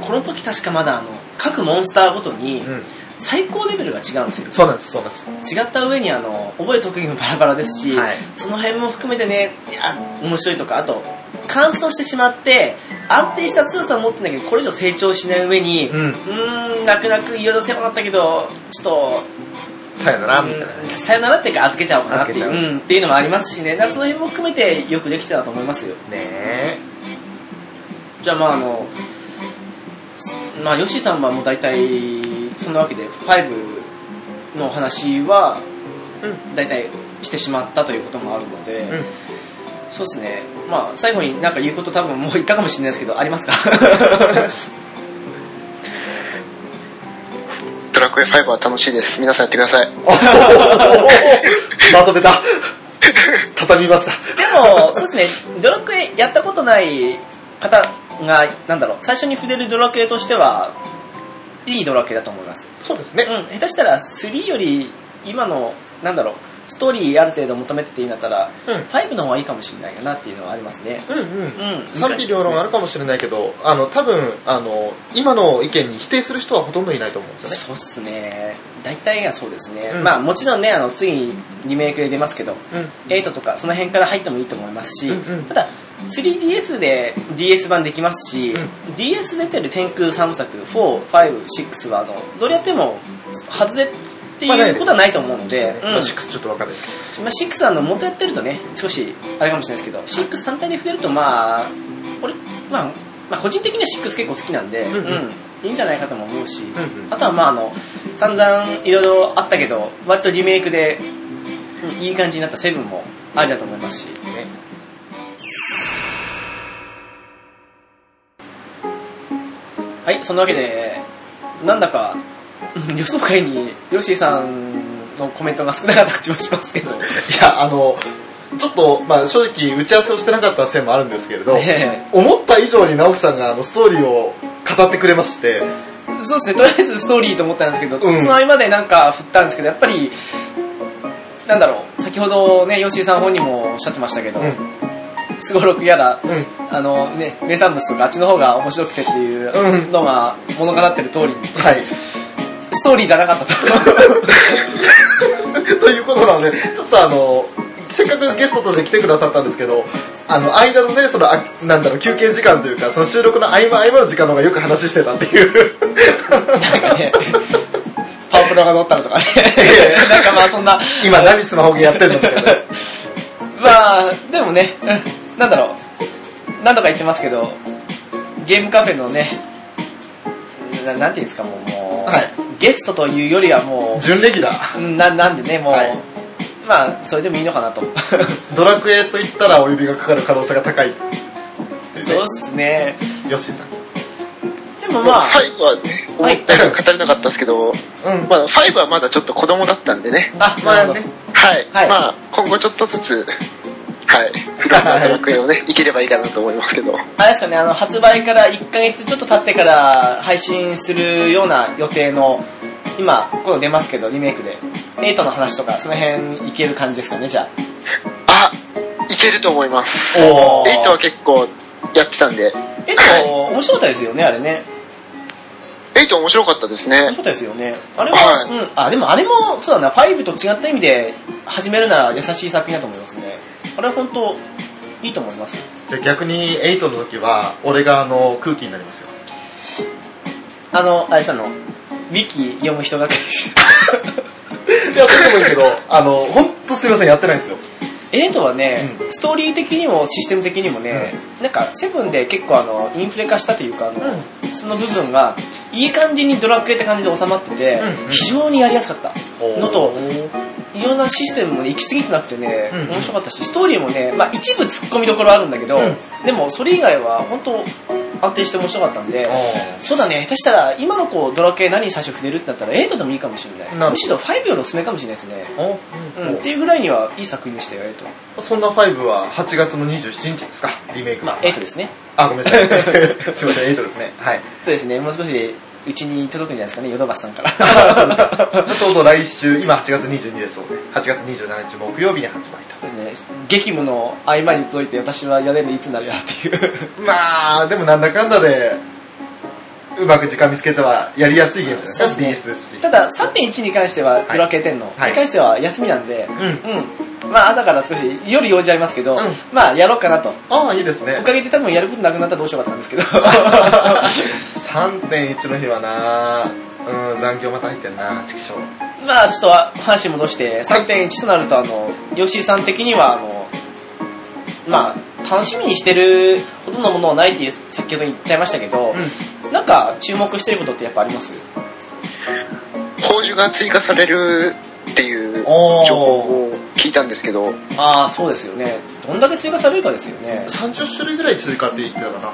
Speaker 1: この時確かまだあの各モンスターごとに、
Speaker 2: うん。
Speaker 1: 最高レベルが違うんですよ
Speaker 2: そうなんです、そうなんです。
Speaker 1: 違った上にあの覚える特技もバラバラですし、
Speaker 2: はい
Speaker 1: その辺も含めてねいや面白いとかあと乾燥してしまって安定した強さを持ってんだけどこれ以上成長しない上にう
Speaker 2: うん、
Speaker 1: ーん泣く泣くいろいろ世話になったけどちょっ
Speaker 2: さよなら、
Speaker 1: と、
Speaker 2: みたいなね。
Speaker 1: うんさよならっていうか預けちゃおうかなっていう
Speaker 2: 預けち
Speaker 1: うんっていうのもありますしねだからその辺も含めてよくできてたと思いますよ
Speaker 2: ね
Speaker 1: じゃあまああのまあヨッシーさんはもう大体そんなわけで5の話は
Speaker 2: う
Speaker 1: 大体してしまったということもあるので、
Speaker 2: [LAUGHS] え。うん。
Speaker 1: そうですねまあ最後になんか言うこと多分もう言ったかもしれないですけどあります
Speaker 2: [LAUGHS]
Speaker 1: か
Speaker 3: ドラクエ5は楽しいです。皆さんやってください。
Speaker 2: おおおおおまとめた。畳みました。
Speaker 1: でもそうですねドラクエやったことない方がなんだろう最初に触れるドラクエとしてはいいドラクエだと思います
Speaker 2: そうですね。
Speaker 1: うん、下手したら3より今のなんだろうストーリーある程度求めてていいんだったら、
Speaker 2: うん
Speaker 1: 5の方がいいかもしれないかなっていうのはありますね。
Speaker 2: うんう。
Speaker 1: うんん、
Speaker 2: 賛否両論あ
Speaker 1: る
Speaker 2: るかもしれないけど、あの、多分、あの、今の意見に否定する人はほとんどいないと思うんですよね。
Speaker 1: そうっすね。大体がそうですね。
Speaker 2: うん
Speaker 1: まあもちろんね、あの次リメイクで出ますけど、
Speaker 2: うん。
Speaker 1: 8とかその辺から入ってもいいと思いますし、
Speaker 2: うんうん
Speaker 1: ただ 3DS で DS 版できますし、
Speaker 2: うん
Speaker 1: DS 出てる天空3部作4、5、6はあのどれやっても外れっていうことはないと思うので、
Speaker 2: ま
Speaker 1: う
Speaker 2: あ、
Speaker 1: ん
Speaker 2: 6ちょっとわかんないですけ
Speaker 1: まあ、6はあの元やってるとね少しあれかもしれないですけど6単体で触れるとまあ俺、まあ、まあ個人的には6結構好きなんで、
Speaker 2: うんうん
Speaker 1: うんいいんじゃないかとも思うし、
Speaker 2: ど。うんうん。
Speaker 1: あとはまああの散々いろいろあったけど割とリメイクでうんいい感じになった7もありだと思いますし
Speaker 2: ね
Speaker 1: はいそんなわけでなんだかうん予想外にヨッシーさんのコメントが少なかった気もしますけど
Speaker 2: いや、あの、ちょっと、まあ正直打ち合わせをしてなかったせいもあるんですけれど、
Speaker 1: ええ
Speaker 2: 思った以上に直樹さんがあのストーリーを語ってくれまして、
Speaker 1: [LAUGHS] そうですね、とりあえずストーリーと思ったんですけど、
Speaker 2: うん
Speaker 1: その合間でなんか振ったんですけど、やっぱり、なんだろう、先ほどね、吉井さん本人もおっしゃってましたけど、
Speaker 2: うん、
Speaker 1: すごろくやら、
Speaker 2: うん、
Speaker 1: あのね、名産物とかあっちの方が面白くてっていううのが物語ってる通り、
Speaker 2: はい。 [LAUGHS]
Speaker 1: ストーリーじゃなかったと。
Speaker 2: ということなので、ちょっとあの、せっかくゲストとして来てくださったんですけど、あの、間のね、その、あなんだろう、休憩時間というか、その収録の合間合間の時間の方がよく話してたっていう。
Speaker 1: なんかね、パワープロが乗ったのとか
Speaker 2: [LAUGHS]
Speaker 1: ね、なんかまあそんな、
Speaker 2: 今何スマホゲーやってんのみたいな。
Speaker 1: まあ、でもね、うんなんだろう、何度か言ってますけど、ゲームカフェのね、ななんていうんですか、もう、もう
Speaker 2: はい
Speaker 1: ゲストというよりはも
Speaker 2: 準レギュラ
Speaker 1: う、うんななんでね、もう、
Speaker 2: はい
Speaker 1: ま [LAUGHS] あ、それでもいいのかなと。
Speaker 2: ー。ドラクエと言ったらお指がかかる可能性が高い。
Speaker 1: そうっすね。
Speaker 2: ヨッシーさん。
Speaker 1: でもまあ、
Speaker 3: 5はね、思
Speaker 1: はい
Speaker 3: ったより語れなかったですけ
Speaker 2: う
Speaker 3: ど、
Speaker 2: ん。
Speaker 3: まあ、5はまだちょっと子供だったんでね。
Speaker 1: あ、
Speaker 2: ま
Speaker 1: まあ
Speaker 2: あね
Speaker 1: ね、。
Speaker 3: はい。
Speaker 1: はい
Speaker 3: まあ、今後ちょっとずつ、はい。フロントのドラクエをね、いければいいかなと思いますけど。
Speaker 1: あれですかね、あの、発売から1ヶ月ちょっと経ってから配信するような予定の、今、今度出ますけど、リメイクで。エイトの話とか、その辺いける感じですかね、じゃ
Speaker 3: あ、いけると思います。
Speaker 1: おー
Speaker 3: 8は結構やってたんで、
Speaker 1: あ。エイト、面白かったですよね、あれね。
Speaker 3: 8面白かったですね
Speaker 1: 面。白かったですよね。あれも、
Speaker 3: はい
Speaker 1: うん。あ、でもあれも、そうだな、5と違った意味で始めるなら優しい作品だと思いますね。あれは本当、いいと思います。
Speaker 2: じゃあ逆に8の時は、俺があの、空気になりますよ。
Speaker 1: あの、あれしたの、ウィキ読む人が
Speaker 2: いや、それでもいいけど、あの、ほんとすいません、やってないんですよ。
Speaker 1: エイトはね、
Speaker 2: う
Speaker 1: ストーリー的にもシステム的にもね、なんかセブンで結構あの、インフレ化したというか、あの、その部分が、いい感じにドラクエって感じで収まってて、
Speaker 2: うんうん
Speaker 1: 非常にやりやすかった。
Speaker 2: ほう
Speaker 1: のと、いろんなシステムもね行き過ぎてなくてね、
Speaker 2: うんうん
Speaker 1: 面白かったし、ストーリーもね、まあ一部突っ込みどころあるんだけど、
Speaker 2: うん
Speaker 1: でもそれ以外は本当安定して面白かったんで、そうだね、下手したら今の子ドラクエ何最初触れるってなったら8でもいいかもしれない。
Speaker 2: なるほど
Speaker 1: むしろ5よりおすすめかもしれないですね。
Speaker 2: お
Speaker 1: うん、っていうぐらいにはいい作品でしたよ、8。
Speaker 2: そんな5は8月の27日ですかリメイク
Speaker 1: ま
Speaker 2: が
Speaker 1: あ。8ですね。
Speaker 2: あ、ごめんなさい。 [LAUGHS] すいません、8ですね。はい。
Speaker 1: そうですね、もう少しうちに届くんじゃないですかね、ヨドバシさんから。
Speaker 2: ちょうど来週、今8月22ですので、8月27日木曜日に発売
Speaker 1: [LAUGHS] そ
Speaker 2: と。
Speaker 1: うですね、激務の合間に届いて私はやれるいつになるやっていう。
Speaker 2: まあ、でもなんだかんだで、うまく時間見つけてはやりやすいゲームですね。
Speaker 1: そうです。
Speaker 2: DS ですした
Speaker 1: [LAUGHS] だ、3.1に関しては、クラケ天の、
Speaker 2: はい
Speaker 1: に関しては休みなんで、
Speaker 2: うん。
Speaker 1: うん。まあ朝から少し夜用事ありますけど、
Speaker 2: うん
Speaker 1: まあやろうかなと。
Speaker 2: ああ、いいですね
Speaker 1: お。かげで多分やることなくなったらどうしようかと思ったんです [LAUGHS] けど。
Speaker 2: [LAUGHS] 3.1の日はなうん、残業また入ってんな、畜生。
Speaker 1: まあちょっと話戻して、3.1となるとあの、吉井さん的にはあの、まあ楽しみにしてるほとんどのものはないっていう先ほど言っちゃいましたけど、
Speaker 2: う
Speaker 1: なんか注目してることってやっぱあります
Speaker 3: 宝珠が追加されるっていう
Speaker 2: おー
Speaker 3: 情報を聞いたんですけど、
Speaker 1: ああ、そうですよね。どんだけ追加されるかですよね。
Speaker 2: 30種類ぐらい追加って言ってたかな。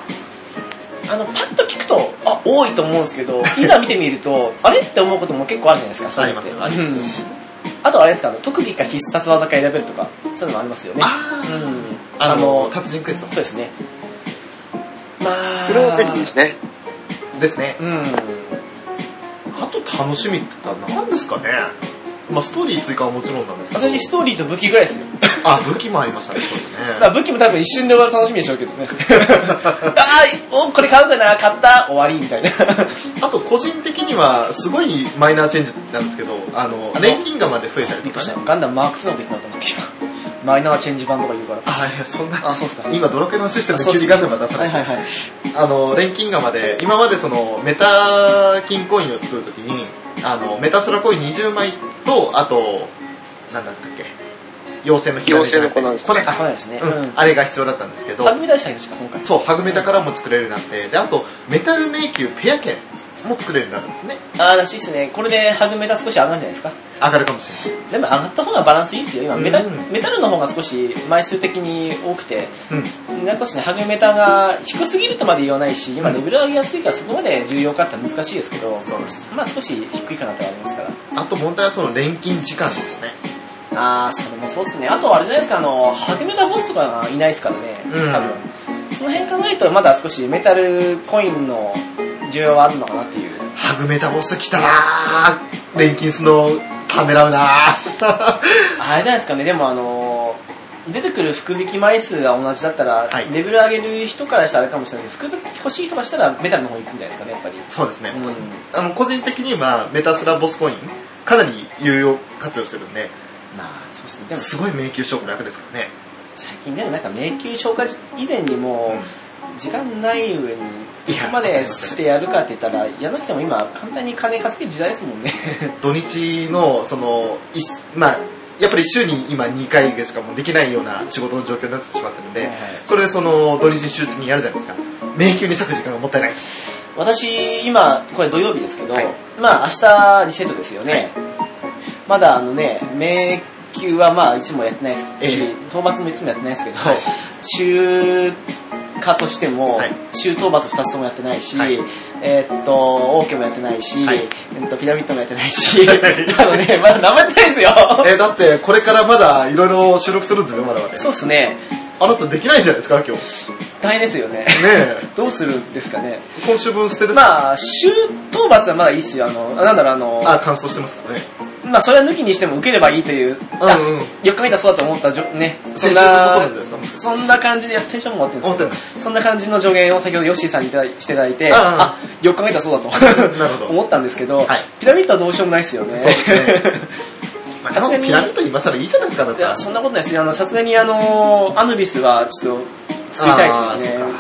Speaker 1: あの、パッと聞くと、あ、多いと思うんですけど、いざ見てみると、 [LAUGHS] あれって思うことも結構あるじゃないですか、そういうのって。
Speaker 2: ありますあり
Speaker 1: うんあとあれですか、あの特技か必殺技か選べるとか、そういうのもありますよね。う
Speaker 2: あ
Speaker 1: ん。
Speaker 2: あ
Speaker 1: あ
Speaker 2: の、
Speaker 1: の、
Speaker 2: 達人クエス
Speaker 1: そうですね。まあ
Speaker 3: こ、れは便利ですね。
Speaker 2: トですね。
Speaker 1: うん。
Speaker 2: あと楽しみって言ったら何ですかねまあストーリー追加はもちろんなんですけど。
Speaker 1: 私、ストーリーと武器ぐらいですよ。
Speaker 2: あ、武器もありましたね、そう
Speaker 1: ま
Speaker 2: だ
Speaker 1: あ、
Speaker 2: ね。
Speaker 1: 武器も多分一瞬で終わる楽しみでしょうけどね。 [LAUGHS] あーお、これ買うかな、買った、終わり、みたいな。
Speaker 2: あと個人的には、すごいマイナーチェンジなんですけど、あの、錬金がまで増えたり
Speaker 1: びっくり
Speaker 2: とか
Speaker 1: した
Speaker 2: ね。。
Speaker 1: ガンダムマーク2の時かなと思って今。マイナーチェンジ版とか言うから。
Speaker 2: あ、いや、そんな。
Speaker 1: あ、そうっすか。
Speaker 2: 今、ドラクエのシステム
Speaker 1: あそ
Speaker 2: で
Speaker 1: うっす
Speaker 2: 急に
Speaker 1: か
Speaker 2: ガンダムが出さ
Speaker 1: は
Speaker 2: れ
Speaker 1: い
Speaker 2: て
Speaker 1: はいはい。
Speaker 2: あの、錬金釜で、今までその、メタ金コインを作るときに、あの、メタスラコイン20枚と、あと、なんだったっけ、妖精の火種じゃくて
Speaker 3: 妖精の粉です
Speaker 2: 粉
Speaker 1: あ、
Speaker 2: か。
Speaker 1: 花ですね。う
Speaker 2: うん
Speaker 1: ん。。
Speaker 2: あれが必要だったんですけど、
Speaker 1: はぐみ出したいんですか、今回。
Speaker 2: そう、ハグメタからも作れるようになって、で、あと、メタル迷宮ペア券も作れるようになるんですね。
Speaker 1: あー、らしいっすね。これでハグメタ少し上がるんじゃないですか。
Speaker 2: 上がるかもしれない。
Speaker 1: でも上がった方がバランスいいっすよ。今、メタ
Speaker 2: うん
Speaker 1: メタルの方が少し枚数的に多くて、
Speaker 2: うん。
Speaker 1: なんかしね、ハグメタが低すぎるとまで言わない [LAUGHS] し、今レベル上げやすいからそこまで重要かって難しいですけど、
Speaker 2: そうです。
Speaker 1: まあ少し低いかなとはありますから。
Speaker 2: あと問題はその錬金時間ですよね。
Speaker 1: あー、それもそうっすね。あとあれじゃないですか、あの、ハグメタボスとかがいないですからね、
Speaker 2: うん
Speaker 1: 多分。その辺考えると、まだ少しメタルコインの需要はあるのかなっていう。
Speaker 2: ハグメタボス来たなー錬金すのためらうなー [LAUGHS]
Speaker 1: あれじゃないですかね、でもあのー出てくる福引き枚数が同じだったら、
Speaker 2: はい
Speaker 1: レベル上げる人からしたらあれかもしれないけど、福引き欲しい人からしたらメタルの方行くんじゃないですかね、やっぱり。
Speaker 2: そうですね。
Speaker 1: うん
Speaker 2: あの、個人的にはメタスラボスコイン、かなり有用活用してるんで、
Speaker 1: まあ、そうですね。でも、
Speaker 2: すごい迷宮勝負楽ですからね。
Speaker 1: 最近でもなんか迷宮消化以前にもう、時間ない上に、
Speaker 2: い
Speaker 1: ど
Speaker 2: や
Speaker 1: こまでしてやるかって言ったら、やらなくても今、簡単に金稼げる時代ですもんね。
Speaker 2: 土日の、その、いまあ、やっぱり週に今2回しかもうできないような仕事の状況になってしまってるんで、それでその土日に集中的にやるじゃないですか。迷宮に割く時間が
Speaker 1: [LAUGHS]
Speaker 2: もったいない。
Speaker 1: 私、今、これ土曜日ですけど、
Speaker 2: はい
Speaker 1: まあ明日2セットですよね。まだあのね、迷宮はまあいつもやってないですし、
Speaker 2: ええ
Speaker 1: 討伐もいつもやってないですけど、中華としても、
Speaker 2: はい
Speaker 1: 中討伐2つともやってないし、
Speaker 2: はい
Speaker 1: えーっと、王家もやってないし、
Speaker 2: はい
Speaker 1: えーっと、ピラミッドもやってないし、
Speaker 2: [LAUGHS] はい
Speaker 1: なので、まだ名前やってないですよ。
Speaker 2: えだってこれからまだいろいろ収録するんですよ、まだまだ。
Speaker 1: そうっすね。
Speaker 2: あなたできないじゃないですか、今日。
Speaker 1: 大変ですよね。
Speaker 2: ね
Speaker 1: どうするんですかね。
Speaker 2: え。今週分捨てです。
Speaker 1: まあ、中討伐はまだいいっすよ。あの、なんだろう、あの、
Speaker 2: あ、乾燥してますね。
Speaker 1: まあそれは抜きにしても受ければいいという、あ
Speaker 2: うんうん
Speaker 1: よく見たらそうだと思ったじょ、ね、そん
Speaker 2: 先週分もそうな、
Speaker 1: なん
Speaker 2: ですか
Speaker 1: そんな感じで、いや先週も終わってるんです
Speaker 2: 思ってない。
Speaker 1: けど、そんな感じの助言を先ほどヨッシーさんにいただいしていただいて、
Speaker 2: あ
Speaker 1: あ、よく考えたらそうだ
Speaker 2: なるほ [LAUGHS]
Speaker 1: と
Speaker 2: ど
Speaker 1: 思ったんですけど、
Speaker 2: はい
Speaker 1: ピラミッドはどうしようもないですよね。
Speaker 2: そうですねま
Speaker 1: さすが
Speaker 2: あ、
Speaker 1: に
Speaker 2: ピラミッドに今更いいじゃないですか、だ
Speaker 1: [LAUGHS]
Speaker 2: っ
Speaker 1: い
Speaker 2: て。
Speaker 1: や、そんなことないですよ。あの、さすがにあの、アヌビスはちょっと作りたいですよ
Speaker 2: あー
Speaker 1: ね
Speaker 2: そっか。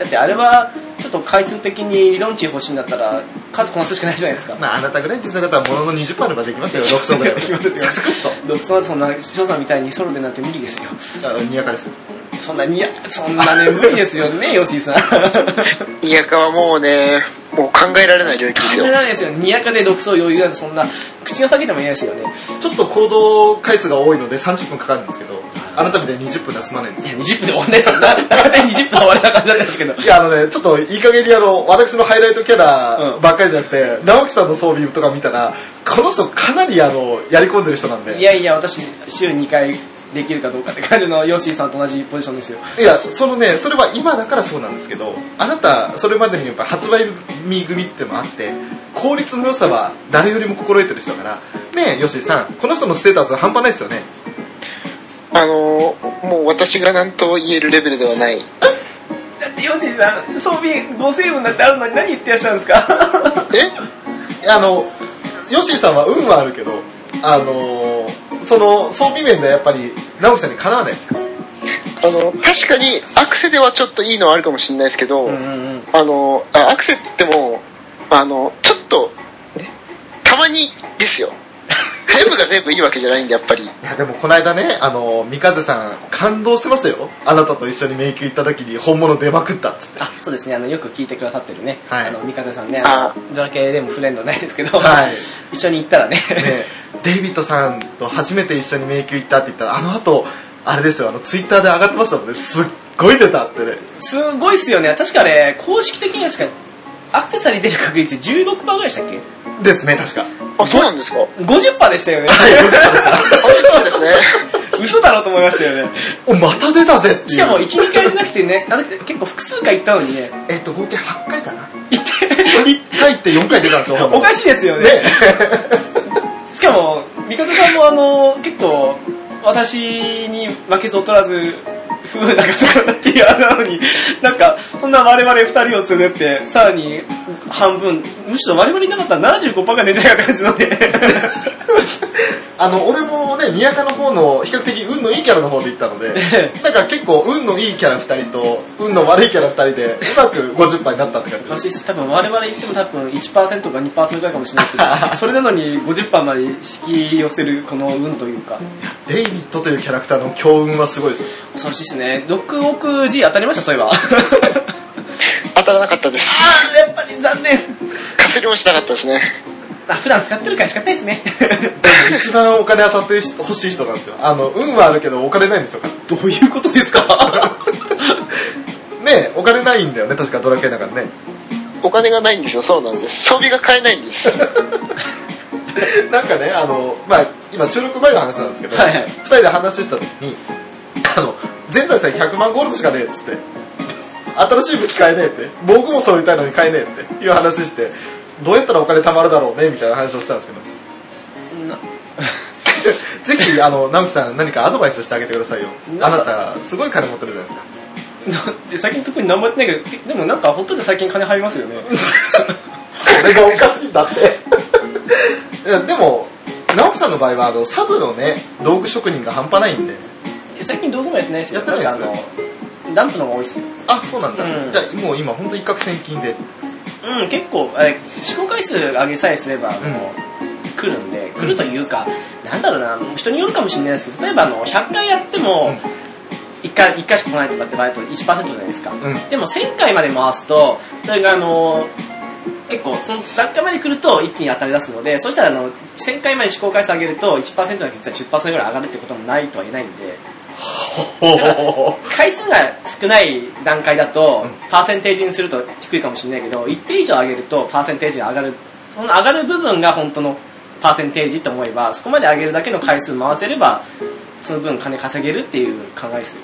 Speaker 1: だってあれは、ちょっと回数的に理論値欲しいんだったら、数こなすしかないじゃないですか。
Speaker 2: まあ、あなたぐらい実際の方はものの20パーでできますよ、6
Speaker 1: [LAUGHS]
Speaker 2: 層ぐらいは。
Speaker 1: できますできます
Speaker 2: サクサク
Speaker 1: ロックソンはそんな、翔さんみたいにソロでなんて無理ですよ。
Speaker 2: っと。あにやかですよ。
Speaker 1: そんなに、いや、そんなね、無理ですよね、吉井さん。
Speaker 3: いやかはもうね、もう考えられない領域です
Speaker 1: そ
Speaker 3: よ
Speaker 1: れ。なんですよ。にやかで毒草余裕なんてそんな、口が裂けてもいないですよね。
Speaker 2: ちょっと行動回数が多いので30分かかるんですけど、あなたみたいに20分では済まないんです
Speaker 1: いや、
Speaker 2: よ。
Speaker 1: 20分で終わんないですよ。な、なんか20分は終わらなかったんですけど。
Speaker 2: いや、あのね、ちょっといい加減にあの、私のハイライトキャラ
Speaker 1: うん
Speaker 2: ばっかりじゃなくて、直樹さんの装備とか見たら、この人かなりあの、やり込んでる人なんで。
Speaker 1: いやいや、私、週2回できるかどうかって感じの吉井さんと同じポジションですよ。
Speaker 2: いや、そのね、それは今だからそうなんですけど、あなた、それまでにやっぱ発売日組ってのもあって、効率の良さは誰よりも心得てる人だから、ねえ、ヨシーさん、この人のステータス半端ないですよね。
Speaker 3: あの、もう私が何と言えるレベルではない。
Speaker 1: だって、ヨシさん、装備5セーブになってあるのに何言ってらっしゃるんですか
Speaker 2: えあの、ヨッシーさんは運はあるけど、あのーその装備面ではやっぱり直樹さんにかなわないですか
Speaker 3: あの、確かにアクセではちょっといいのはあるかもしれないですけど、
Speaker 1: うん
Speaker 3: あの、あアクセって言っても、あの、ちょっと、ねたまにです [LAUGHS] よ。全部が全部いいわけじゃないんで、やっぱり。
Speaker 2: いやでもこの間ね、あのー、三風さん感動してましたよ。あなたと一緒に迷宮行った時に本物出まくったっつって。
Speaker 1: あ、そうですね、あの、よく聞いてくださってるね、
Speaker 2: はい
Speaker 1: あの、三風さんね、あのドラケでもフレンドないですけど、
Speaker 2: [LAUGHS] はい
Speaker 1: 一緒に行ったらね、
Speaker 2: ね、デイビッドさんと初めて一緒に迷宮行ったって言ったら、あの後、あれですよ、あの、ツイッターで上がってましたもんね。すっごい出たってね。
Speaker 1: すごいっすよね、確かね、公式的には確か、アクセサリー出る確率16%ぐらいでしたっけ
Speaker 2: ですね、確か。
Speaker 3: あ、そうなんです [LAUGHS] か
Speaker 1: ?50% でした [LAUGHS] よね。
Speaker 3: あそうですね。
Speaker 1: 嘘だろうと思いましたよね。
Speaker 2: [LAUGHS] お、また出たぜっていう。
Speaker 1: しかも1、2回じゃなくてね、あの時結構複数回行ったのにね、
Speaker 2: えっと、合計8回かな。 [LAUGHS]
Speaker 1: 行って、行っ
Speaker 2: 1回って4回出たんですよ。
Speaker 1: おかしいですよね。しかも、味方さんもあの、結構、私に負けず劣らず、不運な方だっていうあれなのに、なんか、そんな我々二人を連れてって、さらに半分、むしろ我々いなかったら75%が寝ちゃうような感じので、
Speaker 2: [LAUGHS] あの、俺もね、ニアカの方の、比較的運のいいキャラの方で行ったので、なんか結構運のいいキャラ2人と、運の悪いキャラ2人で、うまく50杯になったって感じです。
Speaker 1: 私、多分我々言っても多分1%か2%ぐらいかもしれないです [LAUGHS] けど、それなのに50%まで引き寄せるこの運というか、
Speaker 2: デイビッドというキャラクターの強運はすごいです。
Speaker 1: 恐ろしいですね。6億 G 当たりました、そういえば。
Speaker 3: 当たらなかったです。
Speaker 1: あー、やっぱり残念。
Speaker 3: かすりもしなかったですね。
Speaker 1: あ、普段使ってるから仕方ないですね。
Speaker 2: 一番お金当たってほしい人なんですよ。あの、運はあるけどお金ないんですよ。
Speaker 1: どういうことですか
Speaker 2: ねお金ないんだよね、確かドラケンだからね。
Speaker 3: お金がないんですよ、そうなんです。装備が買えないんです。
Speaker 2: なんかね、あの、まあ今収録前の話なんですけど、
Speaker 1: [LAUGHS] はいはい
Speaker 2: 2人で話した時に、あの、全財産100万ゴールドしかねえっつって、新しい武器買えねえって、僕もそう言いたいのに買えねえっていう話して、どうやったらお金貯まるだろうね、みたいな話をしたんですけど、ぜひ、あの、直樹さん何かアドバイスしてあげてくださいよ。
Speaker 1: な
Speaker 2: あなた、すごい金持ってるじゃないですか。
Speaker 1: な最近特に何もやってないけど、でもなんか本当に最近金入りますよね。
Speaker 2: それがおかしいんだ [LAUGHS] って。いやでも、直樹さんの場合は、あの、サブのね、道具職人が半端ないんで、
Speaker 1: 最近道具もやってないですよ。
Speaker 2: やってないです
Speaker 1: んかあの、ダンプの方が多いですよ。
Speaker 2: あ、そうなんだ。
Speaker 1: うん
Speaker 2: じゃあ、もう今、本当一攫千金で。
Speaker 1: うん、結構、え試行回数上げさえすれば、
Speaker 2: うん
Speaker 1: もう、来るんで、来るというか、なんだろうな、人によるかもしれないですけど、例えばあの、100回やって
Speaker 2: う
Speaker 1: も
Speaker 2: ん、
Speaker 1: 1回、一回しか来ないとかって場合だと1%じゃないですか。
Speaker 2: うん。
Speaker 1: でも1000回まで回すと、それがあの、結構、その段階まで来ると一気に当たり出すので、そしたらあの、1000回まで試行回数上げると1%の率は10%ぐらい上がるってこともないとは言えないんで、回数が少ない段階だと
Speaker 2: うん、
Speaker 1: パーセンテージにすると低いかもしれないけど、一定以上上げるとパーセンテージが上がる、その上がる部分が本当のパーセンテージと思えば、そこまで上げるだけの回数回せれば、その分金稼げるっていう考えですよ。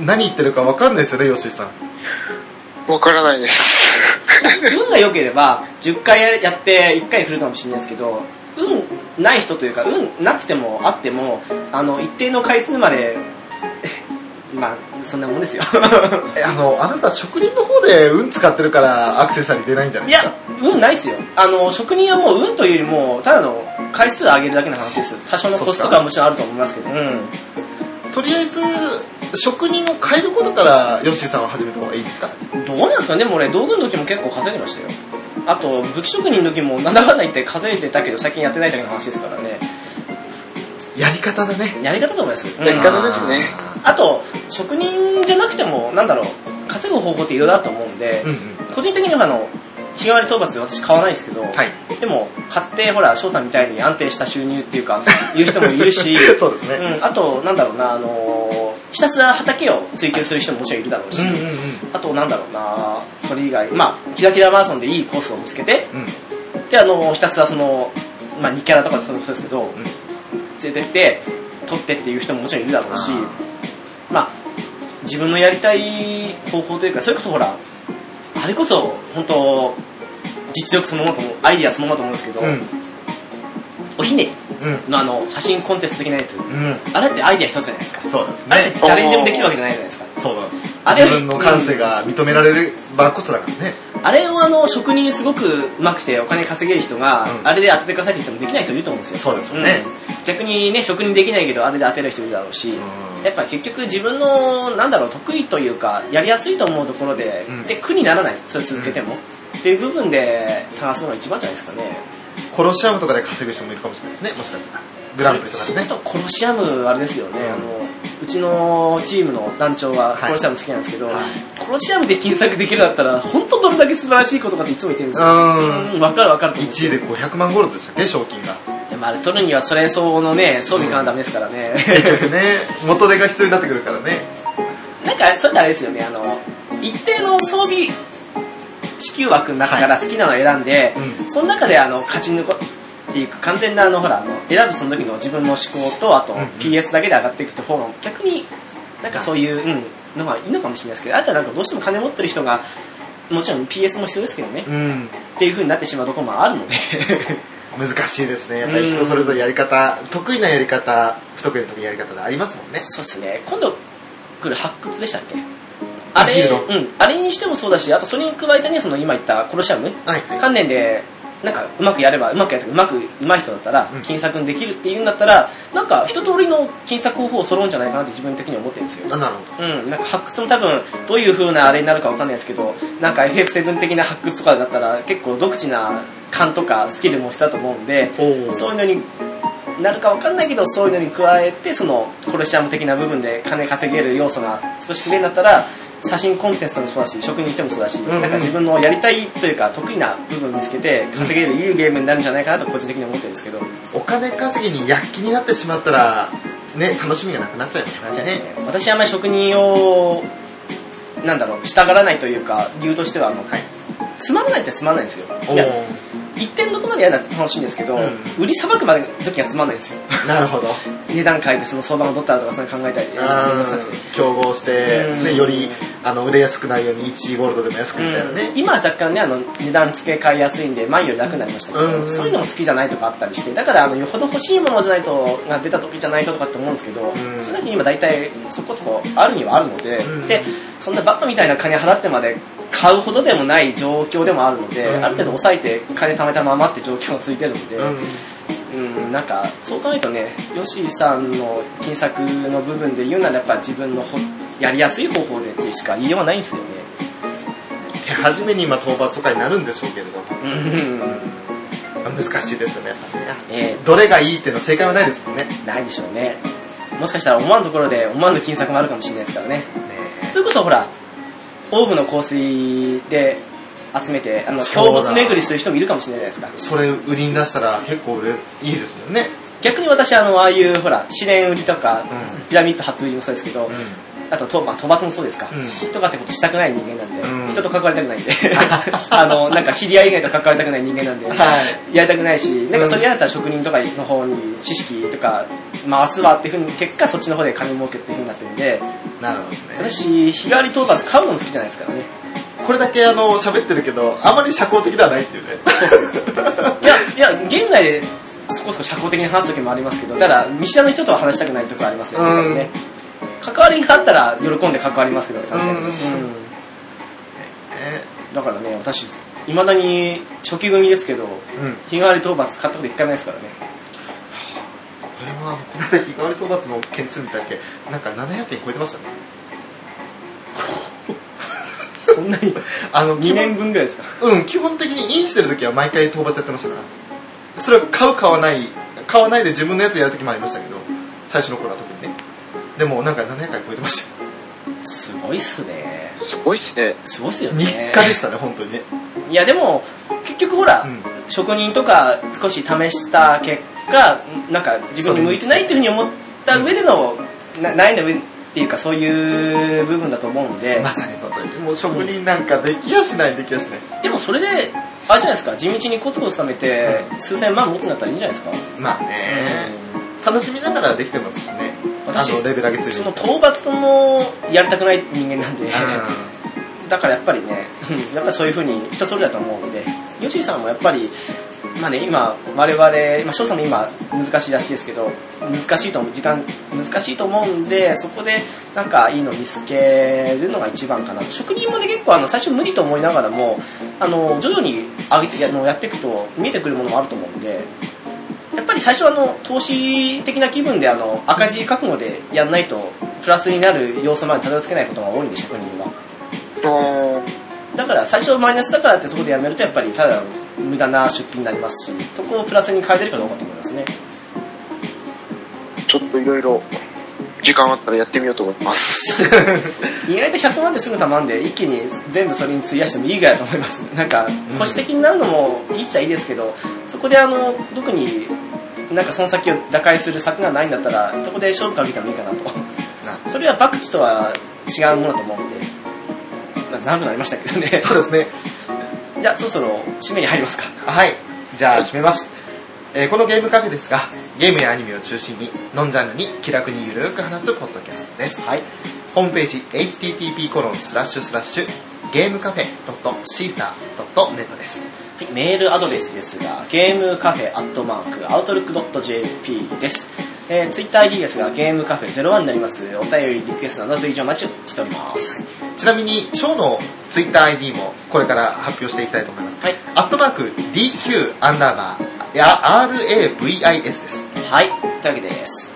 Speaker 2: 何言ってるか分かんないですよね、ヨッシーさん。
Speaker 3: わからないです。
Speaker 1: 運が良ければ10回やって1回来るかもしれないですけど運ない人というか運なくてもあってもあの一定の回数まで [LAUGHS] まあそんなもんですよ
Speaker 2: え、あの、あなた、職人の方で運使ってるから、アクセサリー出ないんじゃない
Speaker 1: い
Speaker 2: です
Speaker 1: や運ないっすよあの職人はもう運というよりもただの回数上げるだけの話です多少のコストとかはもちろんあると思いますけどうん
Speaker 2: か。とりあえず、職人を変えることから、ヨッシーさんは始めた方がいいですか
Speaker 1: どうなんですかねでも俺道具の時も結構稼いでましたよあと武器職人の時もなんだかんだ言って稼いでたけど最近やってないだけの話ですからね
Speaker 2: やり方だね。
Speaker 1: やり方だと思いますや
Speaker 3: り方ですね
Speaker 1: あと、職人じゃなくても、なんだろう、稼ぐ方法っていろいろあると思うんで
Speaker 2: あー。う、んうん。
Speaker 1: 個人的にはあの、日替わり討伐で私買わないですけど、
Speaker 2: はい。
Speaker 1: でも、買って、ほら、翔さんみたいに安定した収入っていうか、いう人もいる
Speaker 2: [LAUGHS]
Speaker 1: し、
Speaker 2: そうですね。
Speaker 1: うん、あと、なんだろうな、あのーひたすら畑を追求する人ももちろんいるだろうし、
Speaker 2: うんうんうん。
Speaker 1: あと、なんだろうな、それ以外、まあ、キラキラマラソンでいいコースを見つけて、
Speaker 2: うん。
Speaker 1: で、あの、ひたすらその、まあ、2キャラとかでそうですけど、
Speaker 2: ん
Speaker 1: 連れてって、取ってっていう人ももちろんいるだろうし
Speaker 2: あ、
Speaker 1: まあ、自分のやりたい方法というか、それこそほら、あれこそ、本当実力そのものと思う、アイディアそのものと思うんですけど、
Speaker 2: うん。
Speaker 1: おひね
Speaker 2: うん。
Speaker 1: りのあの、写真コンテスト的なやつ、
Speaker 2: うん。
Speaker 1: あれってアイディア一つじゃないですか。
Speaker 2: そうです
Speaker 1: あれっ
Speaker 2: ね
Speaker 1: て。誰にでもできるわけじゃないじゃないですか。
Speaker 2: そうなんです。
Speaker 1: あれ
Speaker 2: 自分の感性が認められる場こそだからね。
Speaker 1: あれをあの、職人すごくうまくてお金稼げる人が、
Speaker 2: うん
Speaker 1: あれで当ててくださいって言ってもできない人いると思うんですよ。
Speaker 2: そうですよね
Speaker 1: うん逆にね、職人できないけど、あれで当てる人いるだろうし、
Speaker 2: うん
Speaker 1: やっぱ結局自分の、なんだろう、得意というか、やりやすいと思うところで、
Speaker 2: うん
Speaker 1: で、苦にならない。それ続けても。っていう部分で探すのが一番じゃないですかね。
Speaker 2: コロシアムとかで稼ぐ人もいるかもしれないですね、もしかしたら。グランプリとかでね
Speaker 1: ち。ょっとコロシアム、あれですよね、
Speaker 2: うん
Speaker 1: あの、うちのチームの団長が
Speaker 2: はい
Speaker 1: コロシアム好きなんですけど、
Speaker 2: はい
Speaker 1: コロシアムで金策できるんだったら、本当どれだけ素晴らしいことかっていつも言ってるんですよ。
Speaker 2: うん。
Speaker 1: うん、わかるわかると思う
Speaker 2: 1位で500万ゴールドでしたっけ、賞金が。
Speaker 1: でもあれ取るにはそれ相応のね、装備がダメですからね。
Speaker 2: 結局ね、元手が必要になってくるからね。
Speaker 1: なんか、それってあれですよね、あの、一定の装備支給枠の中から好きなのを選んで、
Speaker 2: う
Speaker 1: その中であの、勝ち抜こっていく、完全なあの、ほら、あの、選ぶその時の自分の思考と、あと
Speaker 2: うんうん
Speaker 1: PS だけで上がっていくって方が、逆になんかそういう、うん、のがいいのかもしれないですけど、あとはなんかどうしても金持ってる人が、もちろん PS も必要ですけどね、
Speaker 2: うん。
Speaker 1: っていう風になってしまうところもあるので、
Speaker 2: 難しいですね。やっぱり人それぞれやり方、得意なやり方、不得意な時のやり方でありますもんね。
Speaker 1: [LAUGHS] そうですね。今度来る発掘でしたっけあ
Speaker 2: ギ
Speaker 1: れ、
Speaker 2: ルド
Speaker 1: うん。あれにしてもそうだし、あとそれに加えてね、その今言ったコロシアム
Speaker 2: はいはい。
Speaker 1: 関連で、なんかうまくやれば、うまくやってうまく上手い人だったら
Speaker 2: うん、
Speaker 1: 金策にできるっていうんだったら、なんか一通りの金策方法を揃うんじゃないかなって自分的には思ってるんですよ。
Speaker 2: あなるほど。
Speaker 1: うん、なんか発掘も多分、どういう風なあれになるかわかんないですけど、なんか FF7 的な発掘とかだったら、結構独自な勘とかスキルもしたと思うんで、
Speaker 2: お
Speaker 1: そういうのになるかわかんないけど、そういうのに加えて、その、コロシアム的な部分で金稼げる要素が少し増えになったら、写真コンテストもそうだし、職人してもそうだし、
Speaker 2: んうん
Speaker 1: なんか自分のやりたいというか、得意な部分を見つけて、稼げるいいゲームになるんじゃないかなと個人的に思ってるんですけど、
Speaker 2: お金稼ぎに躍起になってしまったら、ね、楽しみがなくなっちゃいますか
Speaker 1: 感じ
Speaker 2: ら
Speaker 1: です
Speaker 2: ね。
Speaker 1: ね。私はあんまり職人を、なんだろう、従らないというか、理由としては、あの、
Speaker 2: はい。
Speaker 1: つまんないってつまんないんですよ。
Speaker 2: お
Speaker 1: いや、
Speaker 2: ー
Speaker 1: 一点どこまでやるのは楽しいんですけど、
Speaker 2: うん
Speaker 1: 売りさばくまでの時はつまんないんですよ。
Speaker 2: なるほど。
Speaker 1: 値段変えてその相場を取ったらとか、そういうの考えたり、めんどくさくて。
Speaker 2: 競合して、
Speaker 1: うん
Speaker 2: ね、よりあの売れやすくないように1ゴールドでも安くみたいなね、
Speaker 1: 今は若干ねあの値段付け替えやすいんで前より楽になりましたけど、
Speaker 2: うん
Speaker 1: そういうのも好きじゃないとかあったりしてだからあのよほど欲しいものじゃないとが出た時じゃないととかって思うんですけど、
Speaker 2: ん
Speaker 1: それだけ今大体そこそこあるにはあるので、
Speaker 2: うん
Speaker 1: でそんなバカみたいな金払ってまで買うほどでもない状況でもあるので、
Speaker 2: うん
Speaker 1: ある程度抑えて金貯めたままって状況が続いてるので、
Speaker 2: うん
Speaker 1: うん、なんか、そう考えるとね、ヨシーさんの金策の部分で言うなら、やっぱ自分のほやりやすい方法でってしか言いようがないんですよね。
Speaker 2: 手始めに今討伐とかになるんでしょうけれど、
Speaker 1: うん。
Speaker 2: 難しいですよねやっぱ
Speaker 1: え
Speaker 2: ねどれがいいっていうのは正解はないですもんねね
Speaker 1: ー、ないでしょうね。もしかしたら思わぬところで思わぬ金策もあるかもしれないですからね。それこそほら、オーブの香水で集めて、あの、
Speaker 2: そう
Speaker 1: 強
Speaker 2: だ
Speaker 1: 物巡りする人もいるかもしれないじゃないですか。
Speaker 2: それ売りに出したら結構売れいいですもんね、
Speaker 1: 逆に私、あの、ああいうほら、試練売りとか、
Speaker 2: う
Speaker 1: ピラミッド初売りもそうですけど、
Speaker 2: ん
Speaker 1: あと、とまあ、討伐もそうですか。
Speaker 2: う
Speaker 1: とかってことしたくない人間なんで、
Speaker 2: うん
Speaker 1: 人と関わりたくないんで、 [LAUGHS] あの、なんか知り合い以外と関わりたくない人間
Speaker 2: [LAUGHS]
Speaker 1: なんで、
Speaker 2: はい
Speaker 1: やりたくないし、なんかそれやったら職人とかの方に知識とか回すわっていうふうに、結果そっちの方で金儲けっていうふうになってるんで、
Speaker 2: なるほどね
Speaker 1: 私、日替わり討伐買うのも好きじゃないです
Speaker 2: [LAUGHS]
Speaker 1: からね。
Speaker 2: これだけあの喋ってるけどあまり社交的ではないっていうね
Speaker 1: いや、いや、現代でそこそこ社交的に話す時もありますけど、ただ、見知らぬ人とは話したくないとこありますよね。
Speaker 2: うん
Speaker 1: やっぱりね関わりがあったら喜んで関わりますけど、ね
Speaker 2: うん
Speaker 1: うんだからね、私、いまだに初期組ですけど、
Speaker 2: うん
Speaker 1: 日替わり討伐買ったこと一回もないですからね。
Speaker 2: これはこの間日替わり討伐の件数見たっけなんか700件超えてましたね
Speaker 1: そんな [LAUGHS] に
Speaker 2: あの
Speaker 1: 2年分ぐらいですか。
Speaker 2: うん、基本的にインしてるときは毎回討伐やってましたから。それを買う、買わない、買わないで自分のやつやるときもありましたけど、最初の頃は特にね。でもなんか700回超えてましたよ。
Speaker 1: すごいっすね。
Speaker 3: すごいっすね。
Speaker 1: すごいっすよ
Speaker 2: 日
Speaker 1: ね。
Speaker 2: 課でしたね、本当にね。
Speaker 1: いやでも、結局ほら、
Speaker 2: うん
Speaker 1: 職人とか少し試した結果、なんか自分に向いてないっていうふうに思った上での、な悩んだ上っていうかそういう部分だと思うんで
Speaker 2: ま、さにその通り。もう職人なんかできやしない、できやしない。
Speaker 1: でもそれで、あれじゃないですか、地道にコツコツ貯めて、数千万持ってなったらいいんじゃないですか。
Speaker 2: まあね、楽しみながらできてますしね。あ
Speaker 1: 私
Speaker 2: の、レベル上げつい
Speaker 1: そ
Speaker 2: て
Speaker 1: の。討伐ともやりたくない人間なんで、
Speaker 2: う
Speaker 1: だからやっぱりね、うんやっぱりそういう風に人それぞれだと思うので、ヨシーさんもやっぱり、まあね、今、我々、まあ、翔さんも今、難しいらしいですけど、難しいと思う、時間、難しいと思うんで、そこで、なんか、いいの見つけるのが一番かな。職人もね、結構、あの、最初無理と思いながらも、あの、徐々に上げて、あのやっていくと、見えてくるものもあると思うんで、やっぱり最初はあの、投資的な気分で、あの、赤字覚悟でやんないと、プラスになる要素までたどり着けないことが多いんで、職人は。
Speaker 3: うん
Speaker 1: だから最初マイナスだからってそこでやめるとやっぱりただの無駄な出費になりますしそこをプラスに変えてるかどうかと思いますね
Speaker 3: ちょっといろいろ時間あったらやってみようと思います。
Speaker 1: 意外と100万ってすぐたまんで一気に全部それに費やしてもいいぐらいだと思いますなんか保守的になるのもいいっちゃいいですけどそこであの特になんかその先を打開する策がないんだったらそこで勝負かけてもいいかなとそれは博打とは違うものだと思うんでまあ長くなりましたけどね
Speaker 2: [LAUGHS] そうですね。
Speaker 1: じゃあそろそろ締めに入りますか
Speaker 2: はい。じゃあ、締めます。えーこのゲームカフェですが、ゲームやアニメを中心に、ノンジャンルに気楽にゆるく話すポッドキャストです。はい。ホームページ、http コロンスラッシュスラッシュ、ゲームカフェ .caesar.net です。
Speaker 1: はいメールアドレスですが、ゲームカフェアットマーク、アウトルックドット JP です。えー、ツイッター ID ですが、ゲームカフェ01になります。お便り、リクエストなど随時お待ちしております。
Speaker 2: ちなみに、ショーのツイッター ID もこれから発表していきたいと思います。
Speaker 1: はい。
Speaker 2: アットマーク DQ アンダーバー、いや、RAVIS です。
Speaker 1: はい。というわけです。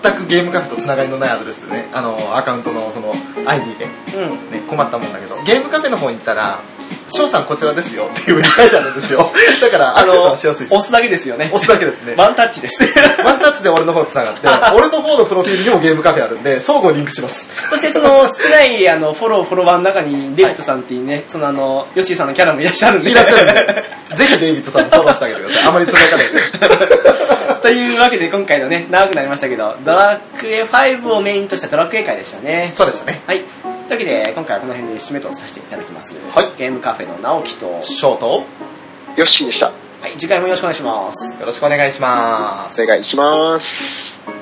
Speaker 2: 全くゲームカフェとつながりのないアドレスでね、あの、アカウントのその ID ね、
Speaker 1: うん。
Speaker 2: ね、困ったもんだけど、ゲームカフェの方に行ったら、翔さんこちらですよっていう風に書いてあるんですよ。 [LAUGHS] だから、アクセスはしやすいです。
Speaker 1: 押すだけですよね。
Speaker 2: 押すだけです
Speaker 1: [LAUGHS]
Speaker 2: ね。
Speaker 1: ワンタッチです。
Speaker 2: [LAUGHS] ワンタッチで俺の方繋がって、俺の方のプロフィールにもゲームカフェあるんで、相互リンクします。
Speaker 1: そしてその少ないあのフォロー、フォロワーの中にデビットさんっていうね、そのあの、ヨッシーさんのキャラもいらっしゃるんで。
Speaker 2: いらっしゃるんで、ぜひデイビッドさんにフォローしてあげてください。あまり繋がないで。
Speaker 1: [LAUGHS] というわけで今回のね、長くなりましたけど、ドラクエ5をメインとしたドラクエ会でしたね。
Speaker 2: そうでしたね。
Speaker 1: はい。というわけで、今回はこの辺で締めとさせていただきます。
Speaker 2: はい
Speaker 1: ゲームカフェの直樹と、は
Speaker 2: ショート、よ
Speaker 3: よっしーでした。
Speaker 1: い、次回もよろしくお願いします。
Speaker 2: ろしくお願いします。
Speaker 3: お願いします。